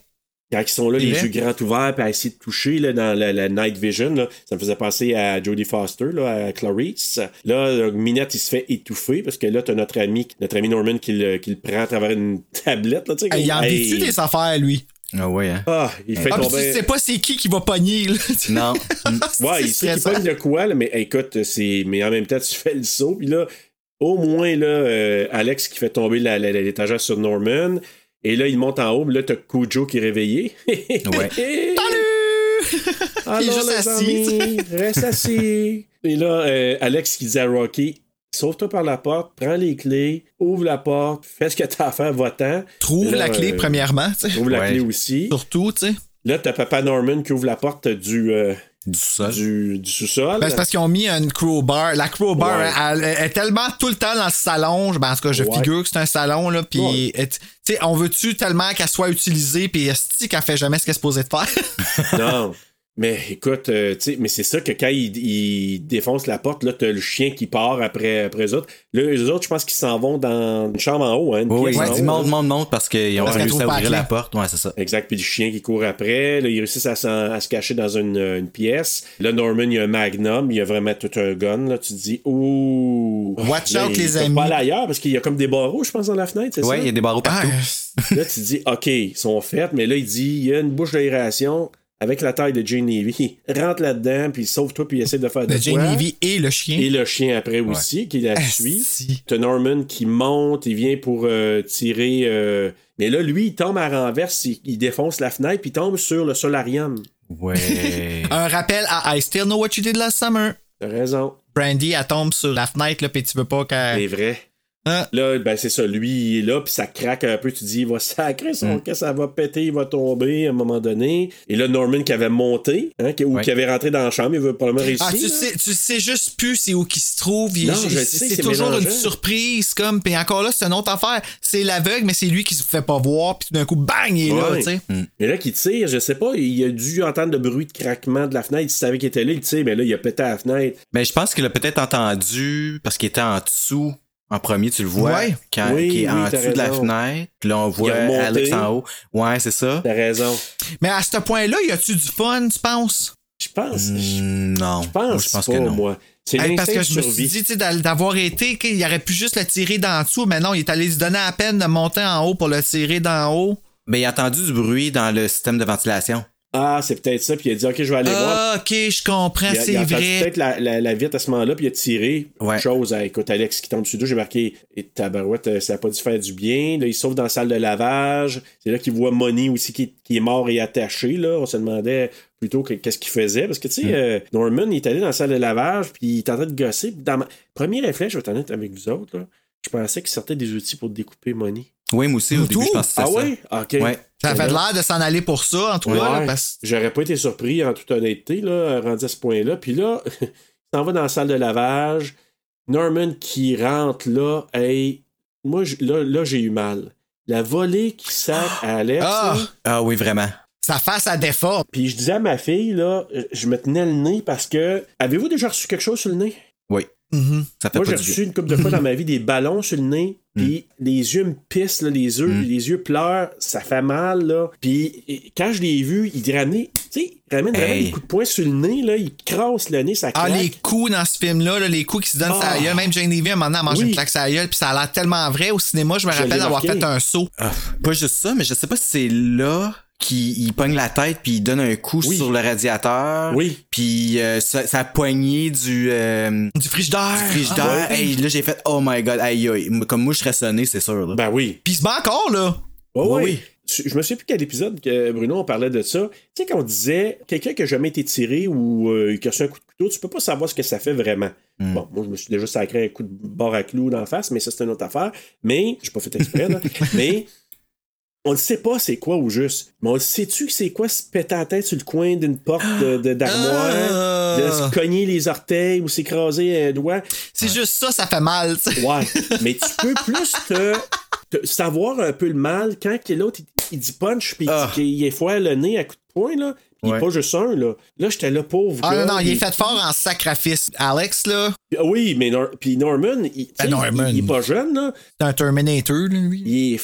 C: Quand ils sont là, les
D: vrai.
C: yeux grands ouverts, puis à essayer de toucher là, dans la, la night vision, là, ça me faisait penser à Jodie Foster, là, à Clarice. Là, euh, Minette, il se fait étouffer parce que là, t'as notre ami, notre ami Norman qui le, qui le prend à travers une tablette. Là, tu sais,
D: Hey, il en
C: Hey.
D: vit-tu des affaires, lui?
H: Ah, ouais, hein.
C: Ah, il fait
D: Ah, pis
C: tomber.
D: tu sais pas c'est qui qui va pogner, là.
H: Non.
C: Ouais,
D: C'est
C: il sait qu'il
D: stressant.
C: pogne de quoi, là, mais écoute, c'est. Mais en même temps, tu fais le saut. Puis là, au moins, là, euh, Alex qui fait tomber la- la- la- l'étagère sur Norman. Et là, il monte en haut, mais là, t'as Kujo qui est réveillé.
H: ouais.
D: Salut! il est
C: Alors,
D: juste
C: les
D: assis.
C: amis, reste assis. Et là, euh, Alex qui dit à Rocky, sauve-toi par la porte, prends les clés, ouvre la porte, fais ce que t'as à faire, va-t'en.
D: Trouve
C: Là,
D: la clé,
C: euh,
D: premièrement. tu sais.
C: Ouvre la
H: Ouais.
C: clé aussi.
D: Surtout, tu sais.
C: Là, t'as Papa Norman qui ouvre la porte du, euh,
H: Du sol.
C: du, du sous-sol.
D: Ben, c'est parce qu'ils ont mis une crowbar. La crowbar,
C: Ouais.
D: elle, elle est tellement tout le temps dans le salon. Ben, en tout cas, je
C: Ouais.
D: figure que c'est un salon, là. Puis,
C: Ouais.
D: elle- tu sais, on veut-tu tellement qu'elle soit utilisée, puis esti qu'elle fait jamais ce qu'elle est supposée de faire?
C: Non. Mais écoute, euh, tu sais, mais c'est ça que quand ils il défoncent la porte, là, t'as le chien qui part après, après eux autres. Là, eux autres, je pense qu'ils s'en vont dans une chambre en haut, hein. une
H: Oui, oui,
C: pièce
H: ils
C: en
H: disent
C: haut,
H: monte,
C: là.
H: monte, monte parce qu'ils ont
D: Parce qu'elle
H: réussi à
D: trouve pas
H: ouvrir
D: la
H: la
D: clé.
H: porte. Ouais, c'est ça.
C: Exact, puis le chien qui court après. Là, ils réussissent à, s'en- à se cacher dans une, euh, une pièce. Là, Norman, il y a un magnum, il y a vraiment tout un gun. Là, tu te dis, ouh.
D: Watch
C: Là,
D: out,
C: il
D: les
C: peut
D: amis.
C: Pas aller ailleurs parce qu'il y a comme des barreaux, je pense, dans la fenêtre, c'est
H: Ouais, il y a des barreaux partout.
C: ça? Là, tu te dis, OK, ils sont faits, mais là, il dit, il y a une bouche d'aération avec la taille de Jane Levy. Rentre là-dedans, puis sauve-toi, puis essaie de faire de
D: De Jane
C: quoi.
D: Levy et le chien.
C: Et le chien après aussi, qui la suit.
D: Esti.
C: T'as Norman qui monte, il vient pour euh, tirer. euh, Mais là, lui, il tombe à renverse, il, il défonce la fenêtre, puis il tombe sur le solarium.
H: Ouais.
D: Un rappel à I Still Know What You Did Last Summer.
C: T'as raison,
D: Brandy, elle tombe sur la fenêtre, là, puis tu veux pas
C: c'est
D: qu'elle.
C: vrai.
D: Hein?
C: Là, ben c'est ça, lui, il est là, puis ça craque un peu, tu dis, il va sacrer son
D: Mm.
C: cas, ça va péter, il va tomber à un moment donné. Et là, Norman qui avait monté, hein, qui- ou
H: Ouais.
C: qui avait rentré dans la chambre, il veut probablement réussir.
D: Ah, tu
C: là.
D: sais, tu sais juste plus c'est où qui se trouve. Il-
C: Non,
D: c'est-
C: je le sais,
D: c'est
C: c'est
D: toujours
C: mélangeant.
D: une surprise, comme. Puis encore là, c'est une autre affaire. C'est l'aveugle, mais c'est lui qui se fait pas voir. Puis tout d'un coup, bang, il est là,
C: Ouais.
D: tu sais.
C: Mais là, qui tire, je sais pas, il a dû entendre le bruit de craquement de la fenêtre, il savait qu'il était là, il tire, mais là, il a pété à la fenêtre.
H: Mais je pense qu'il a peut-être entendu parce qu'il était en dessous. En premier, tu le vois,
D: Ouais.
H: quand
C: Oui,
H: qui
C: oui,
H: est en
C: t'as
H: dessous de la
C: raison.
H: fenêtre. Puis là, on voit
C: remonté.
H: Alex en haut. Ouais, c'est ça.
C: T'as raison.
D: Mais à ce point-là, y a-tu du fun, tu penses?
C: Je pense, je
H: Mm, non. Moi,
C: pense,
H: je pense
C: pas,
H: que non.
C: moi. C'est l'instinct
D: Hey, parce que
C: de
D: je me suis
C: survie.
D: dit, tu sais, d'a- d'avoir été, qu'il aurait pu juste le tirer d'en dessous, mais non, il est allé se donner à peine de monter en haut pour le tirer d'en haut.
H: Mais il a entendu du bruit dans le système de ventilation.
C: Ah, c'est peut-être ça, puis il a dit, OK, je vais aller voir.
D: Ah, ok, je comprends,
C: Il a, il a
D: c'est
C: entendu
D: vrai.
C: peut-être la, la, la vitre à ce moment-là, puis il a tiré.
H: Ouais.
C: Chose, ah, écoute, Alex qui tombe sur deux, j'ai marqué, et tabarouette, euh, ça a pas dû faire du bien. Là, il sauve dans la salle de lavage. C'est là qu'il voit Money aussi qui, qui est mort et attaché. Là. On se demandait plutôt que- qu'est-ce qu'il faisait. Parce que, tu sais,
D: Hmm.
C: euh, Norman, il est allé dans la salle de lavage, puis il est en train de gosser. Puis Dans ma- Premier réflexe, je vais être honnête avec vous autres, là, je pensais qu'il sortait des outils pour découper Money.
H: Oui, moi aussi, au
D: Tout?
H: début, je pense que c'était
C: Ah
H: ça.
C: ouais? OK.
H: Ouais.
D: Ça avait l'air de s'en aller pour ça, en tout cas.
C: Ouais.
D: là, parce-
C: J'aurais pas été surpris, en toute honnêteté, là, rendu à ce point-là. Puis là, il s'en va dans la salle de lavage. Norman qui rentre là, hey, moi, j- là, là j'ai eu mal. La volée qui sac à Alex.
D: Ah!
C: là.
H: Ah oui, vraiment.
D: Sa face, à déforme.
C: Puis je disais à ma fille, là, je me tenais le nez parce que. Avez-vous déjà reçu quelque chose sur le nez?
D: Mhm.
H: Ça fait
C: Moi,
H: pas
C: j'ai
H: du bien.
C: reçu une couple de fois dans ma vie des ballons sur le nez, puis les yeux me pissent, là, les, yeux, les yeux pleurent, ça fait mal, là. Puis et- quand je l'ai vu, il ramenait, tu sais, il ramène vraiment
H: Hey.
C: des coups de poing sur le nez, là, il crasse le nez, ça
D: Ah,
C: claque.
D: les coups dans ce film-là, là, les coups qui se donnent sa
C: Ah.
D: gueule. Même Jane Levy, à un moment donné, elle mange
C: Oui.
D: une claque sa gueule, puis ça a l'air tellement vrai. Au cinéma, je me
C: Je
D: rappelle
C: l'ai
D: avoir
C: marqué.
D: fait un saut.
H: Ah, pas juste ça, mais je sais pas si c'est là qu'il il pogne la tête puis il donne un coup
C: Oui.
H: sur le radiateur.
C: Oui.
H: Puis euh, sa, sa poignée du, euh,
D: Du frigidaire.
H: du
D: Ah,
H: frigidaire.
D: ouais.
H: Hey, là, j'ai fait Oh my god, aïe aïe. Comme moi, je serais sonné, c'est sûr. Là.
C: Ben oui.
D: Puis il se bat encore, là.
C: Ouais,
H: Oui,
C: ouais.
H: oui.
C: Je je me souviens plus quel épisode que Bruno on parlait de ça. Tu sais, quand on disait quelqu'un qui a jamais été tiré ou euh, qui a reçu un coup de couteau, tu peux pas savoir ce que ça fait vraiment. Bon, moi, je me suis déjà sacré un coup de barre à clous d'en face, mais ça, c'est une autre affaire. Mais, j'ai pas fait exprès, là. mais, on ne sait pas c'est quoi au juste. Mais on le sait-tu que c'est quoi se péter la tête sur le coin d'une porte de- de- d'armoire,
D: Ah.
C: de se cogner les orteils ou s'écraser un doigt?
D: C'est juste ça, ça fait mal. tu sais.
C: Ouais, mais tu peux plus te, te- savoir un peu le mal quand que l'autre il, il dit punch puis il dit
H: Ah.
C: qu'il est foire le nez à coups de poing là. Il est
H: Ouais.
C: pas juste un là. Là j'étais là pauvre.
D: Ah
C: gars,
D: non, non, il est fait fort en sacrifice. Alex, là,
C: Ah Oui, mais Nor- puis Norman, il,
H: Ben,
C: tu sais,
D: Norman.
C: il, il est pas jeune là.
D: c'est un Terminator, là, lui.
C: Il est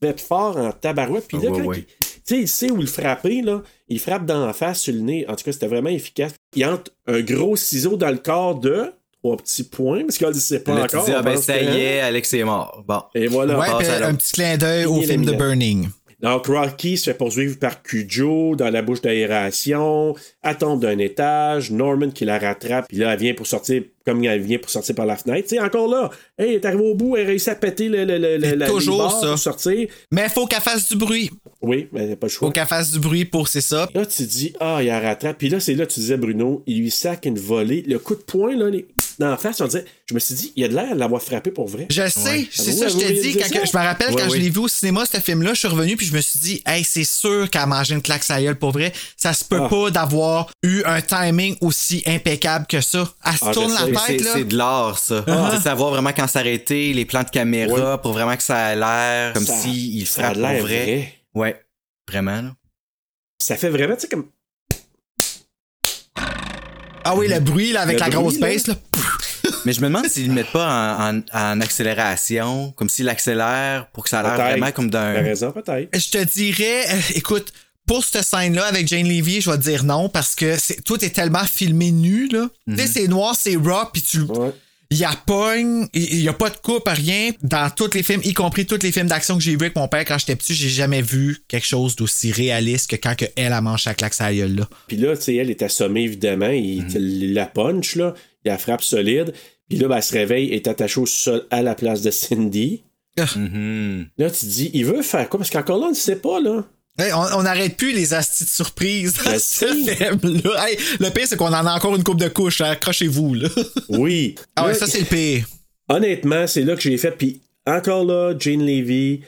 C: fait fort en tabarouette. Puis là,
H: Ah, ouais,
C: quand
H: ouais.
C: il- tu sais, il sait où le frapper, là. Il frappe dans la face, sur le nez. En tout cas, c'était vraiment efficace. Il entre un gros ciseau dans le corps de trois petits points, parce qu'on le sait pas
H: Là, tu
C: encore.
H: dis,
C: on
H: ah ben
C: pense
H: ça
C: que- hein.
H: y est, Alex est mort. Bon.
C: Et voilà.
D: ouais,
H: passe
D: puis
H: à
D: un
H: l'autre.
D: petit clin d'œil au
C: Fini
D: film de
C: l'élimination.
D: Burning.
C: Donc, Rocky se fait poursuivre par Cujo dans la bouche d'aération, attendre d'un étage, Norman qui la rattrape, puis là, elle vient pour sortir, comme elle vient pour sortir par la fenêtre. C'est encore là, hey, elle est arrivée au bout, elle réussit à péter le, le, le,
D: C'est
C: la
D: toujours
C: les barres
D: ça.
C: pour sortir.
D: Mais faut qu'elle fasse du bruit.
C: Oui, mais elle a pas le choix.
D: Faut qu'elle fasse du bruit pour, c'est ça.
C: Là, tu dis, ah, il la rattrape. Puis là, c'est là, tu disais, Bruno, il lui sac une volée. Le coup de poing, là, les- dans la face, on disait, je me suis dit, il a de l'air de l'avoir frappé pour vrai.
D: Je sais, c'est
C: Ah,
D: ça,
C: oui,
D: je
C: oui,
D: te dis.
C: c'est
D: quand
C: ça.
D: que- je me rappelle
C: Oui,
D: quand
C: oui.
D: je l'ai vu au cinéma, ce film-là, je suis revenu puis je me suis dit, hey, c'est sûr qu'elle a mangé une claque sa gueule pour vrai. Ça se peut
C: Ah.
D: pas d'avoir eu un timing aussi impeccable que ça. Elle se
H: Ah, je
D: tourne
H: sais.
D: la
H: Mais
D: tête,
H: c'est-
D: là.
H: C'est de l'art, ça.
D: Ah.
H: C'est savoir vraiment quand s'arrêter, les plans de caméra pour vraiment que ça a l'air comme
C: Ça-
H: s'il
C: ça a
H: frappe
C: l'air
H: pour vrai.
C: vrai.
H: Ouais, vraiment. Là.
C: Ça fait vraiment, tu sais, comme.
D: Ah oui, le bruit, là, avec
H: Le
D: la
H: bruit,
D: grosse
H: là.
D: baisse, là.
H: Mais je me demande s'ils ne mettent pas en, en- en accélération, comme s'ils l'accélèrent pour que ça a l'air
C: Peut-être.
H: vraiment comme
C: T'as
H: d'un.
C: raison, peut-être.
D: Je te dirais, euh, écoute, pour cette scène-là avec Jane Levy, je vais te dire non parce que c'est- tout est tellement filmé nu, là. Tu sais, c'est noir, c'est raw, puis tu. Il y a pogne, il n'y a pas de coupe, rien. Dans tous les films, y compris tous les films d'action que j'ai vus avec mon père quand j'étais petit, j'ai jamais vu quelque chose d'aussi réaliste que quand que elle a mangé la claque sa gueule, là.
C: Puis là, tu sais, elle est assommée, évidemment. Il il la punch, là. Il la frappe solide. Puis là, ben, elle se réveille et est attachée au sol à la place de Cindy.
H: Mhm.
C: Là, tu te dis, il veut faire quoi? Parce qu'encore là, on ne sait pas, là.
D: Hey, on n'arrête plus les astis de surprise.
C: Je sais.
D: là le pire, c'est qu'on en a encore une coupe de couche. hein. Accrochez-vous, là.
C: Oui.
D: Ah ouais,
C: Là,
D: ça, c'est le pire.
C: Honnêtement, c'est là que j'ai fait. Puis encore là, Jane Levy,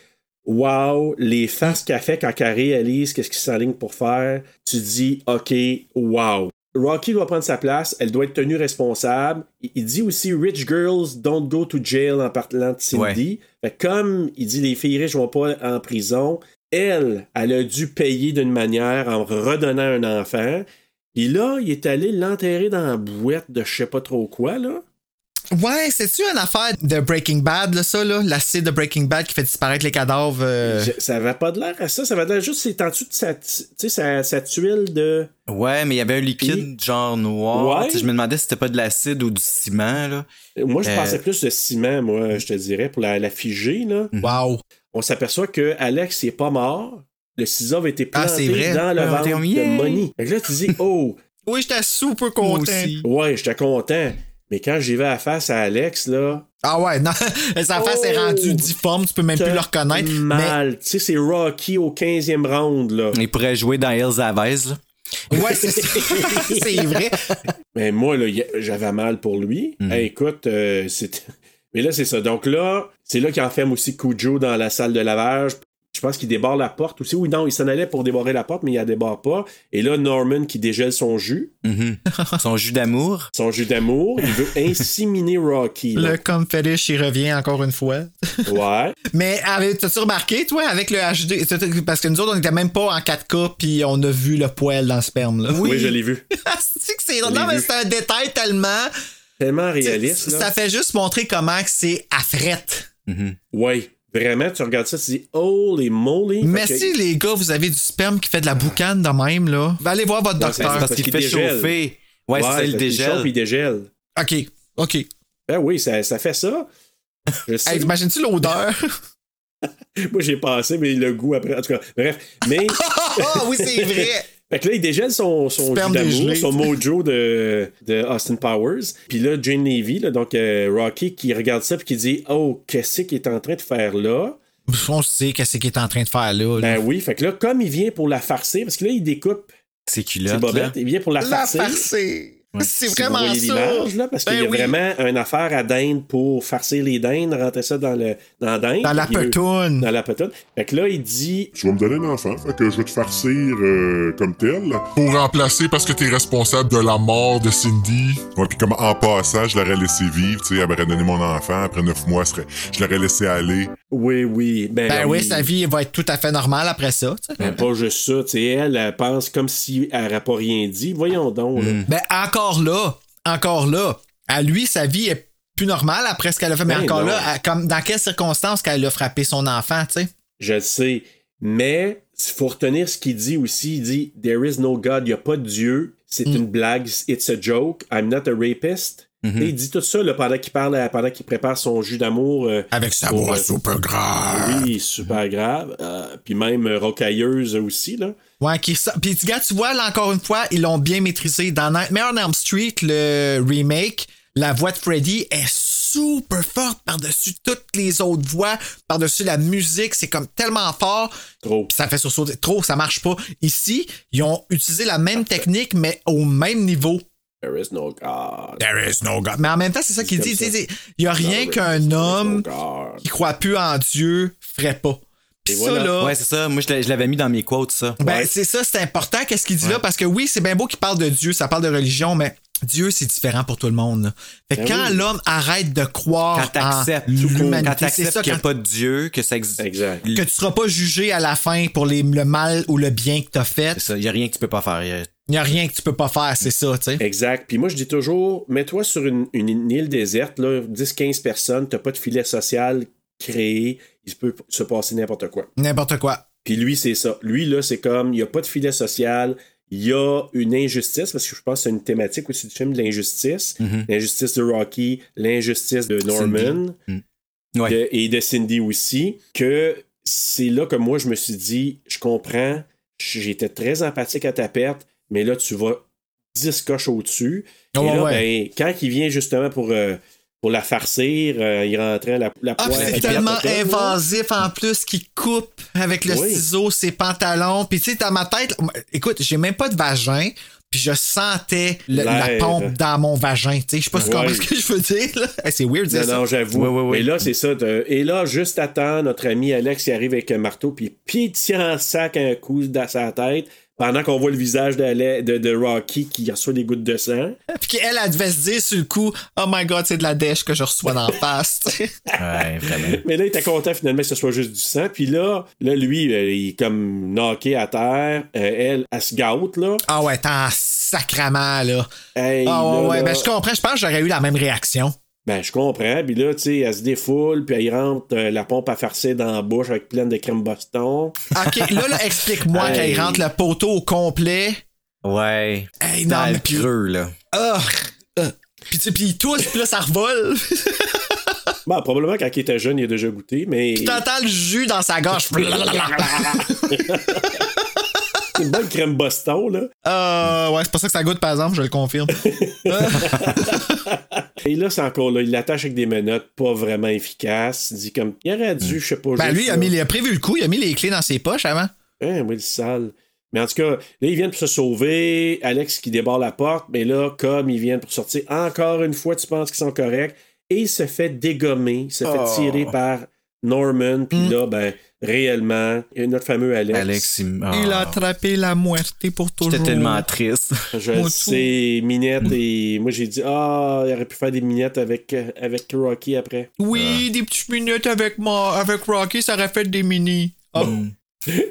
C: wow, les faces qu'elle fait quand elle réalise qu'est-ce qu'il s'enligne pour faire, tu dis, OK, wow. Rocky doit prendre sa place, elle doit être tenue responsable. Il il dit aussi Rich girls don't go to jail en parlant de Cindy. Fait que comme il dit les filles riches vont pas en prison, elle, elle a dû payer d'une manière en redonnant un enfant. Puis là, il est allé l'enterrer dans la bouette de je sais pas trop quoi, là.
D: Ouais, c'est-tu une affaire de Breaking Bad, là, ça, là? L'acide de Breaking Bad qui fait disparaître les cadavres. euh,
C: Je- ça avait pas de l'air à ça. Ça avait de l'air juste, c'est en dessous de sa, tu sais, sa, sa tuile de.
H: Ouais, mais il y avait un liquide genre noir.
C: Ouais.
H: Tu sais, Je me demandais si c'était pas de l'acide ou du ciment. Là.
C: Moi, je
H: Euh.
C: pensais plus de ciment, moi, je te dirais, pour la, la figer, là.
D: Wow.
C: On s'aperçoit que Alex n'est pas mort. Le ciseau avait été
D: Ah,
C: planté
D: c'est vrai.
C: dans le
H: Ah,
C: ventre
H: t'es- yeah.
C: de Money. Fait que là, tu dis, oh,
D: Oui, j'étais super content.
C: ouais, j'étais content. Mais quand j'y vais à face à Alex, là,
D: Ah ouais, non. Sa face est
C: Oh!
D: rendue difforme, tu peux même plus
C: t'as
D: le reconnaître. Mais
C: mal. Tu sais, c'est Rocky au 15e round, là.
H: Il pourrait jouer dans Hells Aves. Là.
D: ouais, c'est ça. c'est vrai.
C: Mais moi, là, y- j'avais mal pour lui. Hey, écoute, euh, c'est. Mais là, c'est ça. Donc là, c'est là qu'il enferme aussi Cujo dans la salle de lavage. Je pense qu'il débarre la porte aussi. Oui, non, il s'en allait pour débarrer la porte, mais il la débarre pas. Et là, Norman qui dégèle son jus,
H: Mhm. Son jus d'amour.
C: son jus d'amour, il veut inséminer Rocky. là.
D: Le comme fétiche, il revient encore une fois.
C: Ouais.
D: Mais avec- t'as-tu remarqué, toi, avec le HD? t'as- Parce que nous autres, on était même pas en 4K, puis on a vu le poil dans le sperme, là.
C: Oui, je l'ai vu.
D: Ah, c'est-tu que c'est drôle?
C: Je l'ai
D: Non, mais
C: vu.
D: c'est un détail tellement.
C: Tellement réaliste.
D: Ça
C: Là.
D: fait juste montrer comment que c'est affrète.
H: Mm-hmm.
C: Ouais. Vraiment, tu regardes ça, tu dis, holy moly.
D: Merci,
C: Fait que-
D: les gars, vous avez du sperme qui fait de la boucane de même, là. Ben, allez voir votre
C: Ouais,
H: Ben,
D: docteur.
H: c'est parce
C: Parce
H: qu'il
C: qu'il
H: fait
C: dégèle.
H: chauffer. Ouais, c'est ça,
C: parce
H: il
C: qu'il chauffe,
H: dégèle.
C: Il dégèle.
D: OK, OK.
C: Ben oui, ça, ça fait ça. Je sais.
D: Hey, T'imagines-tu l'odeur?
C: Moi, j'ai passé, mais le goût après. En tout cas, bref. Mais.
D: Ah oui, c'est vrai!
C: Fait que là, il dégèle son, son
D: Sperme
C: jus d'amour,
D: dégelé.
C: son mojo de, de Austin Powers. Puis là, Jane Levy, là, donc euh, Rocky, qui regarde ça puis qui dit Oh, qu'est-ce qu'il est en train de faire là
D: On sait qu'est-ce qu'il est en train de faire, là. là.
C: Ben oui, fait que là, comme il vient pour la farcer, parce que là, il découpe
H: C'est
C: ses
H: culotte. là.
C: bobettes, il vient pour la,
D: La
C: farcer.
D: farcée.
C: Si
D: C'est
C: vous
D: vraiment
C: voyez
D: ça.
C: l'image, là, parce
D: Ben
C: qu'il y a
D: oui.
C: vraiment une affaire à dinde pour farcir les dindes, rentrer ça dans, le, dans la dinde.
D: Dans la
C: Il veut-
D: petoune.
C: Dans la petoune. Fait que là, il dit
K: Tu vas me donner un enfant, fait que je vais te farcir euh, comme tel.
L: Pour remplacer parce que t'es responsable de la mort de Cindy.
K: Ouais, puis comme en passant, je l'aurais laissé vivre, tu sais, elle m'aurait donné mon enfant, après neuf mois, elle serait- je l'aurais laissé aller.
C: Oui, oui. Ben,
D: Ben oui,
C: ça
D: sa vie va être tout à fait normale après ça. tu sais.
C: Mais pas juste ça, tu sais, elle, elle pense comme si elle n'aurait pas rien dit. Voyons donc, là.
D: Ben encore là, encore là. À lui, sa vie est plus normale après ce qu'elle a fait, mais
C: Ben
D: encore
C: non.
D: là, à- comme dans quelles circonstances qu'elle a frappé son enfant, tu sais?
C: Je le sais. Mais il faut retenir ce qu'il dit aussi. Il
D: Mm.
C: dit There is no God, il n'y a pas de Dieu. C'est une blague, it's a joke. I'm not a rapist.
D: Mm-hmm.
C: Et Il dit tout ça là, pendant qu'il parle, à- pendant qu'il prépare son jus d'amour. euh,
D: Avec sa
C: pour,
D: voix
C: euh,
D: super grave.
C: Oui, super grave. Euh, puis même euh, rocailleuse aussi, là.
D: Ouais, qui sa- Puis, tu- gars, tu vois, là, encore une fois, ils l'ont bien maîtrisé. Dans Nightmare on Elm Street, le remake, la voix de Freddy est super forte par-dessus toutes les autres voix, par-dessus la musique. C'est comme tellement fort.
C: Trop.
D: ça fait sursauter. Trop, ça marche pas. Ici, ils ont utilisé la même technique, mais au même niveau.
C: There is no God.
D: There is no God. Mais en même temps, c'est ça qu'il dit.
C: Comme ça.
D: Il dit- Il y a rien
C: There
D: qu'un homme
C: God.
D: qui croit plus en Dieu ferait pas. Puis ça, là.
H: Ouais, c'est ça. Moi, je l'ai- je l'avais mis dans mes quotes, ça.
D: Ben, c'est ça, c'est important qu'est-ce qu'il dit là, parce que oui, c'est bien beau qu'il parle de Dieu, ça parle de religion, mais Dieu, c'est différent pour tout le monde. là. Fait que
H: Ben
D: quand
H: oui.
D: l'homme arrête de croire
H: Quand t'acceptes,
D: en
H: quand
D: ah, l'humanité, c'est
H: t'acceptes
D: ça,
H: qu'il n'y a
D: quand-
H: pas de Dieu, que ça existe.
C: Exact.
D: que tu seras pas jugé à la fin pour les- le mal ou le bien que t'as fait,
H: Il n'y a rien que tu peux pas faire. Y a-
D: il n'y a rien que tu peux pas faire, c'est ça, tu sais.
C: Exact. Puis moi, je dis toujours, mets-toi sur une, une- une île déserte, là, 10-15 personnes, t'as pas de filet social créé, il peut se passer n'importe quoi.
D: N'importe quoi.
C: Puis lui, c'est ça. Lui, là, c'est comme, il n'y a pas de filet social, il y a une injustice, parce que je pense que c'est une thématique aussi du film de l'injustice.
D: Mm-hmm.
H: Mhm.
C: L'injustice de Rocky, l'injustice de Norman,
H: Ouais.
C: de- et de Cindy aussi, que c'est là que moi, je me suis dit, je comprends, j'étais très empathique à ta perte, mais là, tu vas 10 coches au-dessus.
D: Ah
C: et
D: ouais,
C: là,
D: ouais.
C: ben, quand il vient justement pour... euh, pour la farcir, euh, il rentrait la, la
D: Ah, puis
C: poêle à
D: c'est
C: la
D: tellement
C: pâte, là.
D: invasif en plus qu'il coupe avec le
C: Oui.
D: ciseau ses pantalons. Puis tu sais, dans ma tête, écoute, j'ai même pas de vagin, puis je sentais le- la
C: L'air.
D: pompe dans mon vagin. Tu sais, je sais pas si tu
C: Ouais.
D: comprends ce que je veux dire. là. Hey, c'est weird de dire
C: Non,
D: ça.
C: non, j'avoue. Mais là, c'est ça. de- Et là, juste à temps, notre ami Alex, il arrive avec un marteau, puis il tient en sac un coup dans sa tête, pendant qu'on voit le visage d'Ale- de, de Rocky qui reçoit des gouttes de sang.
D: Puis qu'elle, elle devait se dire sur le coup, oh my god, c'est de la dèche que je reçois dans la face. tu sais.
H: Ouais, vraiment.
C: Mais là, il était content finalement que ce soit juste du sang. Puis là, là lui, euh, il est comme knocké à terre. Euh, elle, elle se gâte, là.
D: ah ouais, t'en sacrament, là.
C: Hey,
D: Ah ouais,
C: là,
D: ouais,
C: là.
D: ben je comprends, je pense que j'aurais eu la même réaction.
C: Ben, je comprends. Puis là, tu sais, elle se défoule, puis elle rentre euh, la pompe à farcir dans la bouche avec plein de crème Boston.
D: Ok, là, là explique-moi
C: Hey.
D: qu'elle rentre le poteau au complet.
H: Ouais.
D: Hey,
H: Dans
D: non,
H: le
D: mais puis-
H: creux, là.
D: Ah! Ah. Puis, tu- puis il tousse, puis là, ça revole.
C: Bon, Ben, probablement quand il était jeune, il a déjà goûté, mais.
D: Puis t'entends le jus dans sa gorge.
C: C'est une bonne crème Boston, là.
D: Euh, ouais, c'est pas ça que ça goûte, par exemple, je le confirme.
C: Et là, c'est encore là, il l'attache avec des menottes pas vraiment efficaces. Il dit comme, il aurait dû, je sais pas.
D: ben,
C: juste euh,
D: lui, il a,
C: là.
D: mis, il a prévu le coup, il a mis les clés dans ses poches avant.
C: Hein, oui, le sale. Mais en tout cas, là, ils viennent pour se sauver. Alex qui débarre la porte, mais là, comme ils viennent pour sortir, encore une fois, tu penses qu'ils sont corrects. Et il se fait dégommer, il se
H: Oh.
C: fait tirer par Norman. Puis là, ben, réellement, notre fameux Alex.
H: Alex, il. ah,
D: Il a attrapé la muerte pour toujours.
H: J'étais tellement triste.
C: Je
D: Moi
C: le
D: tout.
C: sais, Minette, et moi j'ai dit, ah, il aurait pu faire des minettes avec, euh, avec Rocky après.
D: Oui,
H: Ah.
D: des petites minutes avec moi, avec Rocky, ça aurait fait des mini. Ah,
H: Mm.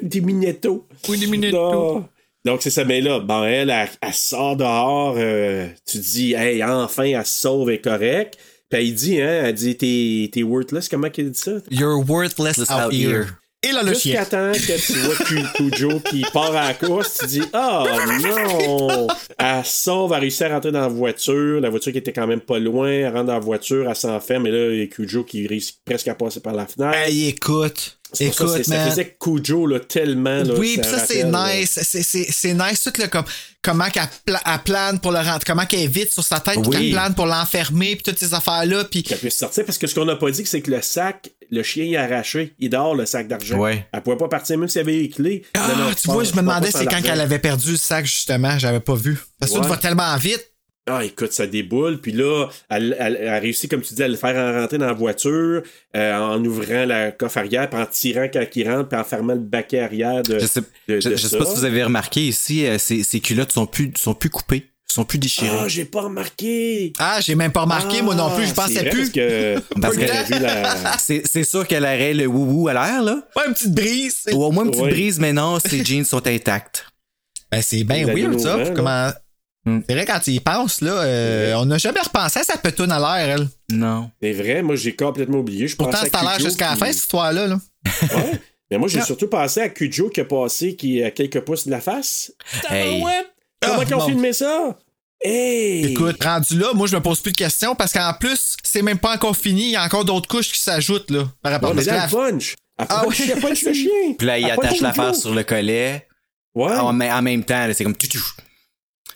C: des minettos.
D: Oui, des minettos.
C: Non. Donc, c'est ça. Mais là, bon, elle, elle, elle sort dehors. euh, tu dis, hey, enfin, elle se sauve, elle est correcte. Puis elle dit, hein, elle dit, t'es, t'es worthless. Comment qu'elle dit ça?
D: You're worthless
H: Just
D: out
H: out
D: here.
H: here.
D: Et là, le chien.
C: Jusqu'à temps que tu vois Cu- Cujo qui part à la course, tu dis, ah non! Elle se sauve, elle réussit à rentrer dans la voiture. La voiture qui était quand même pas loin. Elle rentre dans la voiture, elle s'enferme. Et là, il y a Cujo qui réussit presque à passer par la fenêtre.
D: Hey, écoute.
C: C'est pour ça,
D: Écoute,
C: c'est- ça,
D: man.
C: faisait Cujo là, tellement. là,
D: Oui,
C: ça
D: pis ça, c'est
C: rappelle, là.
D: nice. C'est- C'est c'est nice tout le comme comment qu'elle pla- elle plane pour le rendre, comment qu'elle évite sur sa tête, puis
C: Oui.
D: qu'elle plane pour l'enfermer, puis toutes ces affaires-là, puis
C: qu'elle puisse sortir. Parce que ce qu'on n'a pas dit, c'est que le sac, le chien il a arraché. Il dort le sac d'argent.
H: Ouais.
C: Elle pouvait pas partir, même s'il y avait les clés.
D: Ah,
C: Non, non,
D: tu
C: pars-
D: vois, je me
C: pars
D: demandais
C: pas
D: c'est
C: sans
D: quand
C: l'argent.
D: qu'elle avait perdu le sac, justement, j'avais pas vu. Parce que tout
C: Ouais.
D: va tellement vite.
C: Ah, écoute, ça déboule. Puis là, elle, elle- elle a réussi, comme tu dis, à le faire en rentrer dans la voiture, euh, en ouvrant la coffre arrière, puis en tirant quand il rentre, puis en fermant le baquet arrière de.
H: Je sais,
C: de-
H: je,
C: de
H: je sais pas
C: ça.
H: si vous avez remarqué ici, euh, ces, ces culottes sont plus, sont plus coupées, sont plus
C: Ah,
H: déchirées.
C: j'ai pas remarqué!
D: Ah, j'ai même pas remarqué, moi non plus, je
C: Ah,
D: pensais
C: c'est vrai,
D: plus.
C: Parce
H: Parce
C: que.
H: que-
C: Parce vu
D: Ah.
C: la.
H: Ah. c'est c'est sûr qu'elle aurait le wou-wou à l'air, là.
D: Ouais, une petite brise.
H: Ou au moins une petite
C: Ouais.
H: brise, mais non, ces jeans sont intacts.
D: Ben, c'est bien
C: Les
D: weird,
C: anneaux
D: ça.
C: blancs,
D: puis
C: là.
D: comment... Hmm.
H: Mm.
D: C'est vrai, quand tu y penses, là, euh, on n'a jamais repensé à sa petoune à l'air, elle.
H: Non.
C: C'est vrai, moi, j'ai complètement oublié. Je
D: Pourtant,
C: pensais
D: c'est à l'air
C: Ah, Cujo,
D: jusqu'à la
C: puis-
D: fin, cette histoire-là. Là.
C: Ouais. Mais moi, j'ai
D: Non.
C: surtout pensé à Cujo qui a passé qui est à quelques pouces de la face.
H: Hey.
C: Tabarouette! Comment
D: Ah,
C: ils ont
D: bon.
C: filmé ça? Hey!
D: Écoute, rendu là, moi, je me pose plus de questions parce qu'en plus, c'est même pas encore fini. Il y a encore d'autres couches qui s'ajoutent, là, par rapport
C: Ouais, mais
D: parce que
C: là,
D: la-
C: elle punch. Elle
D: Ah
C: punch,
D: oui.
C: elle punch le chien.
H: Puis là, il
C: Elle
H: attache
C: punch
H: l'affaire
C: l'autre.
H: sur le collet.
C: Ouais.
H: En, mais en même temps, là, c'est comme tu tu.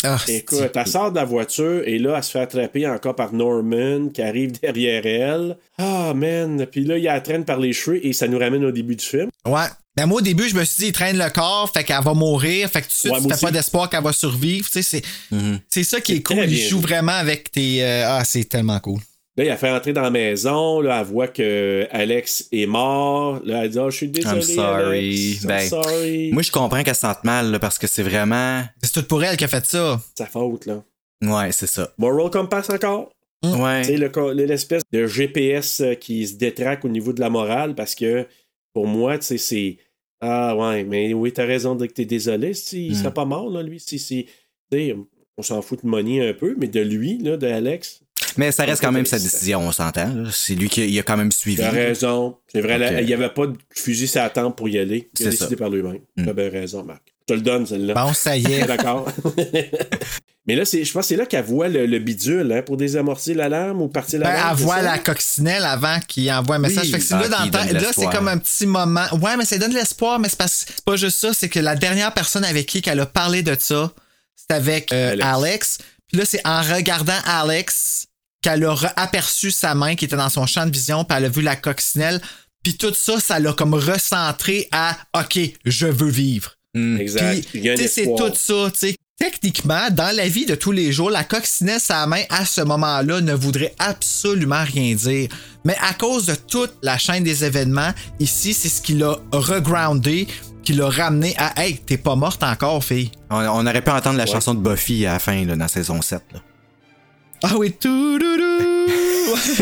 D: Ah,
C: Écoute, elle sort de la voiture et là, elle se fait attraper encore par Norman qui arrive derrière elle. Ah, man. Puis là, il la traîne par les cheveux et ça nous ramène au début du film.
D: Ouais. Ben moi, au début, je me suis dit, il traîne le corps, fait qu'elle va mourir, fait que tout de suite,
C: Ouais, moi
D: t'as
C: aussi.
D: pas d'espoir qu'elle va survivre. Tu sais, c'est c'est ça qui est cool.
C: très
D: Il
C: bien
D: joue
C: joué.
D: vraiment avec tes. euh, ah, c'est tellement cool.
C: Là, il a fait rentrer dans la maison. Là, elle voit que Alex est mort. Là, elle dit Ah, Je suis désolé.
H: I'm sorry.
C: Alex. I'm
H: Ben,
C: sorry.
H: Moi, je comprends qu'elle se sente mal là, parce que c'est vraiment.
D: C'est tout pour elle qui a fait ça.
C: Sa faute, là.
H: Ouais, c'est ça.
C: Moral Compass encore. Tu sais,
H: Ouais.
C: le co- l'espèce de GPS euh, qui se détraque au niveau de la morale parce que pour moi, tu sais, c'est. Ah ouais, mais oui, t'as raison de dire que t'es désolé. Si, Il
H: Mm.
C: serait pas mort, là, lui. Si, si, tu sais, on s'en fout de Money un peu, mais de lui, là, de Alex.
H: Mais ça reste quand même sa décision, on s'entend. là. C'est lui qui il a quand même suivi.
C: T'as raison. C'est vrai, là,
H: Ok.
C: il n'y avait pas de fusil sur la tempe pour y aller. Il a
H: C'est
C: décidé
H: ça.
C: par lui-même.
H: Mm.
C: T'as bien raison, Marc. Je te le donne, celle-là.
D: Bon, ça y est.
C: D'accord. mais là, c'est- je pense que c'est là qu'elle voit le, le bidule hein, pour désamorcer l'alarme ou partir
D: Ben,
C: l'alarme.
D: elle
C: c'est
D: voit
C: ça?
D: la coccinelle avant qu'il envoie un message.
C: Oui.
D: Fait que c'est
H: Ah,
D: là, dans
H: qui
D: le temps-
H: donne de
D: là, c'est
H: l'espoir.
D: comme un petit moment. Ouais, mais ça donne de l'espoir, mais c'est pas, c'est pas juste ça. C'est que la dernière personne avec qui qu'elle a parlé de ça, c'est avec euh,
C: Alex.
D: Alex. Puis là, c'est en regardant Alex qu'elle a aperçu sa main qui était dans son champ de vision, puis elle a vu la coccinelle. Puis tout ça, ça l'a comme recentré à OK, je veux vivre.
H: Hmm.
C: Exact.
D: Puis,
C: Il y a un
D: tu sais, c'est
C: espoir.
D: tout ça, tu sais. Techniquement, dans la vie de tous les jours, la coccinelle sa main à ce moment-là ne voudrait absolument rien dire. Mais à cause de toute la chaîne des événements, ici, c'est ce qui l'a regroundé, qui l'a ramené à Hey, t'es pas morte encore, fille.
H: On, on aurait pu entendre la chanson de Buffy à la fin, là, dans saison 7. Là.
D: Ah oui, tout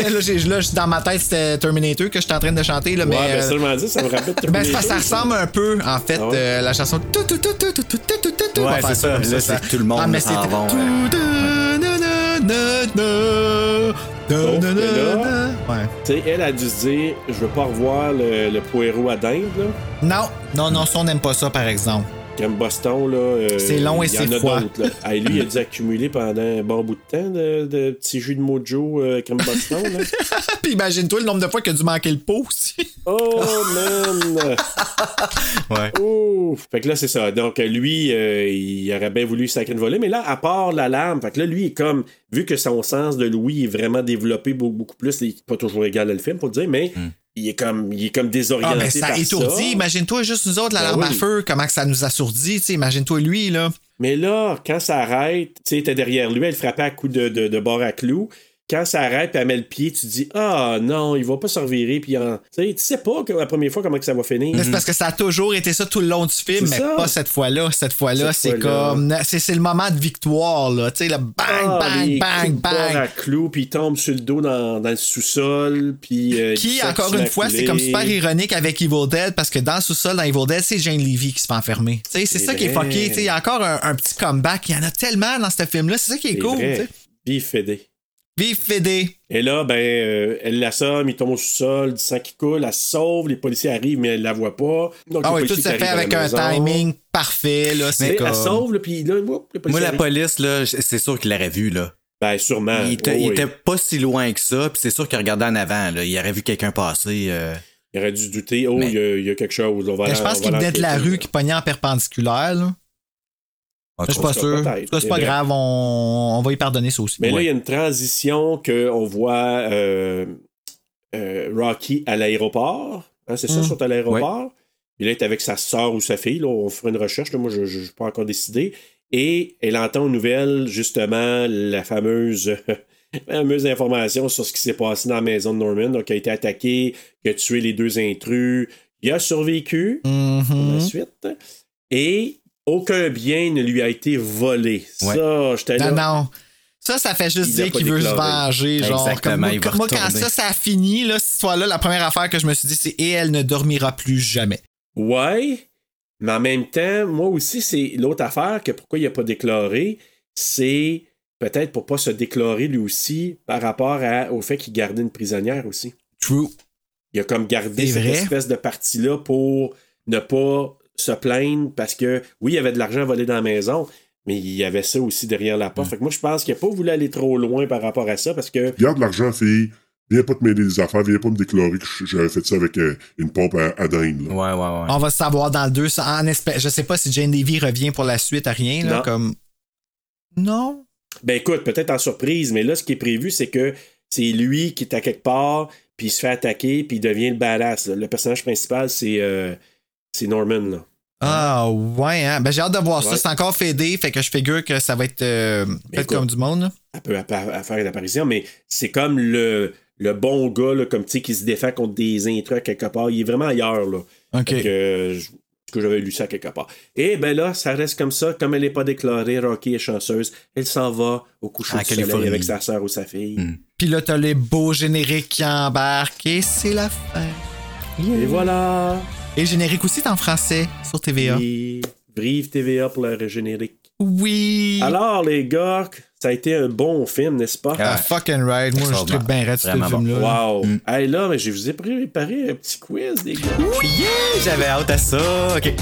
D: là, j'ai- là, je- dans ma tête, c'était Terminator que j'étais en train de chanter, là,
C: Ouais,
D: mais.
C: ben,
D: euh,
C: seulement dit, ça me rappelle
D: ben, c'est
C: Terminator,
D: parce que ça
C: ça.
D: ressemble un peu, en fait,
C: Ah ouais?
D: euh, la chanson. Tout, tout, tout, tout, tout, tout, tout, tout, tout,
H: Ouais,
D: on va faire
H: c'est ça.
D: comme
H: Là, c'est tout le monde hein.
D: Ah, mais
H: s'en
D: c'était-
H: va, ouais.
D: Tout, da, na, na, na, na, da,
H: Oh,
C: Sauf
D: na,
C: que
D: na,
C: là-
D: na. Ouais.
C: Tu sais, elle a dû se dire, je veux pas revoir le, le poireau à dinde, là.
D: Non, non, non, ça, on n'aime pas ça, par exemple.
C: Comme Boston, là. euh,
D: C'est long et
C: il y
D: c'est
C: en a
D: froid.
C: d'autres, là. Ah, et lui, il a dû accumuler pendant un bon bout de temps de, de petits jus de mojo euh, crème Boston, là.
D: Ah, Puis imagine-toi le nombre de fois qu'il a dû manquer le pot aussi.
C: Oh, man!
H: Ouais.
C: Ouf! Fait que là, c'est ça. Donc, lui, euh, il aurait bien voulu sacrer une volée, mais là, à part l'alarme, fait que là, lui, il est comme, vu que son sens de Louis est vraiment développé beaucoup, beaucoup plus, il est pas toujours égal à le film, pour dire, mais il est comme, il est comme
D: Hmm. Ah,
C: désorienté.
D: mais ça
C: par
D: étourdit.
C: ça.
D: Imagine-toi juste nous autres, la
C: Ben
D: larme à
C: oui.
D: feu, comment que ça nous assourdit. tu sais, Imagine-toi lui, là.
C: Mais là, quand ça arrête, tu sais, t'es derrière lui, elle frappait à coups de, de, de bord à clous. Quand ça arrête, puis elle met le pied, tu dis Ah non, il va pas se revirer. Puis en- tu sais, tu sais pas que- la première fois comment que ça va finir.
D: Mais C'est parce que ça a toujours été ça tout le long du film, mais
C: Mhm. C'est ça.
D: pas cette fois-là. Cette fois-là,
C: Cette
D: c'est
C: fois-là.
D: comme. C'est c'est le moment de victoire, là. Tu sais, le bang,
C: Ah, les
D: bang, bang,
C: coups de bord à
D: bang.
C: clous, puis il tombe sur le dos dans, dans le sous-sol. Puis, euh, il
D: Qui,
C: saute
D: encore
C: sur
D: une
C: la
D: fois, c'est
C: coulée.
D: comme super ironique avec Evil Dead parce que dans le sous-sol, dans Evil Dead, c'est Jane Levy qui se fait enfermer. Tu sais, c'est
C: C'est
D: ça qui est
C: vrai.
D: fucké. Tu sais, Il y a encore un, un petit comeback. Il y en a tellement dans ce film-là. C'est ça qui est,
C: C'est
D: cool.
C: vrai.
D: tu sais.
C: Vive Fédé.
D: Vive Fédé.
C: Et là, ben, euh, elle l'assomme, il tombe au sous-sol, du sang qui coule, elle se sauve, les policiers arrivent, mais elle la voit pas. Donc,
D: Ah
C: les
D: oui, tout
C: policiers
D: se
C: qui arrivent
D: fait
C: à la
D: avec un
C: maison,
D: timing parfait. Là,
C: tu sais,
D: c'est comme...
C: Elle sauve, là, puis là, whoop, les
H: Moi,
C: policiers
H: la
C: arrivent.
H: police, là, j- c'est sûr qu'il l'aurait vu. là.
C: Ben, sûrement.
H: Il était,
C: Oui,
H: il
C: oui.
H: était pas si loin que ça, puis c'est sûr qu'il regardait en avant. Là. Il aurait vu quelqu'un passer. euh.
C: Il aurait dû douter, oh,
H: Mais-
C: il y, a- il y a quelque chose. On va
D: Mais
C: aller-
D: je
C: on
D: pense
C: va
D: qu'il venait de la
C: l'enquêter.
D: rue qui pognait en perpendiculaire. Là.
H: En
D: Je
H: tout
D: suis
H: cas,
D: pas sûr.
C: peut-être.
D: En tout cas, C'est pas
C: Mais bref.
D: grave, on, on va y pardonner ça aussi.
C: Mais là,
D: Ouais.
C: il y a une transition qu'on voit euh, euh, Rocky à l'aéroport. Hein, c'est ça,
D: Mm.
C: ils sont à l'aéroport. Il est avec sa soeur ou sa fille. là, on fera une recherche. là, moi, je n'ai pas encore décidé. Et elle entend aux nouvelles, justement, la fameuse, la fameuse information sur ce qui s'est passé dans la maison de Norman. Donc, il a été attaqué, il a tué les deux intrus, il a survécu.
D: Mhm.
C: Ensuite. Et aucun bien ne lui a été volé.
H: Ouais.
C: Ça, j'étais là.
D: Non, non. Ça, ça fait juste
C: Il l'a
D: dire
C: pas
D: qu'il veut se
C: déclaré.
D: venger. Genre,
H: Exactement,
D: comme moi,
H: il va
D: moi, quand
H: retourner.
D: ça, ça a fini, là, cette histoire-là, la première affaire que je me suis dit, c'est et elle ne dormira plus jamais.
C: Ouais, mais en même temps, moi aussi, c'est l'autre affaire que pourquoi il n'a pas déclaré, c'est peut-être pour pas se déclarer lui aussi par rapport à- au fait qu'il gardait une prisonnière aussi.
D: True.
C: Il a comme gardé
D: C'est
C: cette
D: vrai.
C: espèce de partie-là pour ne pas se plaindre parce que oui, il y avait de l'argent volé dans la maison, Mais il y avait ça aussi derrière la
D: Mm.
C: porte. Fait que moi, je pense qu'il n'a pas voulu aller trop loin par rapport à ça parce que.
K: Garde l'argent, fille. Viens pas te mêler des affaires, viens pas me déclarer que j- j'avais fait ça avec euh, une pompe à, à dingue.
H: Ouais, ouais, ouais.
D: On va se savoir dans le 2. ça, En espé- Je sais pas si Jane Davy revient pour la suite à rien. Là,
C: Non.
D: comme... Non.
C: Ben écoute, peut-être en surprise, mais là, ce qui est prévu, c'est que c'est lui qui est à quelque part, puis il se fait attaquer, puis il devient le badass. là. Le personnage principal, c'est euh, c'est Norman. Là.
D: Ah ouais, hein? ben, j'ai hâte de voir ça.
C: Ouais. Ben,
D: C'est encore fédé, fait que je figure que ça va être euh, fait
C: écoute.
D: comme du monde. là.
C: Elle peut app- à faire une apparition, mais c'est comme le, le bon gars, là, comme tu sais, qui se défend contre des intrus à quelque part. Il est vraiment ailleurs. Là.
D: OK.
C: Fait que, euh, je- que j'avais lu ça quelque part. Et ben là, ça reste comme ça. Comme elle n'est pas déclarée, Rocky est chanceuse. Elle s'en va au coucher
H: En
C: du
H: Californie. Hmm.
C: soleil avec sa sœur ou sa fille.
D: Puis là, t'as les beaux génériques qui embarquent et c'est la fin.
C: Et voilà.
D: Et le générique aussi est en français sur TVA.
C: Et Brive TVA pour le générique.
D: Oui.
C: Alors, les gars, ça a été un bon film, n'est-ce pas?
D: Ah, Mm. fucking right. Moi, je tripe bien raide sur ce
H: Vraiment bon.
D: film-là. là.
C: Wow! Hey, là, mais je vous ai préparé un petit quiz, les gars.
D: Oh,
H: J'avais hâte à ça. OK.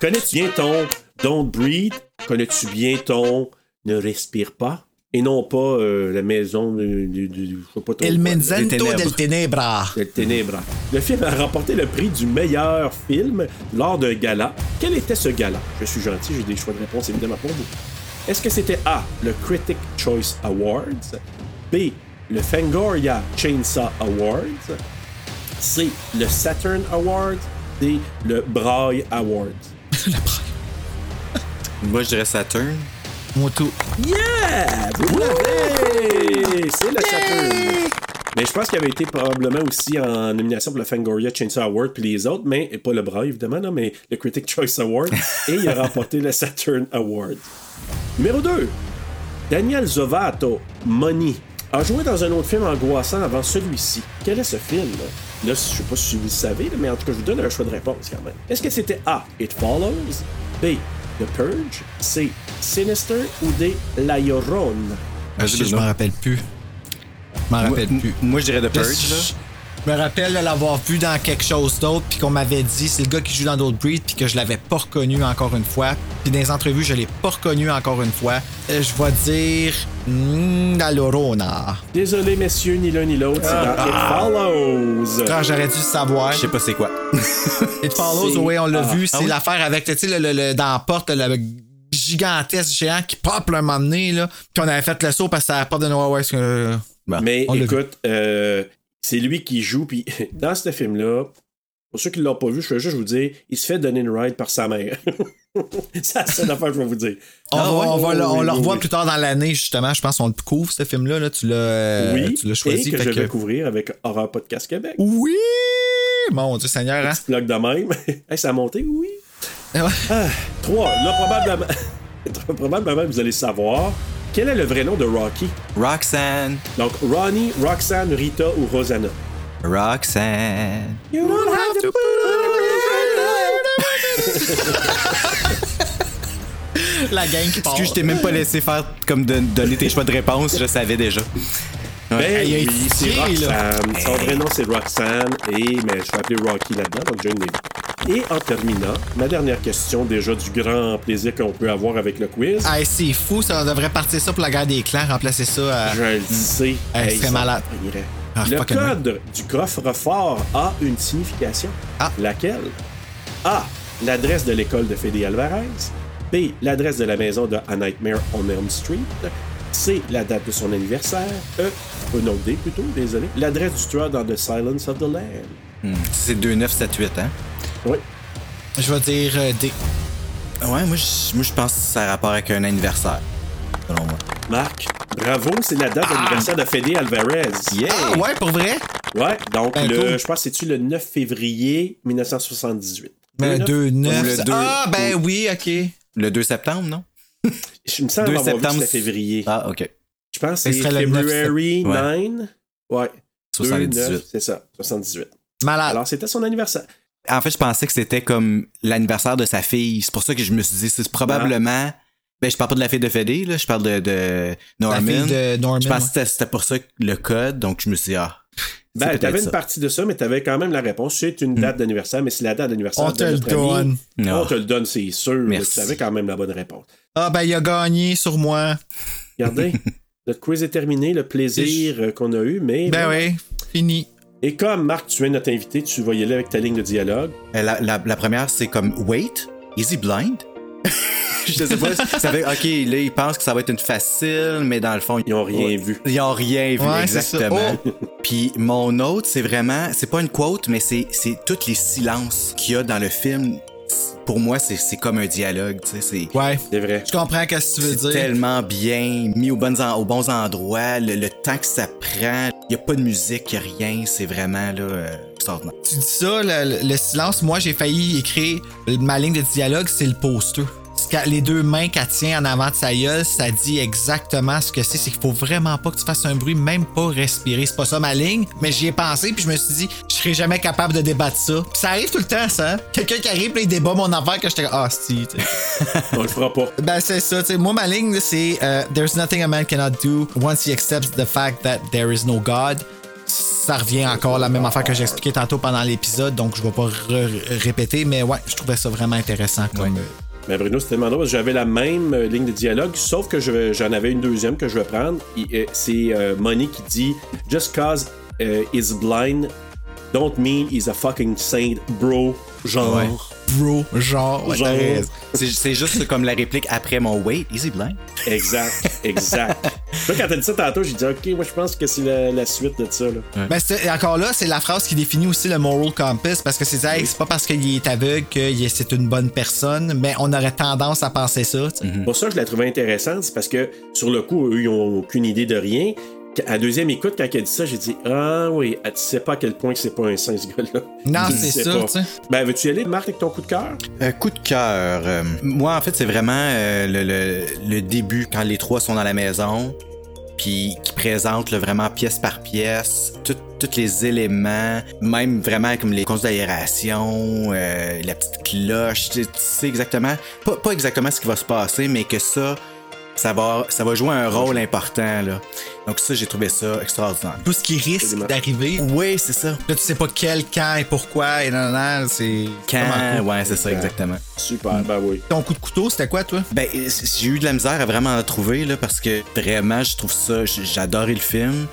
C: Connais-tu bien ton Don't Breathe? Connais-tu bien ton Ne respire pas? Et non pas euh, la maison du. du- du- je sais pas trop
D: El
C: quoi.
D: Menzanto del Tenebra.
C: Del Ténèbres. Le film a remporté le prix du meilleur film lors d'un gala. Quel était ce gala? Je suis gentil, j'ai des choix de réponse évidemment pour vous. Est-ce que c'était A, le Critic Choice Awards, B, le Fangoria Chainsaw Awards, C, le Saturn Awards, D, le Braille Awards?
H: Moi, je dirais Saturn.
D: Mon tout.
C: Yeah! Vous l'avez! C'est le Saturn! Mais je pense qu'il avait été probablement aussi en nomination pour le Fangoria Chainsaw Award puis les autres, mais et pas le Braille évidemment, non, mais le Critic Choice Award. et il a remporté le Saturn Award. Numéro 2. Daniel Zovato, Money, a joué dans un autre film angoissant avant celui-ci. Quel est ce film? Là, je sais pas si vous le savez, là, mais en tout cas, je vous donne un choix de réponse quand même. Est-ce que c'était A, It Follows, B, The Purge, C, Sinister ou D, La Llorone?
D: Ah, Je je m'en rappelle plus. Je m'en rappelle
H: m-
D: plus.
H: Moi, je dirais The
D: Je-
H: Purge, là.
D: Je me rappelle de l'avoir vu dans quelque chose d'autre, puis qu'on m'avait dit, c'est le gars qui joue dans d'autres breeds, puis que je l'avais pas reconnu encore une fois. Puis dans les entrevues, je l'ai pas reconnu encore une fois. Euh, je vais dire. mm, la Llorona.
C: Désolé, messieurs, ni l'un ni l'autre, c'est dans It Follows.
D: Ah, j'aurais dû le savoir.
H: Je sais pas c'est quoi.
D: It Follows,
C: C'est-
D: oui, on l'a
C: Ah,
D: vu,
H: ah
D: c'est
H: oui?
D: l'affaire avec, tu sais, le, le- le- dans la porte, le gigantesque géant qui pop là, un moment donné, là. Puis on avait fait le saut parce que ça porte de Noah West. euh,
C: Mais
D: On l'a
C: écoute, euh, c'est lui qui joue. Puis dans ce film-là, pour ceux qui ne l'ont pas vu, je vais juste vous dire, il se fait donner une ride par sa mère. C'est la seule affaire que je vais vous dire.
D: On, va, Ah, on, va le- on
C: Ah, Oui,
D: le
C: oui,
D: revoit
C: oui.
D: plus tard dans l'année, justement. Je pense qu'on le couvre, ce film-là. là. Tu l'as euh,
C: Oui,
D: tu l'as choisi.
C: et que
D: fait
C: je
D: que-
C: vais couvrir avec Horreur Podcast Québec.
D: Oui! Mon Dieu Seigneur, hein?
C: Petit plug de même. Hey, ça a monté, oui.
D: Ouais.
C: Ah, trois, là, probablement... probablement, vous allez savoir quel est le vrai nom de Rocky.
H: Roxanne.
C: Donc, Ronnie, Roxanne, Rita ou Rosanna.
H: Roxanne.
D: La gang qui part.
H: Excuse, je t'ai même pas laissé faire comme de, donner tes choix de réponse, je savais déjà.
C: Ben oui,
D: Hey, hey,
C: c'est
D: hey,
C: Roxanne. Son vrai nom, c'est Roxanne. Et mais je vais appeler Rocky là-dedans, donc John Levy. Et en terminant, ma dernière question, déjà du grand plaisir qu'on peut avoir avec le quiz.
D: Hey, c'est fou, ça on devrait partir ça pour la guerre des clans, remplacer ça euh, à.
C: Je le sais.
D: Hey, Ah. Eh, c'est
C: ça
D: malade.
C: pognerait.
D: Ah,
C: le
D: fucking
C: code du coffre-fort a une signification.
D: Ah.
C: Laquelle? A. L'adresse de l'école de Fede Alvarez. B. L'adresse de la maison de A Nightmare on Elm Street. C. La date de son anniversaire. E. euh, non, D plutôt, désolé. L'adresse du tueur dans The Silence of the Lambs.
H: Hmm, C'est 2978, hein?
C: Oui.
D: Je vais dire euh, D.
H: Ouais, moi je, moi, je pense que ça a rapport avec un anniversaire. Selon moi.
C: Marc, bravo, c'est la date d'anniversaire de Fede Alvarez.
H: Yeah!
D: Ah ouais, pour vrai?
C: Ouais, donc
D: Ben,
C: le,
D: cool.
C: je pense que c'est-tu le 9 février 1978.
D: Ben,
C: Le Oh.
D: 2, 9.
H: Le deux.
D: Ah, ben oui, ok.
H: Le 2 septembre, non?
C: Je me sens
H: 2
C: avoir vu
H: septembre.
C: que c'était février.
H: Ah, ok.
C: Je pense
D: Ça
C: que c'est
D: serait le
C: February 9.
H: neuf sept-
C: Ouais. 2, 9,
H: 78.
C: C'est ça, 78.
D: Malade.
C: Alors, c'était son anniversaire.
H: En fait, je pensais que c'était comme l'anniversaire de sa fille. C'est pour ça que je me suis dit, c'est probablement.
C: Ah.
H: Ben, je parle pas de la fille de Fédé, là. Je parle de, de
D: La
H: Norman.
D: fille de Norman.
H: Je pensais
D: ouais.
H: que c'était- c'était pour ça que le code, donc je me suis dit, ah,
C: Ben, t'avais une partie de ça, mais t'avais quand même la réponse. C'est une date d'anniversaire, mais c'est la date d'anniversaire
D: On
C: de
D: te le
C: notre ami,
D: donne.
C: On
D: Non.
C: te le donne, c'est sûr. mais
D: Merci.
C: Tu avais quand même la bonne réponse.
D: Ah, ben, il a gagné sur moi.
C: Regardez, notre quiz est terminé, le plaisir euh, qu'on a eu, mais.
D: Ben oui, fini.
C: Et comme Marc, tu es notre invité, tu vas y aller avec ta ligne de dialogue.
H: Euh, La, la- la première, c'est comme Wait, is he blind? je sais pas. ça fait, ok, là, ils pensent que ça va être une facile, mais dans le fond, ils
C: ont rien vu.
H: Ils ont rien vu,
D: Ouais, c'est ça. Oh!
H: exactement. Puis mon autre, c'est vraiment, c'est pas une quote, mais c'est, c'est tous les silences qu'il y a dans le film. Pour moi, c'est, c'est comme un dialogue, tu sais. C'est,
D: ouais.
C: c'est vrai.
D: Je comprends qu'est-ce que tu veux
H: C'est
D: dire.
H: tellement bien, mis aux, bonnes en- aux bons endroits, le, le temps que ça prend. Il n'y a pas de musique, il n'y a rien. C'est vraiment là, euh, extraordinaire.
D: Tu dis ça, le, le- le silence, moi j'ai failli écrire ma ligne de dialogue, c'est le poster. Ce qu'a- Les deux mains qu'elle tient en avant de sa gueule, ça dit exactement ce que c'est. C'est qu'il faut vraiment pas que tu fasses un bruit, même pas respirer. C'est pas ça ma ligne, mais j'y ai pensé, puis je me suis dit, je serais jamais capable de débattre ça. Puis ça arrive tout le temps, ça. hein? Quelqu'un qui arrive, puis il débat mon affaire que j'étais comme, ah, si, tu sais.
C: On le fera pas.
D: Ben, c'est ça, tu sais. Moi, ma ligne, c'est euh, There's nothing a man cannot do once he accepts the fact that there is no God. Ça revient encore à la même affaire que j'expliquais tantôt pendant l'épisode, donc je vais pas re- répéter, mais ouais, je trouvais ça vraiment intéressant comme.
C: Mais Bruno, c'était tellement drôle. J'avais la même euh, ligne de dialogue, sauf que je vais- j'en avais une deuxième que je vais prendre. Et, euh, C'est euh, Money qui dit Just cause euh, is blind, don't mean he's a fucking saint, bro. Genre.
H: Ouais.
D: Bro, genre, ouais, t'as raison.
H: C'est, c'est juste comme la réplique après mon Wait, is he blind?
C: Exact, exact. Là, quand elle dit ça tantôt, j'ai dit Ok, moi je pense que c'est la, la suite de ça. Là.
D: Ben, c'est- et encore là, c'est la phrase qui définit aussi le moral compass parce que c'est dire, Hey, c'est pas parce qu'il est aveugle que il est- c'est une bonne personne, mais on aurait tendance à penser ça. tu sais.
C: Pour ça, je la trouvais intéressante, c'est parce que sur le coup, eux, ils n'ont aucune idée de rien. Qu- À deuxième écoute, quand elle dit ça, j'ai dit Ah oui, elle, tu sais pas à quel point que c'est pas un saint, ce gars-là.
D: Non,
C: Tu
D: c'est
C: sais
D: ça,
C: pas.
D: tu sais.
C: Ben, veux-tu y aller, Marc, avec ton coup de cœur
H: Euh, coup de cœur. euh, moi, en fait, c'est vraiment euh, le, le- le début, quand les trois sont dans la maison, puis qui présente là, vraiment pièce par pièce, tout- tous les éléments, même vraiment comme les causes d'aération, euh, la petite cloche, tu tu sais exactement, pas, pas exactement ce qui va se passer, mais que ça, ça va, ça va jouer un rôle important. Là. Donc ça, j'ai trouvé ça extraordinaire.
D: Tout ce qui risque d'arriver.
H: Oui, c'est ça.
D: Là, tu sais pas quel, quand et pourquoi, et non, non, non, c'est.
H: Quand,
D: vraiment cool.
H: ouais, c'est ça, exactement.
C: Super,
D: Mm.
C: ben oui.
D: Ton coup de couteau, c'était quoi, toi?
H: Ben, j'ai eu de la misère à vraiment la trouver, là, parce que vraiment, je trouve ça, j- j'ai adoré le film.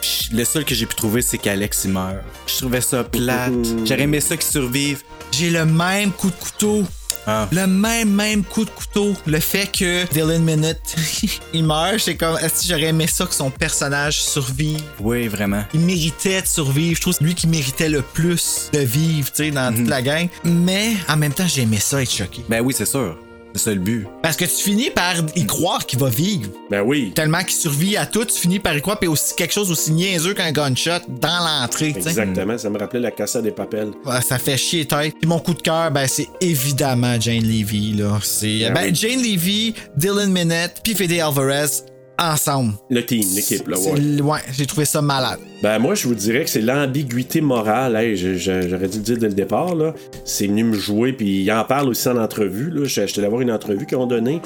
H: Puis Le seul que j'ai pu trouver, c'est qu'Alex, il meurt. Je trouvais ça plate. J'aurais aimé ça qu'il survive.
D: J'ai le même coup de couteau.
H: Ah.
D: Le même, même coup de couteau. Le fait que Dylan Minute, il meurt, c'est comme, est-ce que j'aurais aimé ça que son personnage survive?
H: Oui, vraiment.
D: Il méritait de survivre. Je trouve que c'est lui qui méritait le plus de vivre, tu sais, dans toute la gang. Mais en même temps, j'ai aimé ça être choqué.
H: Ben oui, c'est sûr. C'est ça le but.
D: Parce que tu finis par y croire qu'il va vivre.
C: Ben oui.
D: Tellement qu'il survit à tout, tu finis par y croire. Puis aussi quelque chose aussi niaiseux qu'un gunshot dans l'entrée, tu sais.
C: Exactement, ça me rappelait la Casa des Papels.
D: Ah, ça fait chier tête. Puis mon coup de cœur, ben, c'est évidemment Jane Levy. Là. C'est,
C: Ben
D: ben,
C: oui.
D: Jane Levy, Dylan Minnette, puis Fede Alvarez, ensemble.
C: Le team, l'équipe, là,
D: C'est
C: ouais.
D: loin. J'ai trouvé ça malade.
C: Ben moi, je vous dirais que c'est l'ambiguïté morale. Hey, je- je- J'aurais dû le dire dès le départ. là. C'est venu me jouer, puis il en parle aussi en entrevue. là. J'ai acheté d'avoir une entrevue qu'ils ont donnée.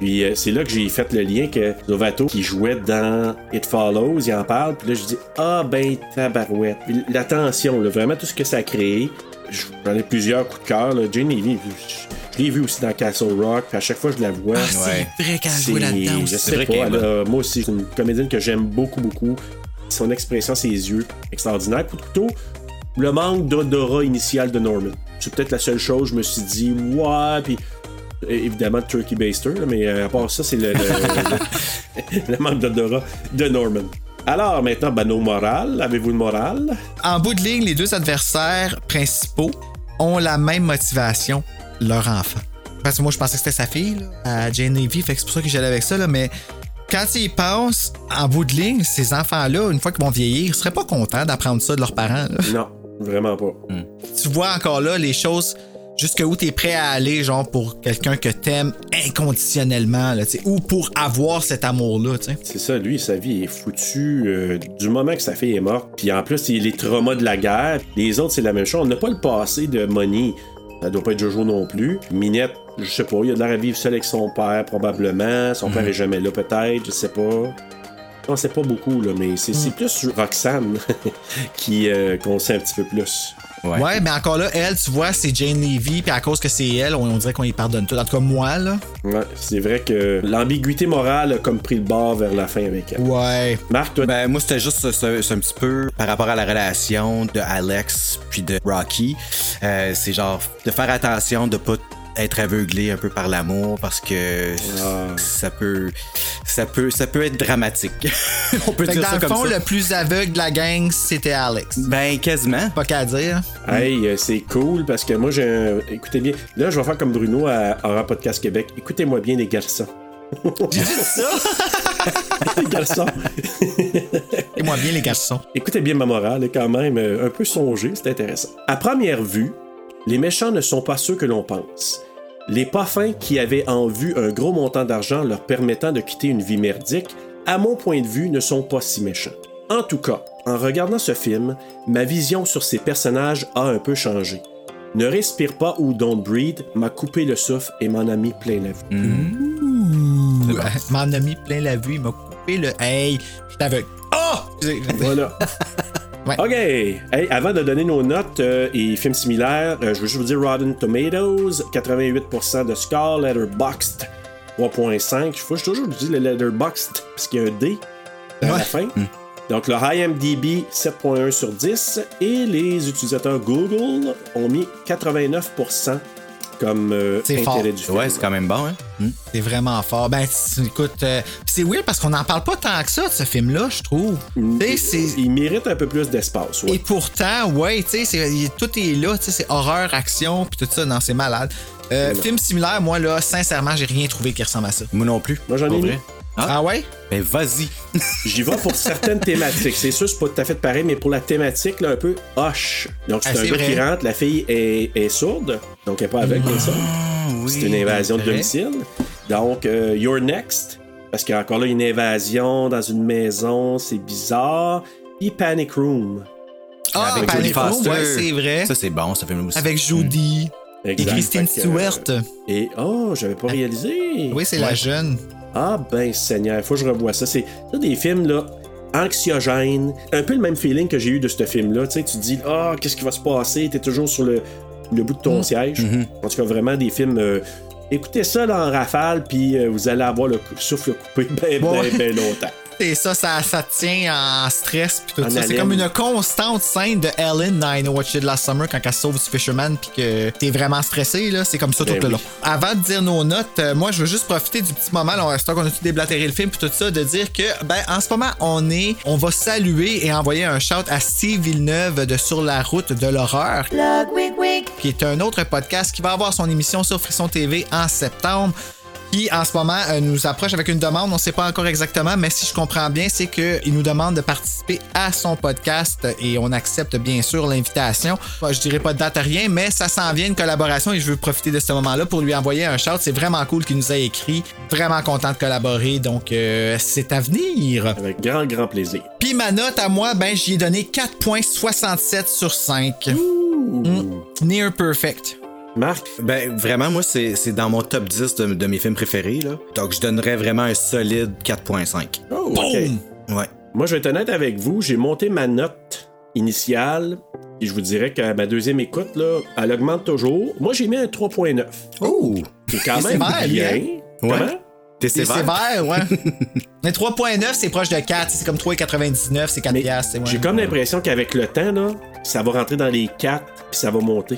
C: Puis euh, c'est là que j'ai fait le lien que Lovato, qui jouait dans It Follows, il en parle. Puis là, je dis Ah ben tabarouette. Puis la tension, là, vraiment tout ce que ça a créé. J'en ai plusieurs coups de cœur. là. Jane Levy, je- je l'ai vu aussi dans Castle Rock. Puis à chaque fois, je la vois.
H: Ouais.
D: Ah, C'est vrai qu'elle
C: C'est-
D: jouait là-dedans
C: Je
D: aussi.
C: sais pas, elle a- moi aussi, c'est une comédienne que j'aime beaucoup, beaucoup. Son expression, ses yeux, extraordinaire. Coup de couteau, le manque d'odorat initial de Norman. C'est peut-être la seule chose, je me suis dit, ouais, puis é- évidemment Turkey Baster, là, mais euh, à part ça, c'est le, le- le manque d'odorat de Norman. Alors maintenant, ben, nos morales, avez-vous une morale?
D: En bout de ligne, les deux adversaires principaux ont la même motivation, leur enfant. Parce que moi, je pensais que c'était sa fille, là, à Jane Levy, fait que c'est pour ça que j'allais avec ça, là, mais quand ils y pensent, en bout de ligne, ces enfants-là, une fois qu'ils vont vieillir, ils seraient pas contents d'apprendre ça de leurs parents. là.
C: Non, vraiment pas.
D: tu vois encore là les choses jusqu'où tu es prêt à aller, genre pour quelqu'un que t'aimes inconditionnellement, là, tu sais, ou pour avoir cet amour-là. tu sais.
C: C'est ça, lui, sa vie est foutue euh, du moment que sa fille est morte. Puis en plus, il y a les traumas de la guerre. Les autres, c'est la même chose. On n'a pas le passé de Money. Ça doit pas être Jojo non plus. Minette, je sais pas, il a de l'air à vivre seul avec son père, probablement. Son père est jamais là, peut-être, je sais pas. On sait pas beaucoup, là, mais c'est c'est plus sur Roxane qui, euh, qu'on sait un petit peu plus.
D: Ouais. mais encore là, elle, tu vois, c'est Jane Levy, puis à cause que c'est elle, on, on dirait qu'on y pardonne tout. En tout cas, moi, là.
C: Ouais, c'est vrai que l'ambiguïté morale a comme pris le bord vers la fin avec elle.
D: Ouais.
C: Marc, toi,
H: Ben, moi, c'était juste ce- ce- c'est un petit peu par rapport à la relation de Alex puis de Rocky. Euh, c'est genre de faire attention de pas être aveuglé un peu par l'amour parce que
D: Ah.
H: ça peut ça peut ça peut être dramatique. On peut
D: Fait que
H: dire
D: dans
H: ça
D: le
H: comme
D: fond,
H: ça.
D: le plus aveugle de la gang, c'était Alex.
H: Ben quasiment.
D: Pas qu'à dire.
C: Hey, euh, c'est cool parce que moi, j'ai un- Écoutez bien. Là, je vais faire comme Bruno à Aura Podcast Québec. Écoutez-moi bien, les garçons.
D: J'ai dit ça.
C: les garçons.
D: Et moi bien, les garçons.
C: Écoutez bien ma morale, quand même, euh, un peu songée, c'est intéressant. À première vue, les méchants ne sont pas ceux que l'on pense. Les parfums qui avaient en vue un gros montant d'argent leur permettant de quitter une vie merdique, à mon point de vue, ne sont pas si méchants. En tout cas, en regardant ce film, ma vision sur ces personnages a un peu changé. Ne respire pas ou Don't Breathe m'a coupé le souffle et m'en a mis plein la vue.
D: Ouh, M'en a mis plein la vue, il m'a coupé le. Hey, je t'aveugle. Oh! Excusez.
C: Voilà. OK. Hey, avant de donner nos notes euh, et films similaires, euh, je veux juste vous dire Rotten Tomatoes, 88% de score, Letterboxd, 3.5. Je faut que je toujours vous dis le Letterboxd, parce qu'il y a un D à la fin.
H: Hmm.
C: Donc le IMDb, 7.1 sur 10. Et les utilisateurs Google ont mis 89% comme euh,
D: C'est
C: intérêt
D: fort.
C: du film.
H: Ouais, c'est quand même bon hein.
D: C'est vraiment fort. Ben, c'est- écoute, euh, pis c'est weird parce qu'on n'en parle pas tant que ça de ce film-là, je trouve.
H: Mm.
D: Tu sais, c'est-
C: Il mérite un peu plus d'espace. ouais.
D: Et pourtant, ouais, tu sais, c'est- il- tout est là, tu sais, c'est horreur, action, puis tout ça, non, c'est malade. Euh,
C: Voilà.
D: Film similaire, moi, là, sincèrement, j'ai rien trouvé qui ressemble à ça.
H: Moi non plus.
C: Moi j'en
H: Pas
C: ai
H: vrai.
C: mis.
H: Ah?
D: Ah ouais?
H: Ben vas-y.
C: J'y vais pour certaines thématiques. C'est sûr, c'est pas tout à fait pareil, mais pour la thématique, là, un peu hoche. Donc, c'est
D: Ah,
C: un
D: c'est
C: gars qui
D: vrai.
C: rentre, la fille est, est sourde, donc elle est pas avec les sourde.
D: Ah,
C: c'est une invasion de
H: c'est vrai.
C: domicile. Donc, euh, You're Next, parce qu'il y a encore là une invasion dans une maison, c'est bizarre. Et Panic Room.
D: Ah,
H: Avec
D: Panic
H: Jodie
D: Room,
H: Foster.
D: ouais, c'est vrai.
H: Ça c'est bon, ça fait aussi.
D: Hein? Avec Jodie et
C: Exact.
D: Christine
C: Fait que, euh,
D: Stewart. Ah,
C: Et oh, j'avais pas réalisé.
D: Oui, c'est la
C: Ouais.
D: jeune.
C: Ah ben Seigneur, faut que je revoie ça. C'est ça, des films là anxiogènes, un peu le même feeling que j'ai eu de ce film là. Tu sais, tu te dis ah qu'est-ce qui va se passer, t'es toujours sur le, le bout de ton siège. En tout cas vraiment des films. euh, écoutez ça là, en rafale puis euh, vous allez avoir le cou- souffle coupé ben ben
D: Ouais.
C: ben longtemps.
D: Et ça, ça, ça te tient en stress puis tout
C: En
D: ça. C'est
C: haleine.
D: comme une constante scène de Ellen dans I Know What You Did Last Summer quand elle sauve du Fisherman puis que t'es vraiment stressé, là. C'est comme ça
C: Ben
D: tout le
C: oui.
D: long. Avant de dire nos notes, euh, moi, je veux juste profiter du petit moment, là, on- c'est qu'on a tout déblatéré le film puis tout ça, de dire que, ben, en ce moment, on est, on va saluer et envoyer un shout à Steve Villeneuve de Sur la route de l'horreur qui est un autre podcast qui va avoir son émission sur Frisson TV en septembre. Qui en ce moment euh, nous approche avec une demande, on ne sait pas encore exactement, mais si je comprends bien, c'est qu'il nous demande de participer à son podcast et on accepte bien sûr l'invitation. Moi, Je dirais pas de date à rien, mais ça s'en vient une collaboration et je veux profiter de ce moment-là pour lui envoyer un shout. C'est vraiment cool qu'il nous a écrit, vraiment content de collaborer, donc euh, c'est à venir.
C: Avec grand grand plaisir.
D: Puis ma note à moi, ben j'y ai donné 4.67 sur 5.
C: Mmh.
D: Mm. Near perfect.
C: Marc,
H: Ben, vraiment, moi, c'est c'est dans mon top 10 de, de mes films préférés, là. Donc, je donnerais vraiment un solide 4.5.
C: oh, ok.
D: Boom!
H: Ouais.
C: Moi je vais être honnête avec vous, j'ai monté ma note initiale. Et je vous dirais que ma deuxième écoute, là, elle augmente toujours. Moi, j'ai mis un 3.9.
H: Oh!
C: C'est quand
D: C'est
C: même
D: sévère, lui,
C: bien.
D: hein?
C: Comment?
H: T'es
D: C'est
H: sévère?
D: sévère, ouais. Mais 3.9, c'est proche de 4. C'est comme 3,99, c'est 4
C: Mais
D: piastres, c'est- ouais.
C: J'ai comme l'impression qu'avec le temps, là, ça va rentrer dans les 4 puis ça va monter.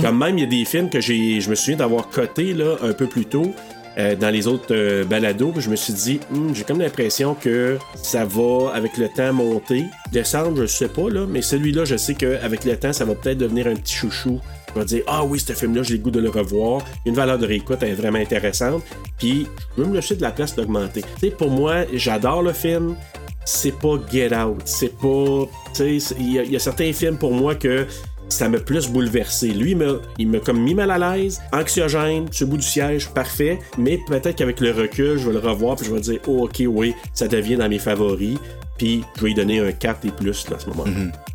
C: Comme même, il y a des films que j'ai, je me souviens d'avoir cotés là, un peu plus tôt euh, dans les autres euh, balados. puis Je me suis dit, Hum, j'ai comme l'impression que ça va, avec le temps, monter. Descendre, je sais pas, là, mais celui-là, je sais qu'avec le temps, ça va peut-être devenir un petit chouchou. Je vais dire, ah oui, ce film-là, j'ai le goût de le revoir. Une valeur de réécoute elle est vraiment intéressante. Puis, je veux me laisser de la place d'augmenter. Tu sais, pour moi, j'adore le film c'est pas Get Out, c'est pas. Tu sais, c'est- il y, a- il y a certains films pour moi que ça m'a plus bouleversé. Lui, il m'a- il m'a comme mis mal à l'aise, anxiogène, sur le bout du siège, parfait. Mais peut-être qu'avec le recul, je vais le revoir puis je vais dire, oh, ok, oui, ça devient dans mes favoris. Puis je vais lui donner un 4 et plus là, à ce moment-là.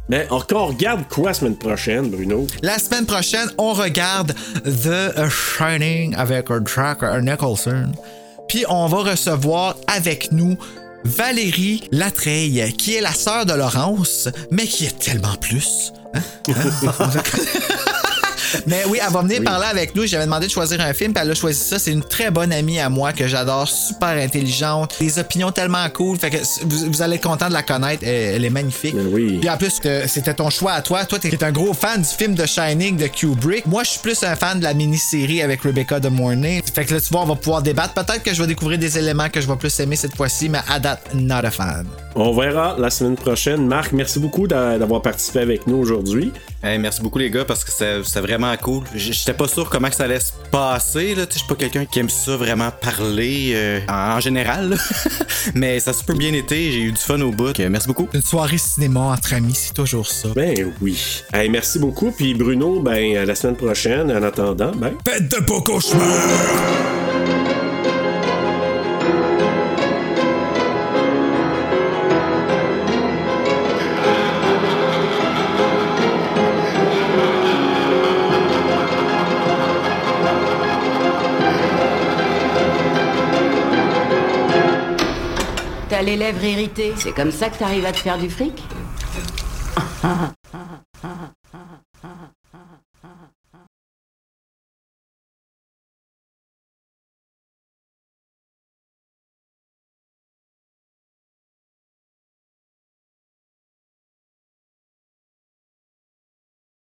C: Mais encore, on regarde quoi la semaine prochaine, Bruno
D: La semaine prochaine, on regarde The Shining avec Jack Nicholson. Puis on va recevoir avec nous Valérie Latreille, qui est la sœur de Laurence, mais qui est tellement plus. Hein? Hein? Mais oui, elle va venir oui. parler avec nous. J'avais demandé de choisir un film, puis elle a choisi ça. C'est une très bonne amie à moi que j'adore, super intelligente, des opinions tellement cool. Fait que vous, vous allez être content de la connaître. Elle, elle est magnifique.
C: Ben Oui.
D: Puis en plus, c'était ton choix à toi. Toi, t'es un gros fan du film de Shining de Kubrick. Moi, je suis plus un fan de la mini-série avec Rebecca De Mornay. Fait que là, tu vois, on va pouvoir débattre. Peut-être que je vais découvrir des éléments que je vais plus aimer cette fois-ci, mais à date, not a fan.
C: On verra la semaine prochaine. Marc, merci beaucoup d'avoir participé avec nous aujourd'hui.
H: Hey, merci beaucoup, les gars, parce que c'est vraiment cool. J'étais pas sûr comment que ça allait se passer. Je suis pas quelqu'un qui aime ça vraiment parler euh, en, en, général. Mais ça a super bien été. J'ai eu du fun au bout. Euh, merci beaucoup.
D: Une soirée cinéma entre amis, c'est toujours ça.
C: Ben oui. Hey, merci beaucoup. Puis Bruno, ben à la semaine prochaine. En attendant, ben.
M: Faites de beaux cauchemars!
N: les lèvres irritées. C'est comme ça que t'arrives à te faire du fric